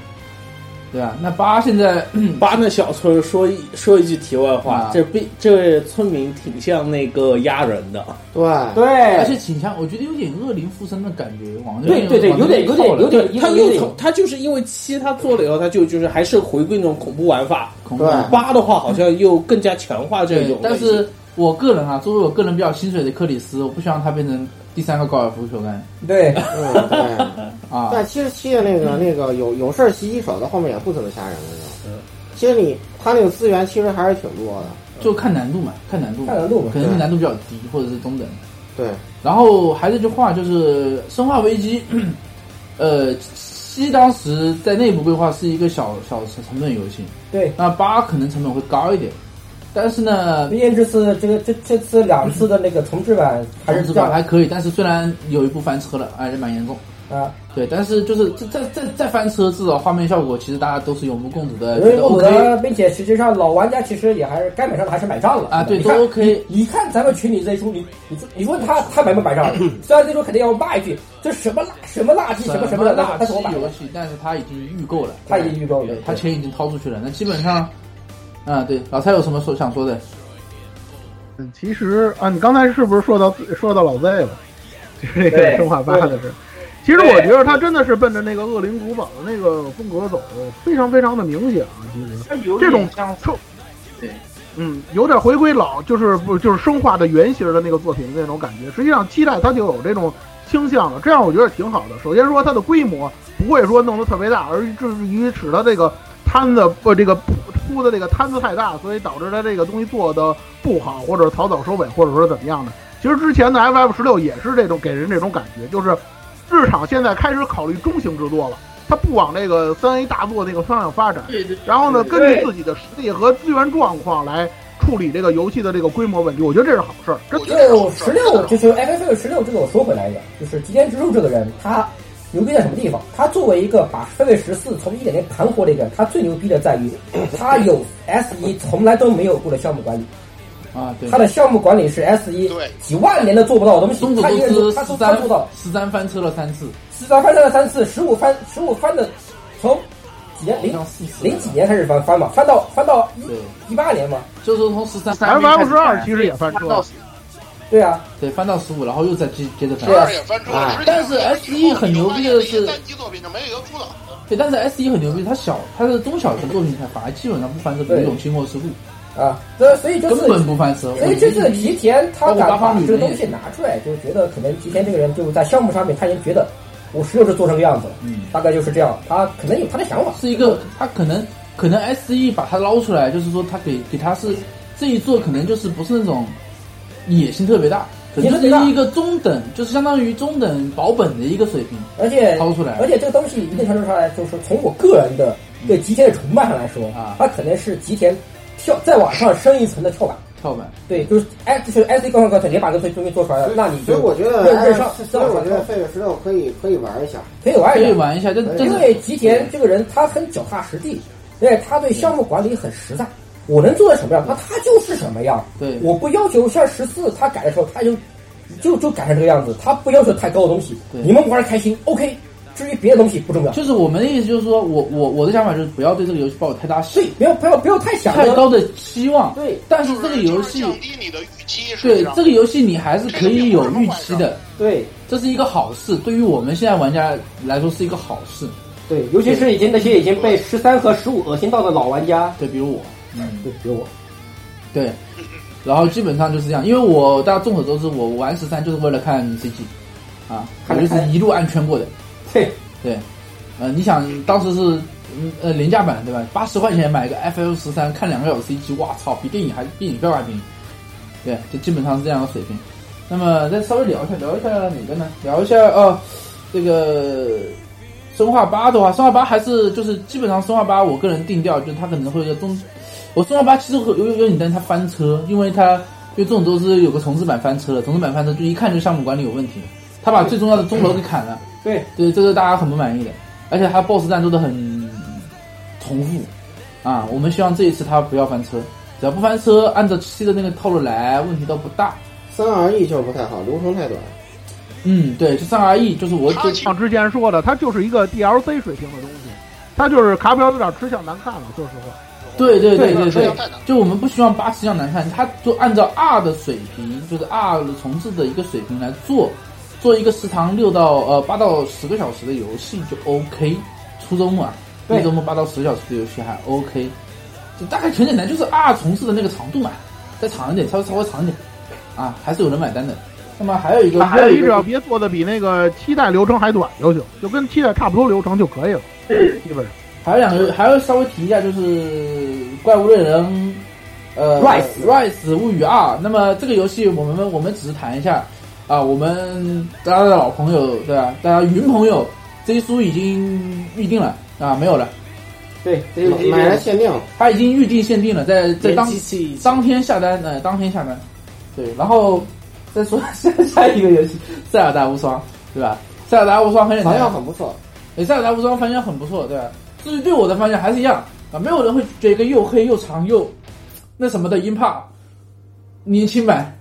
Speaker 1: 对吧？那八现在
Speaker 4: 八那小村说一说一句题外话，
Speaker 1: 啊
Speaker 4: 这并这村民挺像那个压人的，
Speaker 3: 对
Speaker 2: 对
Speaker 1: 而且挺像，我觉得有点恶灵附身的感觉，往那
Speaker 4: 对
Speaker 1: 边
Speaker 4: 对对，
Speaker 1: 往
Speaker 4: 有
Speaker 1: 那
Speaker 4: 点有
Speaker 1: 边靠
Speaker 4: 点
Speaker 1: 了
Speaker 4: 有点，
Speaker 1: 对
Speaker 4: 他
Speaker 1: 它
Speaker 4: 又从他就是因为七他做了以后，他就就是还是回归那种恐怖玩法。
Speaker 1: 恐怖玩法
Speaker 4: 八的话好像又更加强化这种
Speaker 1: 对，，但是我个人啊，作为我个人比较心水的克里斯，我不希望他变成第三个高尔夫球杆。
Speaker 2: 对，
Speaker 3: 嗯，对。
Speaker 1: 啊，
Speaker 3: 但其实七的那个那个有有事儿袭击手的后面也不怎么吓人了就。 其实你他那个资源其实还是挺多的。
Speaker 1: 就看难度嘛，看难度嘛，
Speaker 3: 看难度嘛
Speaker 1: 可能是
Speaker 3: 对
Speaker 1: 难度比较低，或者是中等。
Speaker 3: 对，
Speaker 1: 然后还是这句话，就是《生化危机》， 呃，七当时在内部规划是一个小小成本游戏，
Speaker 2: 对，
Speaker 1: 那八可能成本会高一点，但是呢，
Speaker 2: 毕竟这次这个这这次两次的那个重置版还是
Speaker 1: 重置
Speaker 2: 这
Speaker 1: 版还
Speaker 2: 样
Speaker 1: 可以，但是虽然有一部翻车了，还是蛮严重。
Speaker 2: 啊，
Speaker 1: 对，但是就是这再再再翻车，至少画面效果其实大家都是有目共睹的，
Speaker 2: 因
Speaker 1: 觉
Speaker 2: 为
Speaker 1: 得
Speaker 2: 哎我
Speaker 1: 呃 OK
Speaker 2: 们并且实际上老玩家其实也还是该买账的还是买账了
Speaker 1: 啊对
Speaker 2: 你看
Speaker 1: 都 OK
Speaker 2: 你你看咱们群里这出，你你你问他他买不买账？虽然最终肯定要骂一句，这什么垃什么垃圾什么什么的
Speaker 1: 垃
Speaker 2: 垃，但是我买
Speaker 1: 圾游
Speaker 2: 了。
Speaker 1: 戏，但是他已经预购了，
Speaker 2: 他已经预购了
Speaker 1: 对他钱已经掏出去了，那基本上，啊，对，老蔡有什么说想说的？
Speaker 6: 其实啊，你刚才是不是说到说到老 Z 了？ 就是这个
Speaker 10: 对
Speaker 6: 《生化八》的事儿。其实我觉得他真的是奔着那个恶灵古堡的那个风格走，非常非常的明显啊。其实这种臭，
Speaker 10: 对，
Speaker 6: 嗯，有点回归老，就是不就是生化的原型的那个作品的那种感觉。实际上，期待它就有这种倾向了，这样我觉得挺好的。首先说它的规模不会说弄得特别大，而至于使它这个摊子不、这个铺铺的这个摊子太大，所以导致它这个东西做的不好，或者草草收尾，或者说怎么样的。其实之前的 FF 十六也是这种给人这种感觉，就是市场现在开始考虑中型制作了，它不往这个三 A 大作那个方向发展。然后呢，根据自己的实力和资源状况来处理这个游戏的这个规模问题，我觉得这是好事儿。这
Speaker 2: 对，十六就是 FF 十六，这个我说回来一点，就是吉田直树这个人，他牛逼在什么地方？他作为一个把分位十四从一点零盘活的一个人，他最牛逼的 在于，他有 S 一从来都没有过的项目管理。
Speaker 1: 啊，对，
Speaker 2: 他的项目管理是 S 一几万年都做不到的东
Speaker 1: 中
Speaker 2: 西，
Speaker 1: 国
Speaker 2: 他一个人
Speaker 1: 公
Speaker 2: 做
Speaker 1: 司
Speaker 2: 他
Speaker 1: 十
Speaker 2: 都他
Speaker 1: 三
Speaker 2: 做到了。
Speaker 1: 十三翻车了三次，
Speaker 2: 十三翻车了三次，十五翻十五翻的从几年零零几年开始翻翻嘛，翻到翻到
Speaker 1: 对，
Speaker 2: 一八年嘛，
Speaker 1: 就是从十三
Speaker 6: FF12 其实也翻车了，
Speaker 2: 对啊，
Speaker 1: 对，翻到十五，然后又再接接着翻，
Speaker 2: 12也翻
Speaker 1: 车啊但是 S 一很牛逼的是，对，但是 S E 一很牛逼，它小，它的中小型作品才反而基本上不翻车，比如
Speaker 2: 对
Speaker 1: 《永清或实录》
Speaker 2: 啊，那所以就是哎
Speaker 1: 根本不翻车，
Speaker 2: 所以这次吉田他
Speaker 1: 包括八
Speaker 2: 敢把
Speaker 1: 方旅
Speaker 2: 这个
Speaker 1: 人
Speaker 2: 东
Speaker 1: 也
Speaker 2: 西拿出来，就觉得可能吉田这个人就在项目上面，他已经觉得我十六是做成这个样子了，
Speaker 1: 嗯
Speaker 2: 大概就是这样。他可能有他的想法，
Speaker 1: 是一个他可能可能 S E 把它捞出来，就是说他给给他是这一做可能就是不是那种野心特别大，可能就是一个中等，就是相当于中等保本的一个水平，
Speaker 2: 而且
Speaker 1: 掏出来，嗯
Speaker 2: 而且这个东西一定程度上来，就是说从我个人的对吉田的崇拜上来说，啊，他可能是吉田跳再往上升一层的跳板。
Speaker 1: 跳板，
Speaker 2: 对，就是哎，就是 S C 高上高才，你把这个东西做出来了，那你
Speaker 3: 所
Speaker 2: 就
Speaker 3: 以我觉得
Speaker 2: 认认
Speaker 3: FF
Speaker 2: 上，
Speaker 3: 所以我觉得费尔十六可以可以玩一下，
Speaker 2: 可以玩一下，
Speaker 3: 对
Speaker 2: 因为吉田这个人他很脚踏实地，对，他对项目管理很实在。我能做到什么样，那他就是什么样。
Speaker 1: 对，
Speaker 2: 我不要求像十四他改的时候，他就就就改成这个样子，他不要求太高的东西。你们玩的开心，OK。至于别的东西不重要。
Speaker 1: 就是我们的意思就是说我我我的想法就是不要对这个游戏抱有太大希，
Speaker 2: 不要不要不要太想
Speaker 1: 太高的期望，对，但是这个游戏对这个游戏你还是可以有预期的，
Speaker 2: 对，
Speaker 1: 这是一个好事，对于我们现在玩家来说是一个好事，
Speaker 4: 对，尤其是已经那些已经被十三和十五恶心到的老玩家，
Speaker 1: 对，比如我，
Speaker 4: 嗯，对，比如我，
Speaker 1: 对，然后基本上就是这样，因为我大家众所周知，我玩十三就是为了看 CG，啊，我
Speaker 4: 看得
Speaker 1: 就
Speaker 4: 开
Speaker 1: 是一路按圈过的。
Speaker 4: 对
Speaker 1: 对，呃，你想当时是嗯呃廉价版对吧？八十块钱买个 FF 十三，看两个小时 CG，哇操，比电影还比电影票还便宜。对，就基本上是这样的水平。那么再稍微聊一下，聊一下哪个呢？聊一下哦，这个生化八的话，生化八还是就是基本上生化八，我个人定调就是它可能会有一个中，我生化八其实会有有有点担心它翻车，因为它因为众所周知有个重置版翻车了，重置版翻车就一看就项目管理有问题，他把最重要的钟楼给砍了，
Speaker 4: 对
Speaker 1: 对，这是大家很不满意的，而且他 BOSS 战斗的很重复啊，我们希望这一次他不要翻车，只要不翻车，按照七的那个套路来，问题都不大。
Speaker 3: 三 R E 就是不太好，流程太短。
Speaker 1: 嗯，对，就三 R E 就是我
Speaker 6: 就像之前说的，它就是一个 DLC 水平的东西，它就是卡表有点吃相难看了，说实话。
Speaker 1: 对对对
Speaker 6: 对
Speaker 1: 对
Speaker 6: 这
Speaker 1: 对
Speaker 6: 样太难，
Speaker 1: 就我们不希望八十样难看，它就按照 R 的水平，就是 R 的重置的一个水平来做，做一个时长六到呃八到十个小时的游戏就 OK。初周末啊，
Speaker 4: 对
Speaker 1: 一周末八到十小时的游戏还 OK，就大概很简单，就是 R 重置的那个长度嘛，再长一点，稍微稍微长一点，啊，还是有人买单的。那么还有一个，
Speaker 6: 啊还有一只要别做的比那个期待流程还短就行，就跟期待差不多流程就可以了，基本上。
Speaker 1: 还有两个，还要稍微提一下，就是《怪物猎人》呃
Speaker 6: Rise
Speaker 1: Rise 物语二。那么这个游戏，我们我们只是谈一下啊，我们大家的老朋友对吧？大家云朋友，这一书已经预定了啊，没有了。
Speaker 4: 对，
Speaker 3: 买来限定，
Speaker 1: 他已经预定限定了，在在当
Speaker 3: 连机
Speaker 1: 当天下单，呃，当天下单。对，然后再说 下下一个游戏《塞尔达无双》，对吧？《塞尔达无双》很简单，
Speaker 3: 反响很不错。
Speaker 1: 对，《塞尔达无双》反响很不错，对吧？至于对我的反响还是一样啊，没有人会觉得一个又黑又长又那什么的音帕年轻版。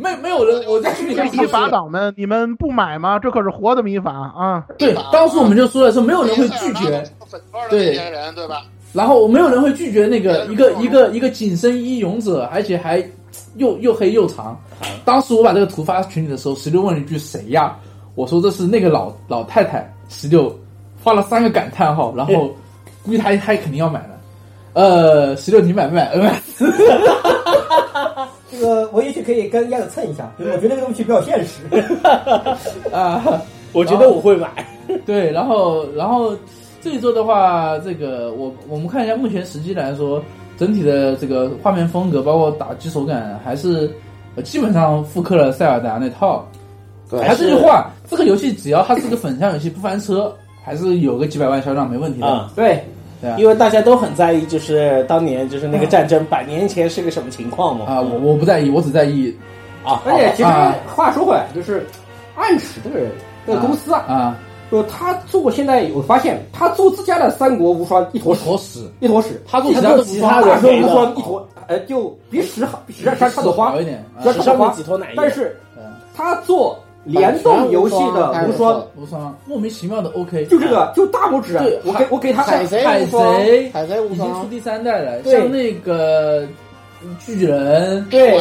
Speaker 1: 没没有人，我在群里面
Speaker 6: 这一把党们，你们不买吗？这可是活的米法啊！
Speaker 1: 对，当时我们就说了，是没有人会拒绝，对，
Speaker 5: 人对吧？
Speaker 1: 然后没有人会拒绝那个一个一个一个紧身衣勇者，而且还又又黑又长。当时我把这个图发群里的时候，十六问了一句谁呀？我说这是那个老老太太。十六发了三个感叹号，然后估计他他肯定要买了。呃， 十六你买不买 NS？
Speaker 11: 这个我也许可以跟鸭子蹭一下，因为我觉得这个东西比较现实。
Speaker 1: 啊，
Speaker 4: 我觉得我会买。
Speaker 1: 对，然后然后这一周的话，这个我我们看一下目前实际来说，整体的这个画面风格，包括打击手感，还是呃基本上复刻了塞尔达那套。
Speaker 3: 对
Speaker 1: 还是这句话，这个游戏只要它是个粉向游戏，不翻车，还是有个几百万销量没问题的。
Speaker 4: 啊
Speaker 1: 对，对啊
Speaker 7: 因为大家都很在意，就是当年就是那个战争百年前是个什么情况嘛。
Speaker 1: 啊，我我不在意，我只在意
Speaker 7: 啊。
Speaker 2: 而且其实
Speaker 1: 啊
Speaker 2: 话说回来，就是暗使这个人，这个公司啊，
Speaker 1: 啊，
Speaker 2: 就他做现在我发现他做自家的三国无双一坨
Speaker 1: 一坨屎，
Speaker 2: 一坨屎，
Speaker 7: 他
Speaker 2: 做
Speaker 7: 做
Speaker 2: 其
Speaker 7: 其他
Speaker 2: 他的
Speaker 7: 的
Speaker 2: 大
Speaker 7: 没
Speaker 2: 无
Speaker 7: 了
Speaker 2: 双一坨，呃，就比屎好，比屎上差朵花，
Speaker 1: 好一点啊
Speaker 2: 比屎上
Speaker 7: 史上面几坨奶一点
Speaker 2: 但是他做联动游戏的
Speaker 1: 啊
Speaker 2: 无双，
Speaker 1: 无双莫名其妙的 OK，
Speaker 2: 就这个就大拇指啊
Speaker 1: 对，
Speaker 2: 我给我给他
Speaker 1: 海
Speaker 2: 看
Speaker 1: 海贼
Speaker 3: 海贼无
Speaker 1: 已经出
Speaker 3: 双，
Speaker 1: 第三代了，
Speaker 3: 对
Speaker 1: 像那个嗯巨人，
Speaker 3: 对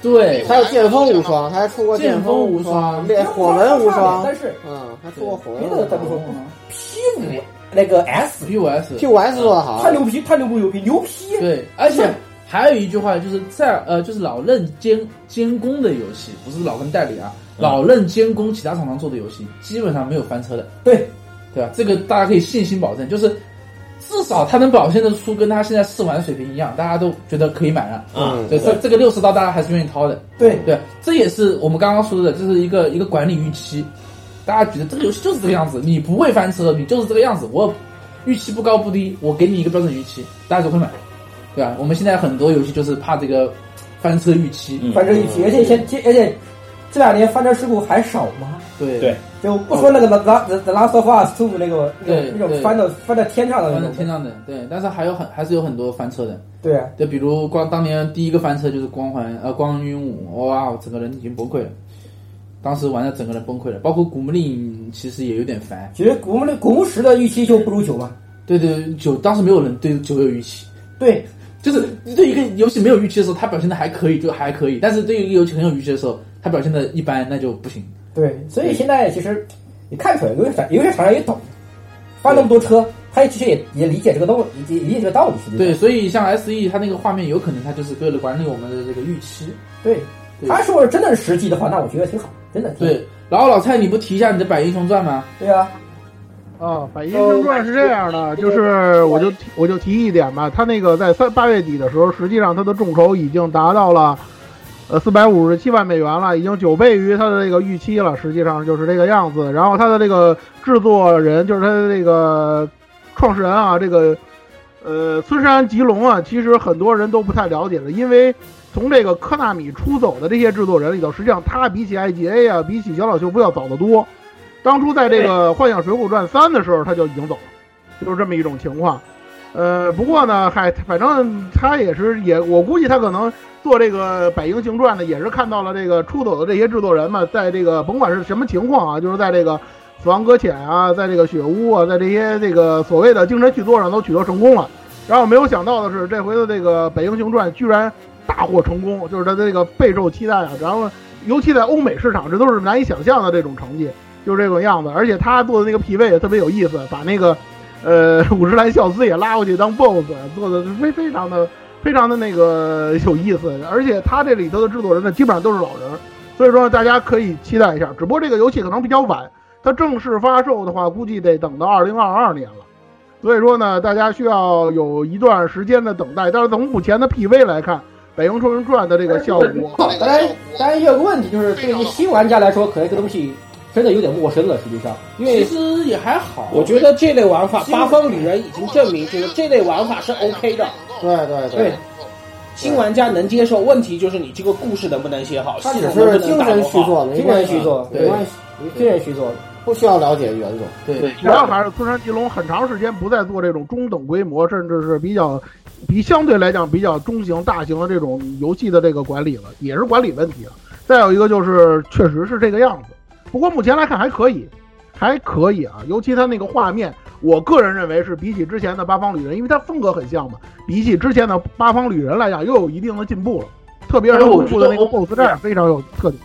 Speaker 1: 对，
Speaker 3: 还有剑锋无双，他还出过
Speaker 1: 剑
Speaker 3: 锋
Speaker 1: 锋无双
Speaker 3: 烈火纹无双，
Speaker 2: 但是
Speaker 3: 嗯，还出过火纹
Speaker 2: 别
Speaker 3: 无
Speaker 2: 的
Speaker 3: 双
Speaker 2: 咱不说，P 五那个 S
Speaker 1: P 五 S
Speaker 3: ，P 五 S 做的好，
Speaker 2: 太牛逼，太牛不牛逼，牛批！
Speaker 1: 对，而且还有一句话就是在呃，就是老任监监工的游戏，不是老任代理啊，老任监工其他厂商做的游戏，基本上没有翻车的。
Speaker 2: 对，
Speaker 1: 对吧？这个大家可以信心保证，就是至少他能表现得出跟他现在试玩水平一样，大家都觉得可以买了。
Speaker 4: 嗯
Speaker 1: 对，这这个六十刀大家还是愿意掏的。
Speaker 2: 对
Speaker 1: 对，这也是我们刚刚说的，就是一个一个管理预期。大家觉得这个游戏就是这个样子，你不会翻车，你就是这个样子。我预期不高不低，我给你一个标准预期，大家就会买，对吧？我们现在很多游戏就是怕这个翻车预期，
Speaker 2: 翻车一批，而且现且而且这两年翻车事故还少吗？
Speaker 1: 对
Speaker 4: 对，
Speaker 2: 就不说那个 The The The Last of Us Two 那个那种
Speaker 1: 哦对
Speaker 2: 那种
Speaker 1: 对
Speaker 2: 翻到翻到天上的那
Speaker 1: 翻
Speaker 2: 种
Speaker 1: 到，天上的对，但是还有很还是有很多翻车的。
Speaker 2: 对啊，
Speaker 1: 对，比如光当年第一个翻车就是光环呃光晕五，哇，我整个人已经崩溃了。当时玩的整个人崩溃了，包括古墓丽影其实也有点烦。
Speaker 2: 其实古墓丽古墓十的预期就不如九嘛。
Speaker 1: 对对，九当时没有人对九有预期，
Speaker 2: 对，
Speaker 1: 就是你对一个游戏没有预期的时候，它表现的还可以就还可以，但是对于一个游戏很有预期的时候，它表现的一般那就不行。
Speaker 2: 对，所以现在其实你看出来，有些厂有些厂商也懂，翻那么多车，他也其实也也理解这个道理，也理解这个道理。
Speaker 6: 嗯
Speaker 2: 其实
Speaker 1: 对，所以像 S E 它那个画面有可能它就是为了管理我们的这个预期。
Speaker 2: 对，
Speaker 1: 对
Speaker 2: 他说真的是实际的话，那我觉得挺好，真的挺好。
Speaker 1: 对，然后老蔡你不提一下你的《百英雄传》 吗？
Speaker 2: 对啊，
Speaker 6: 啊，《百英雄传》是这样的，就是我就我就提一点吧，它那个在三八月底的时候，实际上它的众筹已经达到了呃四百五十七万美元了，已经九倍于它的这个预期了，实际上就是这个样子。然后它的这个制作人就是它的这个创始人啊，这个呃村山吉隆啊，其实很多人都不太了解的，因为。从这个科纳米出走的这些制作人里头，实际上他比起 IGA 啊，比起小岛秀夫要早得多。当初在这个《幻想水浒传三》的时候，他就已经走了，就是这么一种情况。呃，不过呢，嗨，反正他也是也，我估计他可能做这个《百英雄传》呢，也是看到了这个出走的这些制作人嘛，在这个甭管是什么情况啊，就是在这个死亡搁浅啊，在这个雪屋啊，在这些这个所谓的精神续作上都取得成功了。然后没有想到的是，这回的这个《北英雄传》居然大获成功，就是它这个备受期待啊。然后，尤其在欧美市场，这都是难以想象的这种成绩，就是这种样子。而且他做的那个 PV 也特别有意思，把那个呃 五十岚孝司也拉过去当 BOSS，做的非非常的非常的那个呃有意思。而且他这里头的制作人呢，基本上都是老人，所以说大家可以期待一下。只不过这个游戏可能比较晚，它正式发售的话，估计得等到二零二二年了。所以说呢，大家需要有一段时间的等待。但是从目前的 PV 来看，《北英雄传》的这个效果，
Speaker 2: 啊当然，当然也有个问题，就是对于新玩家来说，可能这个东西真的有点陌生了。实际上，
Speaker 7: 因为
Speaker 1: 其实也还好，
Speaker 7: 我觉得这类玩法，八方旅人已经证明，就是这类玩法是 OK 的。
Speaker 3: 对对
Speaker 7: 对，新玩家能接受，问题就是你这个故事能不能写好，
Speaker 3: 它
Speaker 7: 系
Speaker 3: 只
Speaker 7: 统能
Speaker 3: 是
Speaker 7: 不
Speaker 3: 精
Speaker 7: 能打
Speaker 3: 神
Speaker 7: 得
Speaker 3: 续作，
Speaker 7: 好。
Speaker 3: 没
Speaker 2: 精
Speaker 3: 关
Speaker 2: 神
Speaker 3: 系
Speaker 2: 续作，
Speaker 3: 没关系，
Speaker 2: 精神续作，
Speaker 3: 不需要了解原作。
Speaker 1: 对
Speaker 6: 主要还是村山吉隆很长时间不再做这种中等规模，甚至是比较比相对来讲比较中型、大型的这种游戏的这个管理了，也是管理问题了。再有一个就是，确实是这个样子。不过目前来看还可以，还可以啊，尤其它那个画面，我个人认为是比起之前的八方旅人，因为它风格很像嘛，比起之前的八方旅人来讲，又有一定的进步了。特别是它
Speaker 1: 哎我
Speaker 6: 五
Speaker 1: 觉
Speaker 6: 部
Speaker 1: 得
Speaker 6: 的那个 BOSS 战非常有特点。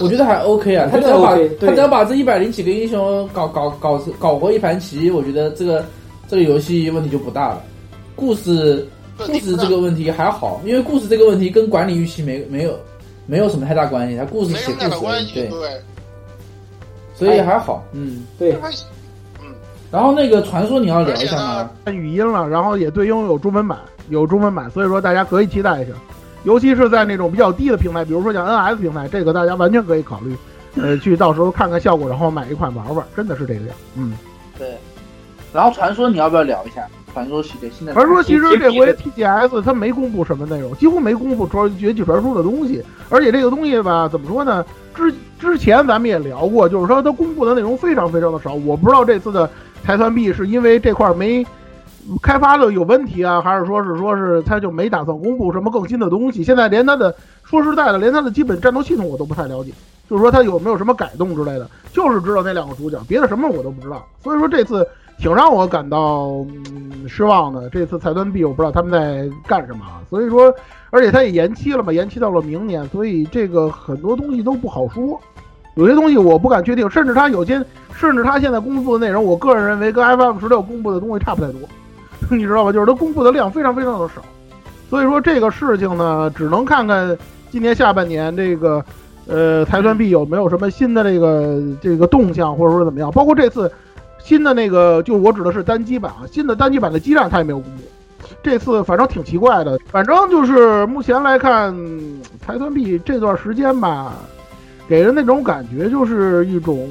Speaker 1: 我觉得还 OK 啊，他
Speaker 6: 我觉
Speaker 1: 只
Speaker 6: 得
Speaker 1: 要把
Speaker 6: OK，对
Speaker 1: 他只要把这一百零几个英雄搞搞搞搞活一盘棋，我觉得这个这个游戏问题就不大了。故事故事这个问题还好，因为故事这个问题跟管理预期没没有没有什么太大关系，他故事写故事而已对，
Speaker 5: 对，
Speaker 1: 所以还好，嗯，
Speaker 2: 对。
Speaker 1: 然后那个传说你要聊一下啊吗？
Speaker 6: 看语音了，然后也对应有中文版，有中文版，所以说大家可以期待一下，尤其是在那种比较低的平台，比如说像 NS 平台，这个大家完全可以考虑，呃，去到时候看看效果，然后买一款玩玩，真的是这个样。嗯，
Speaker 1: 对。然后传说你要不要聊一下？传说系列现在
Speaker 6: 传说其实这回 TGS 它没公布什么内容，几乎没公布传《崛起传说》的东西，而且这个东西吧，怎么说呢？之之前咱们也聊过，就是说它公布的内容非常非常的少，我不知道这次的台团币是因为这块没开发的有问题啊，还是说是说是他就没打算公布什么更新的东西？现在连他的说实在的，连他的基本战斗系统我都不太了解，就是说他有没有什么改动之类的，就是知道那两个主角，别的什么我都不知道。所以说这次挺让我感到、嗯、失望的。这次财团币我不知道他们在干什么啊，所以说而且它也延期了嘛，延期到了明年，所以这个很多东西都不好说。有些东西我不敢确定，甚至它有些，甚至它现在公布的内容，我个人认为跟 FF 十六公布的东西差不太多。 你知道吧？就是它公布的量非常非常的少，所以说这个事情呢，只能看看今年下半年这个呃财团币有没有什么新的这个这个动向，或者说怎么样。包括这次新的那个，就我指的是单机版啊，新的单机版的基站它也没有公布。这次反正挺奇怪的，反正就是目前来看，财团币这段时间吧，给人那种感觉就是一种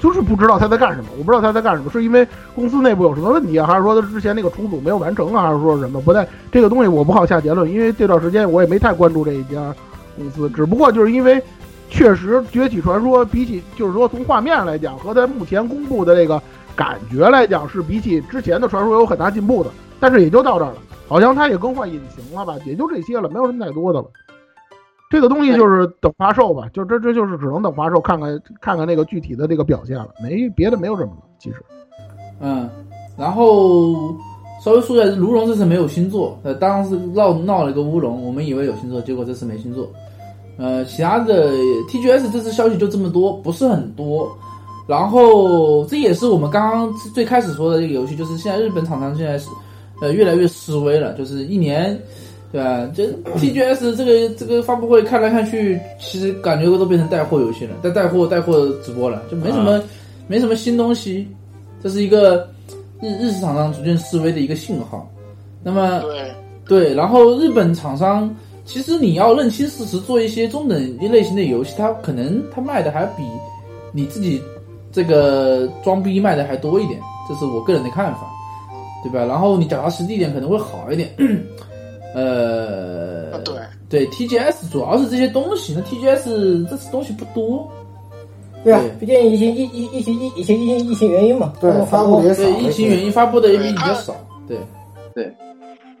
Speaker 6: 就是不知道他在干什么，我不知道他在干什么，是因为公司内部有什么问题啊，还是说他之前那个重组没有完成啊，还是说什么？不太这个东西我不好下结论，因为这段时间我也没太关注这一家公司，只不过就是因为确实《崛起传说》比起就是说从画面来讲和它目前公布的这个感觉来讲，是比起之前的传说有很大进步的，但是也就到这儿了，好像它也更换引擎了吧，也就这些了，没有什么太多的了。这个东西就是等发售吧，就这这就是只能等发售，看看看看那个具体的这个表现了，没别的没有什么了，其实。
Speaker 1: 嗯，然后稍微说一下，卢龙这次没有新作，呃，当时闹闹了一个乌龙，我们以为有新作，结果这次没新作。呃，其他的 TGS 这次消息就这么多，不是很多。然后这也是我们刚刚最开始说的这个游戏，就是现在日本厂商现在是呃越来越示威了，就是一年。对吧？这 TGS 这个这个发布会看来看去，其实感觉都变成带货游戏了，带带货带货直播了，就没什么、没什么新东西。这是一个日日式厂商逐渐示威的一个信号。那么
Speaker 5: 对
Speaker 1: 对，然后日本厂商其实你要认清事实，做一些中等类型的游戏，它可能它卖的还比你自己这个装逼卖的还多一点，这是我个人的看法，对吧？然后你脚踏实地一点可能会好一点。呃，
Speaker 5: 对
Speaker 1: 对，TGS 主要是这些东西，那 TGS 这次东西不多，
Speaker 11: 对啊，毕竟疫情疫疫疫情疫疫情疫情疫情原因嘛，发布
Speaker 1: 对疫情原因发布的也比较少，对对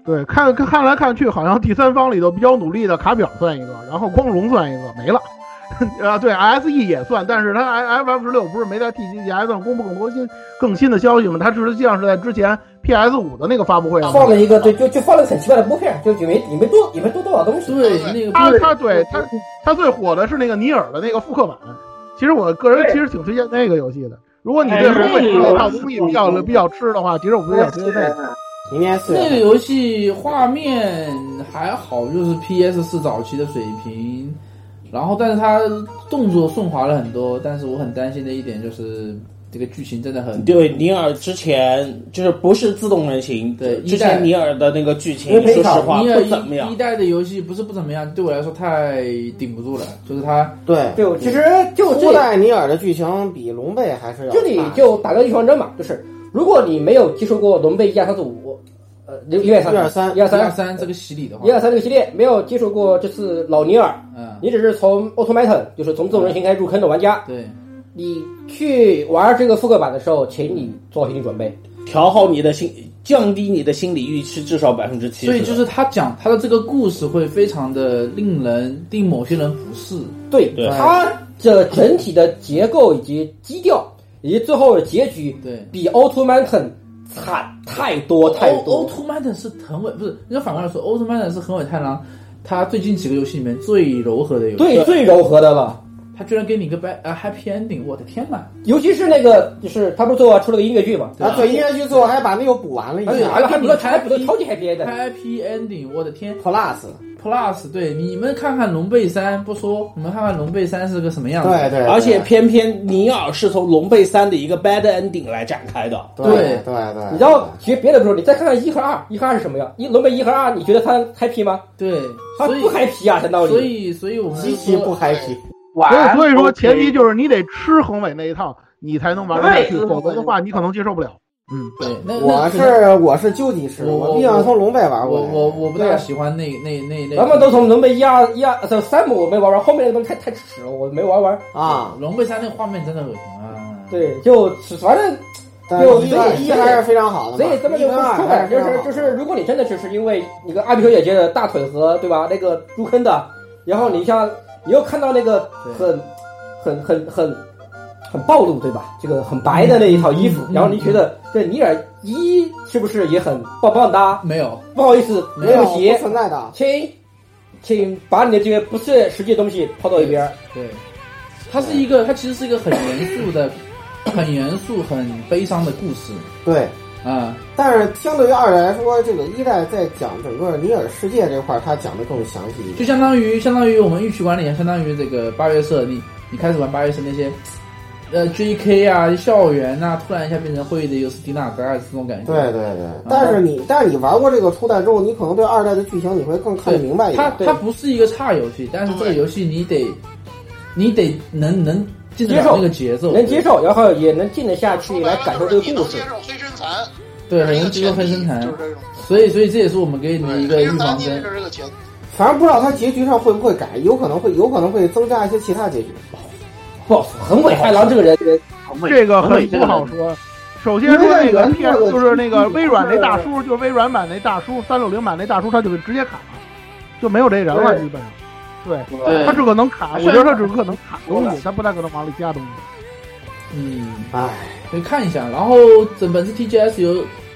Speaker 6: 对，看看看来看去，好像第三方里头比较努力的卡表算一个，然后光荣算一个，没了。 啊，对，SE 也算，但是它 F F 十六不是没在 TGS 上公布更多新更新的消息吗？它实际上是在之前 PS 五的那个发布会上
Speaker 11: 放了一个，对，就就放了个很奇怪的拨片，就也没也没多也没多多少东西。
Speaker 1: 对，那个
Speaker 6: 他他对 他他最火的是那个尼尔的那个复刻版，其实我个人其实挺推荐那个游戏的。如果你对后背那套东西比较比较吃的话，其实我不有点推荐那个。
Speaker 3: 明年四
Speaker 1: 那个游戏画面还好，就是 PS 四早期的水平，然后但是它动作顺滑了很多，但是我很担心的一点就是这个剧情真的很
Speaker 4: 对，尼尔之前就是不是自动人形，对，之前尼尔的那个剧情，说实话
Speaker 1: 尼尔
Speaker 4: 不
Speaker 1: 一
Speaker 4: 怎么样
Speaker 1: 一。代的游戏不是不怎么样，对我来说太顶不住了，就是它
Speaker 3: 对
Speaker 11: 对，其实就
Speaker 3: 初代尼尔的剧情比龙背还是要
Speaker 11: 这里就打个预防针嘛，就是如果你没有接触过龙背一二三四五，呃，六一二三一二
Speaker 1: 一二
Speaker 11: 三
Speaker 1: 三这个洗礼的话
Speaker 11: 一，二三这个系列，没有接触过这次老尼尔，
Speaker 1: 嗯，
Speaker 11: 你只是从 Automaton 就是从自动人形开始入坑的玩家，
Speaker 1: 对，
Speaker 11: 你去玩这个复刻版的时候，请你做好心理准备。
Speaker 4: 调好你的心，降低你的心理预期至少百分之七十。
Speaker 1: 所以就是他讲他的这个故事会非常的令人令某些人不适，
Speaker 11: 对
Speaker 4: 对
Speaker 11: 它的整体的结构以及基调，以
Speaker 2: 离最后的结局
Speaker 1: 对
Speaker 2: 比奥特曼肯惨太多太
Speaker 1: 欧
Speaker 2: 多。
Speaker 1: 特曼的是藤尾，不是应该反过来说，欧特曼的是横尾太郎，他最近几个游戏里面最柔和的游戏，
Speaker 2: 对最柔和的了。
Speaker 1: 他居然给你一个 b 呃 happy ending，我的天呐！
Speaker 2: 尤其是那个，就是他不是最后还出了个音乐剧嘛？
Speaker 1: 啊对音乐
Speaker 3: 剧最后还把那个补完了一下
Speaker 2: 啊还还补了，还补了超级
Speaker 1: happy ending，happy ending，我的天！Plus Plus，对，你们看看龙背山不说，你们看看龙背山是个什么样子？
Speaker 4: 而且偏偏尼尔是从龙背三的一个 bad ending 来展开的，
Speaker 2: 对
Speaker 3: 对对
Speaker 2: 你知道，其实别的不说，你再看看一和二，一和二是什么样？一龙背一和二，你觉得他 happy 吗？
Speaker 1: 对，
Speaker 2: 他不 happy 啊，陈道理。
Speaker 1: 所以，所以我们
Speaker 2: 极
Speaker 1: 其不
Speaker 3: happy。
Speaker 6: 所以所以说前提就是你得吃横尾那一套，你才能玩得下去，
Speaker 3: 对
Speaker 6: 否则的话你可能接受不了。嗯，
Speaker 1: 对，
Speaker 3: 我是我是究极吃，
Speaker 1: 我
Speaker 3: 我毕竟从龙背玩过
Speaker 1: 我
Speaker 3: 来。
Speaker 1: 我我不
Speaker 2: 对
Speaker 1: 大
Speaker 2: 啊
Speaker 1: 喜欢那那那那。
Speaker 2: 咱们都从龙背一二一二这呃三部我没玩完，后面那东西太太迟了，我没玩完
Speaker 3: 啊。
Speaker 1: 龙背山那画面真的恶心啊！
Speaker 2: 对，就反正
Speaker 3: 但
Speaker 2: 就
Speaker 3: 一
Speaker 2: 所以
Speaker 3: 还一还是非常好的嘛
Speaker 2: 所以咱们就
Speaker 3: 一跟二
Speaker 2: 说
Speaker 3: 还
Speaker 2: 白，
Speaker 3: 是非
Speaker 2: 就
Speaker 3: 常
Speaker 2: 是
Speaker 3: 好
Speaker 2: 就是，如果你真的只是因为你跟阿比小姐姐的大腿和对吧那个入坑的，然后你像你又看到那个很很很很很暴露对吧？这个很白的那一套衣服，
Speaker 1: 嗯嗯
Speaker 2: 然后你觉得这尼尔一是不是也很棒棒哒？
Speaker 1: 啊没有，
Speaker 2: 不好意思，
Speaker 3: 没有
Speaker 2: 对不起
Speaker 3: 不存在的，
Speaker 2: 请请把你的这个不是实际的东西抛到一边儿。
Speaker 1: 对，它是一
Speaker 3: 哦
Speaker 1: 个，它其实是一个很严肃的、 很严肃、很悲伤的故事。
Speaker 3: 对，
Speaker 1: 啊，
Speaker 3: 但是相对于二代来说，这个一代在讲整个尼尔世界这块儿，他讲的更详细一
Speaker 1: 就
Speaker 3: 点。
Speaker 1: 相当于相当于我们预期管理，相当于这个八月社，你你开始玩八月社那些，呃，JK 啊、校园呐、突然一下变成会议的尤斯蒂娜格尔斯这种感觉。
Speaker 3: 对对对，但是你但是你玩过这个初代之后，你可能对二代的剧情你会更看得明白一
Speaker 1: 它
Speaker 3: 点。嗯
Speaker 1: 它不是一个差游戏，但是这个游戏你得你得能能进得了那个节奏，
Speaker 2: 能接受，然后也能静得下去来感受这个故事。
Speaker 1: 对，很能接受黑身材。所以所以这也是我们给你的一个预防针。
Speaker 5: 这个前
Speaker 3: 反正不知道它结局上会不会改，有可能会有可能会增加一些其他结局。
Speaker 2: 不，横尾太郎这个人，
Speaker 6: 这个很不好说。首先说那个
Speaker 3: 因为
Speaker 6: P
Speaker 3: 原作的
Speaker 6: S 就是那个微软那大
Speaker 3: 就是
Speaker 6: 叔，就是微软版那大叔，三六零版那大叔，他就给直接砍了，就没有这人了，
Speaker 3: 对
Speaker 6: 基本上。对
Speaker 3: 对，
Speaker 6: 他只可能砍，
Speaker 3: 哎
Speaker 6: 我觉得他只可能砍东西，他不太可能往里加东西。
Speaker 1: 嗯，
Speaker 3: 哎，
Speaker 1: 可以看一下。然后整本次 TGS 有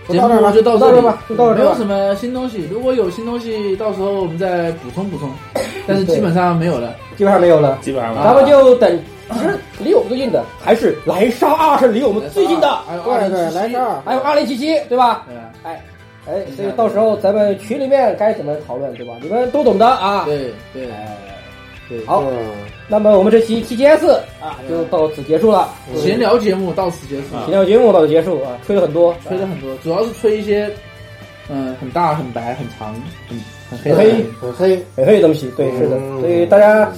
Speaker 6: 就
Speaker 1: 节
Speaker 6: 到这儿
Speaker 1: 目
Speaker 6: 吧
Speaker 1: 就到
Speaker 6: 就到
Speaker 1: 里
Speaker 6: 这儿吧就到这儿吧
Speaker 1: 没有什么新东西。如果有新东西，到时候我们再补充补充。
Speaker 6: 嗯
Speaker 1: 但是基本上没有了，
Speaker 2: 基本上没有了，
Speaker 4: 基本上
Speaker 2: 咱们就等，其实离我们最近的还是莱莎二是离我们最近的，
Speaker 3: 对对，来这儿。
Speaker 2: 还有二零七七，对吧？哎哎，所以到时候咱们群里面该怎么讨论，对吧？你们都懂的啊。
Speaker 1: 对对
Speaker 6: 哎
Speaker 1: 对，
Speaker 2: 好，那么我们这期 TGS 啊就到此结束了，
Speaker 1: 闲聊节目到此结束。
Speaker 2: 闲聊节目到此结束啊，吹了很多，
Speaker 1: 吹了很多，主要是吹一些嗯很大、很白、很长、很很黑的
Speaker 2: 很黑
Speaker 3: 很黑
Speaker 2: 很黑的东西，对，是的，
Speaker 1: 嗯
Speaker 2: 所以大家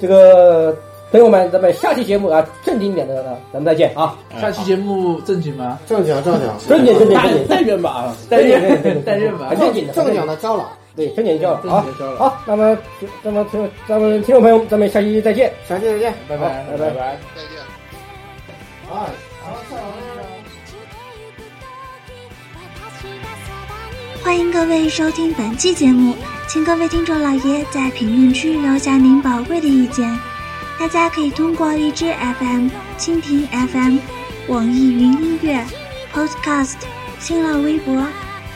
Speaker 2: 这个朋友们，咱们下期节目啊，正经一点的，咱们再见啊！
Speaker 1: 哎下期节目正经吗？
Speaker 3: 正经正经
Speaker 2: 正经正经正经
Speaker 1: 但愿吧啊，但
Speaker 2: 正经
Speaker 1: 愿
Speaker 2: 正经
Speaker 1: 但愿吧，
Speaker 2: 很啊正经的，
Speaker 3: 正经的交流，
Speaker 2: 对，正经交流
Speaker 1: 正
Speaker 2: 啊
Speaker 1: 经的交。流
Speaker 2: 好，那么那么听咱们听众朋友，咱们下期再见，
Speaker 3: 下期再见，
Speaker 1: 拜拜
Speaker 2: 拜拜。
Speaker 1: 拜。
Speaker 3: 啊，然后再往那个
Speaker 12: 欢迎各位收听本期节目，请各位听众老爷在评论区留下您宝贵的意见。大家可以通过荔枝 FM、蜻蜓 FM、网易云音乐、Podcast、新浪微博、